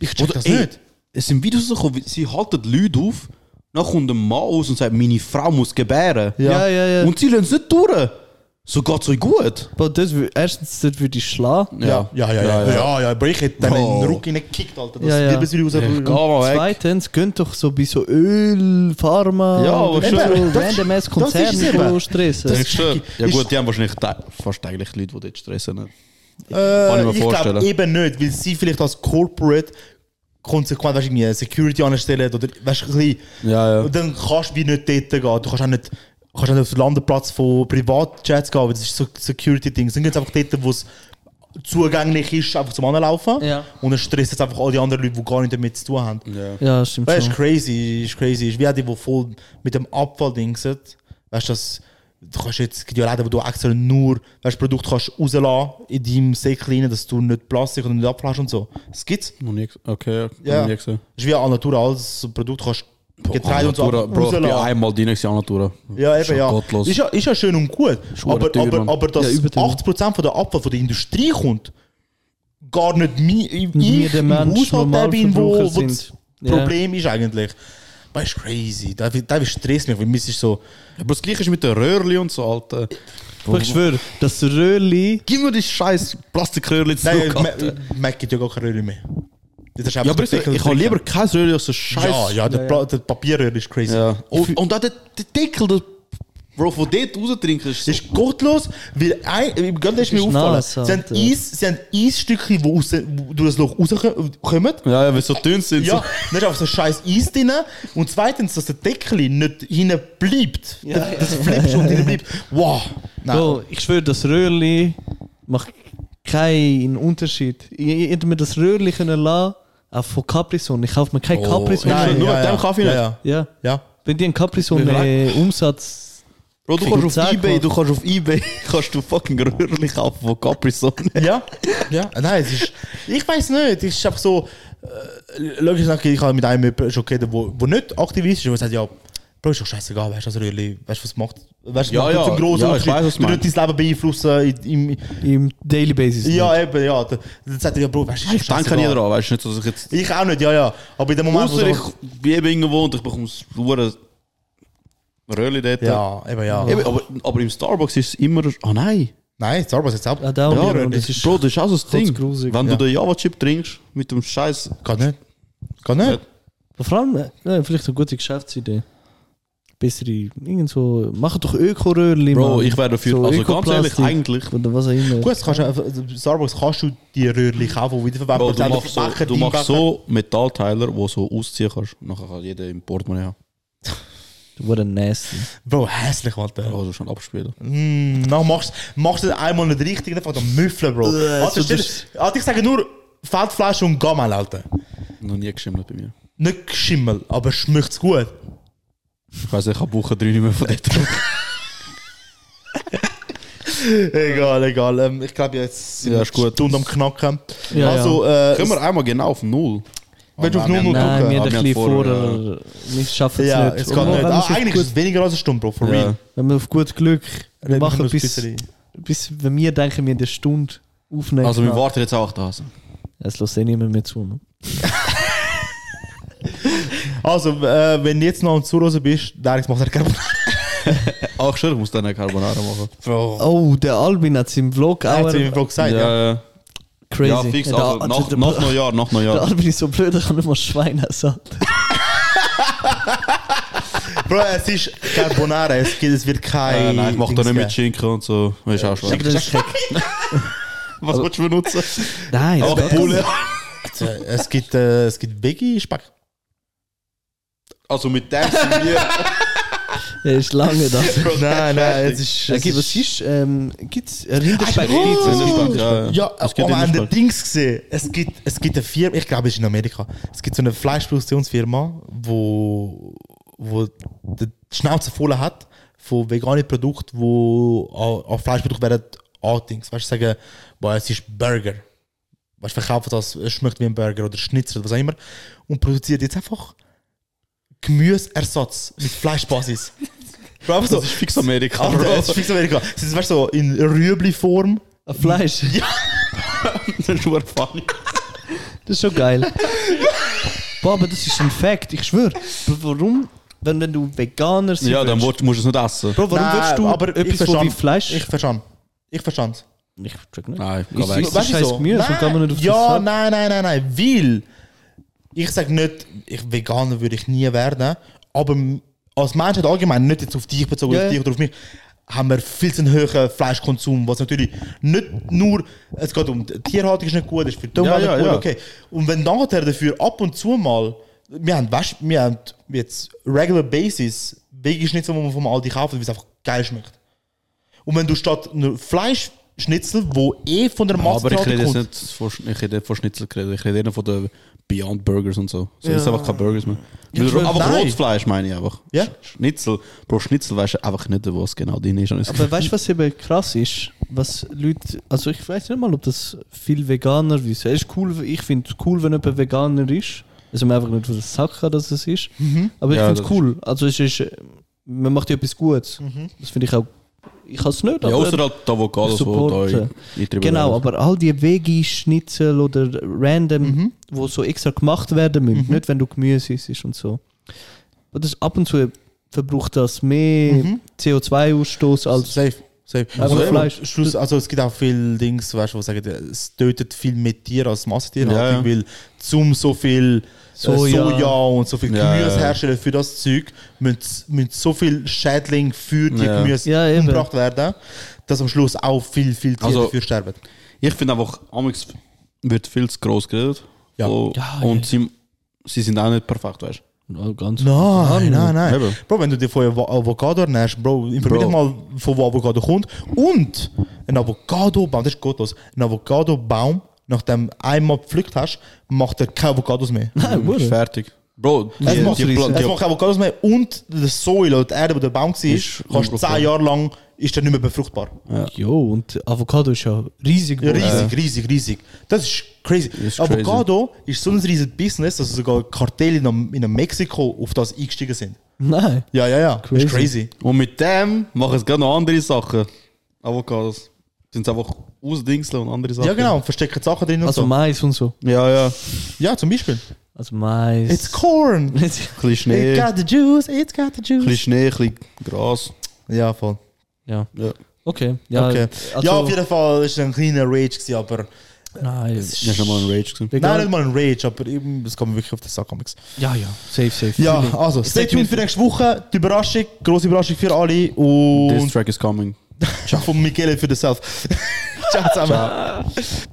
Speaker 1: ich check das
Speaker 3: ey,
Speaker 1: nicht.
Speaker 3: Es sind Videos rausgekommen, wie- sie halten die Leute auf, dann kommt ein Mann aus und sagt, meine Frau muss gebären.
Speaker 2: Ja, ja, ja.
Speaker 3: Und sie lassen es nicht durch. So geht es euch gut.
Speaker 2: Bro, das, wür- erstens, das würde ich schlagen.
Speaker 1: Ja, ja, ja, ja, ja, ja, aber ich hätte dann
Speaker 3: Oh.
Speaker 1: in den Ruck reingekickt, Alter, dass
Speaker 2: Ja, ja.
Speaker 1: ja, ja. raus...
Speaker 3: Geh mal weg.
Speaker 2: Zweitens, könnt doch so bei so Öl, Pharma,
Speaker 3: Ja, aber
Speaker 2: oder
Speaker 3: schon.
Speaker 1: Eben,
Speaker 2: so
Speaker 1: das-
Speaker 2: random ass
Speaker 1: das ist es
Speaker 2: Konzerne
Speaker 1: eben.
Speaker 2: wo stressen.
Speaker 1: Das-
Speaker 3: Ich schwöre. Ja
Speaker 1: Ist-
Speaker 3: gut, die haben wahrscheinlich te- fast eigentlich Leute, die dort stressen. ne? Kann ich
Speaker 1: Äh,
Speaker 3: mir
Speaker 1: ich
Speaker 3: vorstellen.
Speaker 1: glaube eben nicht, weil sie vielleicht als Corporate konsequent weißt, du, irgendwie Security anstellen oder weißt, du, ein bisschen,
Speaker 3: Ja, ja.
Speaker 1: Und dann kannst du wie nicht dort gehen. Du kannst auch nicht, kannst auch nicht auf den Landeplatz von Privatjets gehen, weil das ist so Security-Dings. Dann gibt es einfach dort, wo es zugänglich ist, einfach zum Anlaufen.
Speaker 4: Ja.
Speaker 1: Und dann stresst jetzt einfach all die anderen Leute, die gar nichts damit zu tun haben.
Speaker 2: Ja, stimmt
Speaker 1: Weißt du,
Speaker 2: schon.
Speaker 1: ist crazy, ist crazy. Ist wie auch die, die voll mit dem Abfall dingsen. Weißt du, dass du kannst jetzt es gibt ja Läden, wo du extra nur weißt, Produkt kannst rauslassen in deinem Säckchen, rein, dass du nicht Plastik und nicht Abfall hast und so. Das gibt's.
Speaker 3: Noch nie gesehen. Okay, ja.
Speaker 1: Ja.
Speaker 3: Noch nie gesehen.
Speaker 1: Das ist wie an Natur alles so Produkt kannst Getreide und so
Speaker 3: Natura, Bro, ich bin
Speaker 1: rauslassen.
Speaker 3: einmal drin gewesen, an Natura.
Speaker 1: Ja,
Speaker 3: Ist
Speaker 1: eben, ja.
Speaker 3: Gottlos.
Speaker 1: Ist ja, ist ja schön und gut.
Speaker 3: Ist
Speaker 1: Aber,
Speaker 3: verdammt teuer,
Speaker 1: aber,
Speaker 3: Mann.
Speaker 1: aber dass
Speaker 2: Ja, übertrieben.
Speaker 1: 80% von der Abfall von der Industrie kommt, gar nicht mi, ich, ich
Speaker 2: der
Speaker 1: im
Speaker 2: Mensch,
Speaker 1: Haushalt der bin, wo,
Speaker 2: Normalverbraucher
Speaker 1: wo das
Speaker 2: sind. Ja.
Speaker 1: Problem ist eigentlich. Das ist crazy. Da, da stresst mich, weil mir ist so,
Speaker 3: Aber das gleiche ist mit den Röhrli und so, Alter.
Speaker 2: Aber Ich schwöre, das Röhrli.
Speaker 3: Gib mir die scheiß Plastikröhrli
Speaker 1: nein,
Speaker 3: zurück. Alter.
Speaker 1: Mac gibt ja gar keine Röhre mehr. Das ist
Speaker 3: ja,
Speaker 1: einfach
Speaker 3: aber ich,
Speaker 1: so
Speaker 3: ich habe lieber kein Röhrli als so scheiß.
Speaker 1: Ja, ja, der, Pla- der Papierröhre ist crazy.
Speaker 3: Ja. Und, und auch der, der Deckel, der Bro, von dort raus trinken ist. so-
Speaker 1: Das ist gottlos, weil ein, im Gönn ist mir
Speaker 2: ist
Speaker 1: aufgefallen,
Speaker 2: nass,
Speaker 1: sie haben,
Speaker 2: Alter.
Speaker 1: Eis, sie haben Eisstückchen, die raus, durch das Loch rauskommen.
Speaker 3: Ja, ja, weil sie so dünn sind.
Speaker 1: Ja, nicht auf so scheiß Eis drin. Und zweitens, dass der Deckel nicht hinten bleibt. das flippst und hinten bleibt. Wow. Nein.
Speaker 3: Oh,
Speaker 2: Bro, ich schwöre, das Röhrli macht keinen Unterschied. Ich ich hätte mir das Röhrli können lassen, auch von Capri-Sonne. Ich kaufe mir kein
Speaker 3: Oh,
Speaker 2: Capri-Sonne.
Speaker 3: nein. nur mit dem Kaffee
Speaker 1: ja,
Speaker 3: nicht.
Speaker 1: Ja,
Speaker 2: Ja.
Speaker 1: ja.
Speaker 2: Wenn die einen
Speaker 3: Wie
Speaker 2: Capri-Sonne-Umsatz.
Speaker 3: Bro, du
Speaker 2: Krieg
Speaker 3: kannst auf
Speaker 2: Zack,
Speaker 3: Ebay,
Speaker 2: Mann.
Speaker 3: du kannst auf Ebay, kannst du fucking Röhrli kaufen von Capri Sonne.
Speaker 1: ja. ja. ja. Nein, es ist. Ich weiß nicht. Es ist einfach so. Äh, logisch, nachher, ich habe mit einem jemanden schon geredet, wo, wo nicht aktivist ist, der sagt, ja, Bro, ist doch scheißegal, weißt du, also, really, weißt du, was macht. Weißt du,
Speaker 3: Ja,
Speaker 1: macht
Speaker 3: ja.
Speaker 1: nicht einen grossen
Speaker 3: Ja, ich
Speaker 1: Unterschied.
Speaker 3: weiß, was du
Speaker 1: Du nicht dein Leben beeinflussen. In, im,
Speaker 2: Im Daily Basis.
Speaker 1: ja, eben, ja. Dann dann sagt er, ja, Bro, weißt du, ist
Speaker 3: Ich
Speaker 1: doch
Speaker 3: denke nie
Speaker 1: scheißegal.
Speaker 3: dran, weißt du nicht, dass ich jetzt.
Speaker 1: Ich auch nicht, ja, ja. Aber in dem Moment, wo
Speaker 3: Außer
Speaker 1: es
Speaker 3: ich
Speaker 1: einfach-
Speaker 3: bin eben irgendwo und ich bekomme das verdammte Röhrli dort.
Speaker 1: Ja, eben, ja.
Speaker 3: Eben, aber, aber im Starbucks ist es immer. Ah nein!
Speaker 1: Nein, Starbucks jetzt auch.
Speaker 2: Ah, da auch
Speaker 3: Ja,
Speaker 2: nicht. Und
Speaker 1: Röhrli.
Speaker 2: das ist
Speaker 3: Bro, das ist auch so das Ding.
Speaker 2: grusig.
Speaker 3: Wenn
Speaker 1: Ja.
Speaker 3: du den Java-Chip trinkst mit dem Scheiß.
Speaker 1: Kann nicht. Kann nicht.
Speaker 2: Vor allem, äh, ja, vielleicht eine gute Geschäftsidee. Bessere, irgend so, mach doch Öko-Röhrli.
Speaker 3: Bro,
Speaker 2: Mann.
Speaker 3: ich wäre dafür.
Speaker 2: So
Speaker 3: also ganz ehrlich,
Speaker 2: Ökoplastik
Speaker 3: eigentlich.
Speaker 2: Oder was auch immer.
Speaker 1: Gut, kannst, du- Starbucks kannst du die Röhrchen kaufen, die
Speaker 3: Bro,
Speaker 1: wiederverwendbar
Speaker 3: du machst, so,
Speaker 1: Becher,
Speaker 3: du
Speaker 1: die
Speaker 3: machst
Speaker 1: Becher.
Speaker 3: so Metallteiler, die so ausziehen kannst. Nachher kann jeder im Portemonnaie haben.
Speaker 2: Du wurdest nasty.
Speaker 1: Bro, hässlich, Alter.
Speaker 3: Oh, du schon abspielen.
Speaker 1: Mm, na, machst machst du einmal nicht richtig, dann fängt an müffeln, Bro. Alter,
Speaker 2: so
Speaker 1: stell,
Speaker 2: das-
Speaker 1: Alter, ich sage nur Feldfleisch und Gammel, Alter.
Speaker 3: Noch nie geschimmelt bei mir.
Speaker 1: Nicht Schimmel, aber schmeckt's gut.
Speaker 3: Ich weiss, ich habe Woche drei nicht mehr von dort.
Speaker 1: Egal, egal. Ähm, ich glaube, jetzt sind
Speaker 3: Ja,
Speaker 1: wir
Speaker 3: ist gut.
Speaker 1: Stunde am Knacken.
Speaker 2: Ja,
Speaker 1: also, äh,
Speaker 3: Können wir einmal genau auf Null?
Speaker 1: willst du auf
Speaker 3: Oh nein,
Speaker 1: Null
Speaker 3: wir
Speaker 2: Nein,
Speaker 1: gucken?
Speaker 2: wir
Speaker 3: Ah,
Speaker 2: haben ein
Speaker 3: wir
Speaker 2: bisschen
Speaker 3: haben
Speaker 2: vor.
Speaker 3: vorher,
Speaker 2: Wir schaffen es
Speaker 1: Ja,
Speaker 2: nicht.
Speaker 1: es
Speaker 2: Aber
Speaker 1: geht nicht.
Speaker 2: Wenn,
Speaker 1: Ah,
Speaker 2: wir
Speaker 1: eigentlich ist es weniger als eine Stunde, Bro, for real.
Speaker 2: wenn wir auf gut Glück wir
Speaker 1: Reden wir
Speaker 2: machen,
Speaker 1: noch ein
Speaker 2: bis,
Speaker 1: bisschen.
Speaker 2: bis wenn wir denken, wir eine Stunde aufnehmen.
Speaker 3: Also, wir
Speaker 2: Ja,
Speaker 3: warten jetzt auch da.
Speaker 2: Es lässt eh niemand mehr zu. ne?
Speaker 1: Also, äh, wenn du jetzt noch am Zuhause bist, dann macht halt er keinen
Speaker 3: Ach, schön, ich muss dann eine Carbonara machen.
Speaker 1: Bro.
Speaker 2: Oh, der Albin hat es im Vlog
Speaker 1: Er
Speaker 2: auch
Speaker 1: hat mir Bro gesagt, ja.
Speaker 3: ja.
Speaker 2: crazy.
Speaker 3: Ja, fix.
Speaker 2: der,
Speaker 3: Also,
Speaker 2: der-
Speaker 3: nach,
Speaker 2: der-
Speaker 3: nach Neujahr, nach
Speaker 2: der
Speaker 3: Neujahr.
Speaker 2: Albin ist so blöd, er kann nicht mal Schwein essen.
Speaker 1: Bro, es ist Carbonara, es, gibt, es wird kein.
Speaker 3: Äh, nein, ich mache da
Speaker 1: Dings
Speaker 3: nicht mit
Speaker 1: geben.
Speaker 3: Schinken und so. Weißt du auch schon.
Speaker 2: Das ist-
Speaker 3: Was willst du benutzen?
Speaker 2: Nein, das
Speaker 3: Auch
Speaker 2: geht
Speaker 3: Pulle.
Speaker 1: Äh, Es gibt, äh, es gibt Veggie-Speck.
Speaker 3: Also, mit dem sind wir.
Speaker 2: Er ist lange da.
Speaker 1: Nein, nein, es ist.
Speaker 2: Äh,
Speaker 1: Es
Speaker 2: gibt-
Speaker 1: ist
Speaker 2: Was ist? Ähm, gibt es Rinderspeck?
Speaker 1: Oh.
Speaker 3: Rinderspeck, ja, eh ja.
Speaker 1: Ja,
Speaker 3: Es gibt
Speaker 1: aber an den
Speaker 3: Rinderspeck.
Speaker 1: Dings gesehen. Es gibt, es gibt eine Firma, ich glaube, es ist in Amerika. Es gibt so eine Fleischproduktionsfirma, wo, wo die Schnauze voll hat von veganen Produkten, die an, an Fleischprodukte werden andings. Weißt du, sagen, boah, es ist Burger. Weißt du, verkaufen das, es schmeckt wie ein Burger oder Schnitzel oder was auch immer. Und produziert jetzt einfach Gemüseersatz mit Fleischbasis. Bro, einfach so.
Speaker 3: Das ist fix Amerika,
Speaker 1: Alter, es ist
Speaker 3: Bro.
Speaker 1: fix Amerika. Es ist weißt, du, so in Rüebli-Form.
Speaker 2: Fleisch.
Speaker 3: Das ist nur funny.
Speaker 2: Das ist schon geil. Boah, aber das ist ein dus Fact, ich schwöre. Warum, wenn, wenn du Veganer sein
Speaker 3: Ja, dann
Speaker 2: willst-
Speaker 3: willst- musst du es nicht essen.
Speaker 2: Bro, warum
Speaker 1: Nein,
Speaker 2: willst du
Speaker 1: aber ich
Speaker 2: etwas, wo
Speaker 1: verstand-
Speaker 2: wie Fleisch?
Speaker 1: Ich verstand. Ich verstand.
Speaker 2: ich check nicht.
Speaker 3: Nein,
Speaker 2: Ich-
Speaker 3: ich
Speaker 2: ich- Das ist scheiß Gemüse und kann man nicht auf das
Speaker 1: Ja,
Speaker 2: Feld.
Speaker 1: nein, nein, nein, nein. Weil ich sage nicht, ich, Veganer würde ich nie werden, aber m- als Menschheit allgemein, nicht jetzt auf dich bezogen,
Speaker 2: Ja,
Speaker 1: auf
Speaker 2: ja.
Speaker 1: dich oder auf mich, haben wir viel zu einen höheren Fleischkonsum, was natürlich nicht nur, es geht um die Tierhaltung ist nicht gut, ist für die Umwelt
Speaker 3: Ja, ja,
Speaker 1: nicht gut,
Speaker 3: ja.
Speaker 1: okay. Und wenn nachher dafür ab und zu mal, wir haben, weißt, wir haben jetzt regular basis, Weggeschnitzel, die man vom Aldi kauft, weil es einfach geil schmeckt. Und wenn du statt nur Fleischschnitzel, wo eh von der Masse
Speaker 3: Aber ich rede jetzt
Speaker 1: kommt-
Speaker 3: nicht von, Sch- ich rede nicht von Schnitzel geredet, ich rede eher von den Beyond Burgers und so. So ist einfach keine Burgers mehr. Weil,
Speaker 1: schwör,
Speaker 3: aber
Speaker 1: nein.
Speaker 3: Rotfleisch meine ich einfach.
Speaker 1: Ja.
Speaker 3: Sch- Schnitzel, Bro, Schnitzel weißt du einfach nicht, was genau drin ist.
Speaker 2: Aber weißt du, was eben krass ist? Was Leute, also ich weiß nicht mal, ob das viel Veganer wissen. Es ist cool, ich finde es cool, wenn jemand Veganer ist. Also man einfach nicht von der Sache, kann, dass es ist. Aber ich
Speaker 3: Ja,
Speaker 2: finde es
Speaker 3: das
Speaker 2: cool. Also es ist, äh, man macht ja etwas Gutes. Das finde ich auch. Ich kann es nicht,
Speaker 3: ja,
Speaker 2: aber-
Speaker 3: außer halt die Avocados,
Speaker 2: Support,
Speaker 3: die da
Speaker 2: äh,
Speaker 3: in- eingetrieben
Speaker 2: Genau,
Speaker 3: werden.
Speaker 2: aber all die Veggie-Schnitzel oder random, wo so extra gemacht werden müssen, nicht wenn du Gemüse isst und so. Und das ab und zu verbraucht das mehr CO2-Ausstoß als
Speaker 1: Also, safe. Safe.
Speaker 2: Aber
Speaker 1: Also,
Speaker 2: Fleisch-
Speaker 1: Schluss, also es gibt auch viele Dings, weißt, du, wo sagen, es tötet viel mehr Tier als Massentierhaltung,
Speaker 3: Ja, ja.
Speaker 1: weil zum so viel Soja,
Speaker 2: Soja.
Speaker 1: Soja und so viel
Speaker 3: Ja,
Speaker 1: Gemüse
Speaker 3: ja.
Speaker 1: herstellen für das Zeug, müssen, müssen so viel Schädling für die
Speaker 3: Ja.
Speaker 1: Gemüse
Speaker 2: Ja, eben.
Speaker 1: umgebracht werden, dass am Schluss auch viel, viel Tiere
Speaker 3: Also-
Speaker 1: dafür sterben.
Speaker 3: Ich finde einfach, Amix wird viel zu gross geredet.
Speaker 1: Ja.
Speaker 3: So,
Speaker 4: Ja,
Speaker 3: und Sie, sie sind auch nicht perfekt, weißt du.
Speaker 2: Oh, ganz
Speaker 1: Nein, nein, nein.
Speaker 3: Eben.
Speaker 1: Bro, wenn du dir vorher Avo- Avocado ernährst, Bro, informier dich
Speaker 3: Bro.
Speaker 1: mal, von wo Avocado kommt. Und ein Avocado-Baum, das ist gottlos, ein Avocado-Baum, nachdem du einmal gepflückt hast, macht er keine Avocados mehr.
Speaker 2: Nein,
Speaker 3: Ist
Speaker 2: Wurde.
Speaker 3: fertig. Bro, die,
Speaker 1: Es
Speaker 3: die,
Speaker 1: macht,
Speaker 3: die,
Speaker 1: es
Speaker 3: Pla- die,
Speaker 1: macht keine Avocados mehr und der Soil oder die Erde, wo der Baum
Speaker 3: Ist
Speaker 1: war, kannst du
Speaker 3: unbrauchbar.
Speaker 1: zehn Jahre lang, ist er nicht mehr befruchtbar.
Speaker 2: Jo, und Avocado ist ja riesig.
Speaker 1: Ja,
Speaker 2: geworden.
Speaker 1: riesig, riesig, riesig. Das ist crazy.
Speaker 3: Ist crazy.
Speaker 1: Avocado ist so ein riesiges Business, dass sogar Kartelle in, in Mexiko auf das eingestiegen sind.
Speaker 2: Nein.
Speaker 1: Ja, ja, ja. Crazy.
Speaker 2: Crazy.
Speaker 1: Ist crazy.
Speaker 3: Und mit dem machen sie gerade noch andere Sachen. Avocados. Sind sie einfach ausdingseln und andere Sachen.
Speaker 1: Ja, genau. Verstecken Sachen drin und
Speaker 2: Also
Speaker 1: so.
Speaker 2: Mais und so.
Speaker 3: Ja, ja. Ein
Speaker 1: Ja, zum Beispiel.
Speaker 2: Also Mais.
Speaker 1: It's corn.
Speaker 3: bisschen Schnee,
Speaker 1: It
Speaker 3: ein
Speaker 1: got the juice, it's got the
Speaker 3: bisschen
Speaker 1: juice.
Speaker 3: Schnee, ein bisschen Gras.
Speaker 1: Ja, voll.
Speaker 2: ja.
Speaker 3: Ja.
Speaker 2: Okay. Ja,
Speaker 1: okay.
Speaker 2: also,
Speaker 1: ja, auf jeden Fall ist es ein kleiner Rage, gewesen, aber.
Speaker 2: Nein.
Speaker 3: Das ist nochmal ein Rage gewesen.
Speaker 1: Nein,
Speaker 2: Vegan.
Speaker 1: nicht mal ein Rage, aber eben, es kommt mir wirklich auf den Sack. Comics.
Speaker 2: Ja, ja. Safe, safe.
Speaker 1: Ja, also, stay
Speaker 2: sag
Speaker 1: tuned
Speaker 2: mir-
Speaker 1: für nächste Woche. Die Überraschung, große Überraschung für alle
Speaker 3: This
Speaker 1: und
Speaker 3: track is coming.
Speaker 1: von Michele für den Self. Ciao zusammen.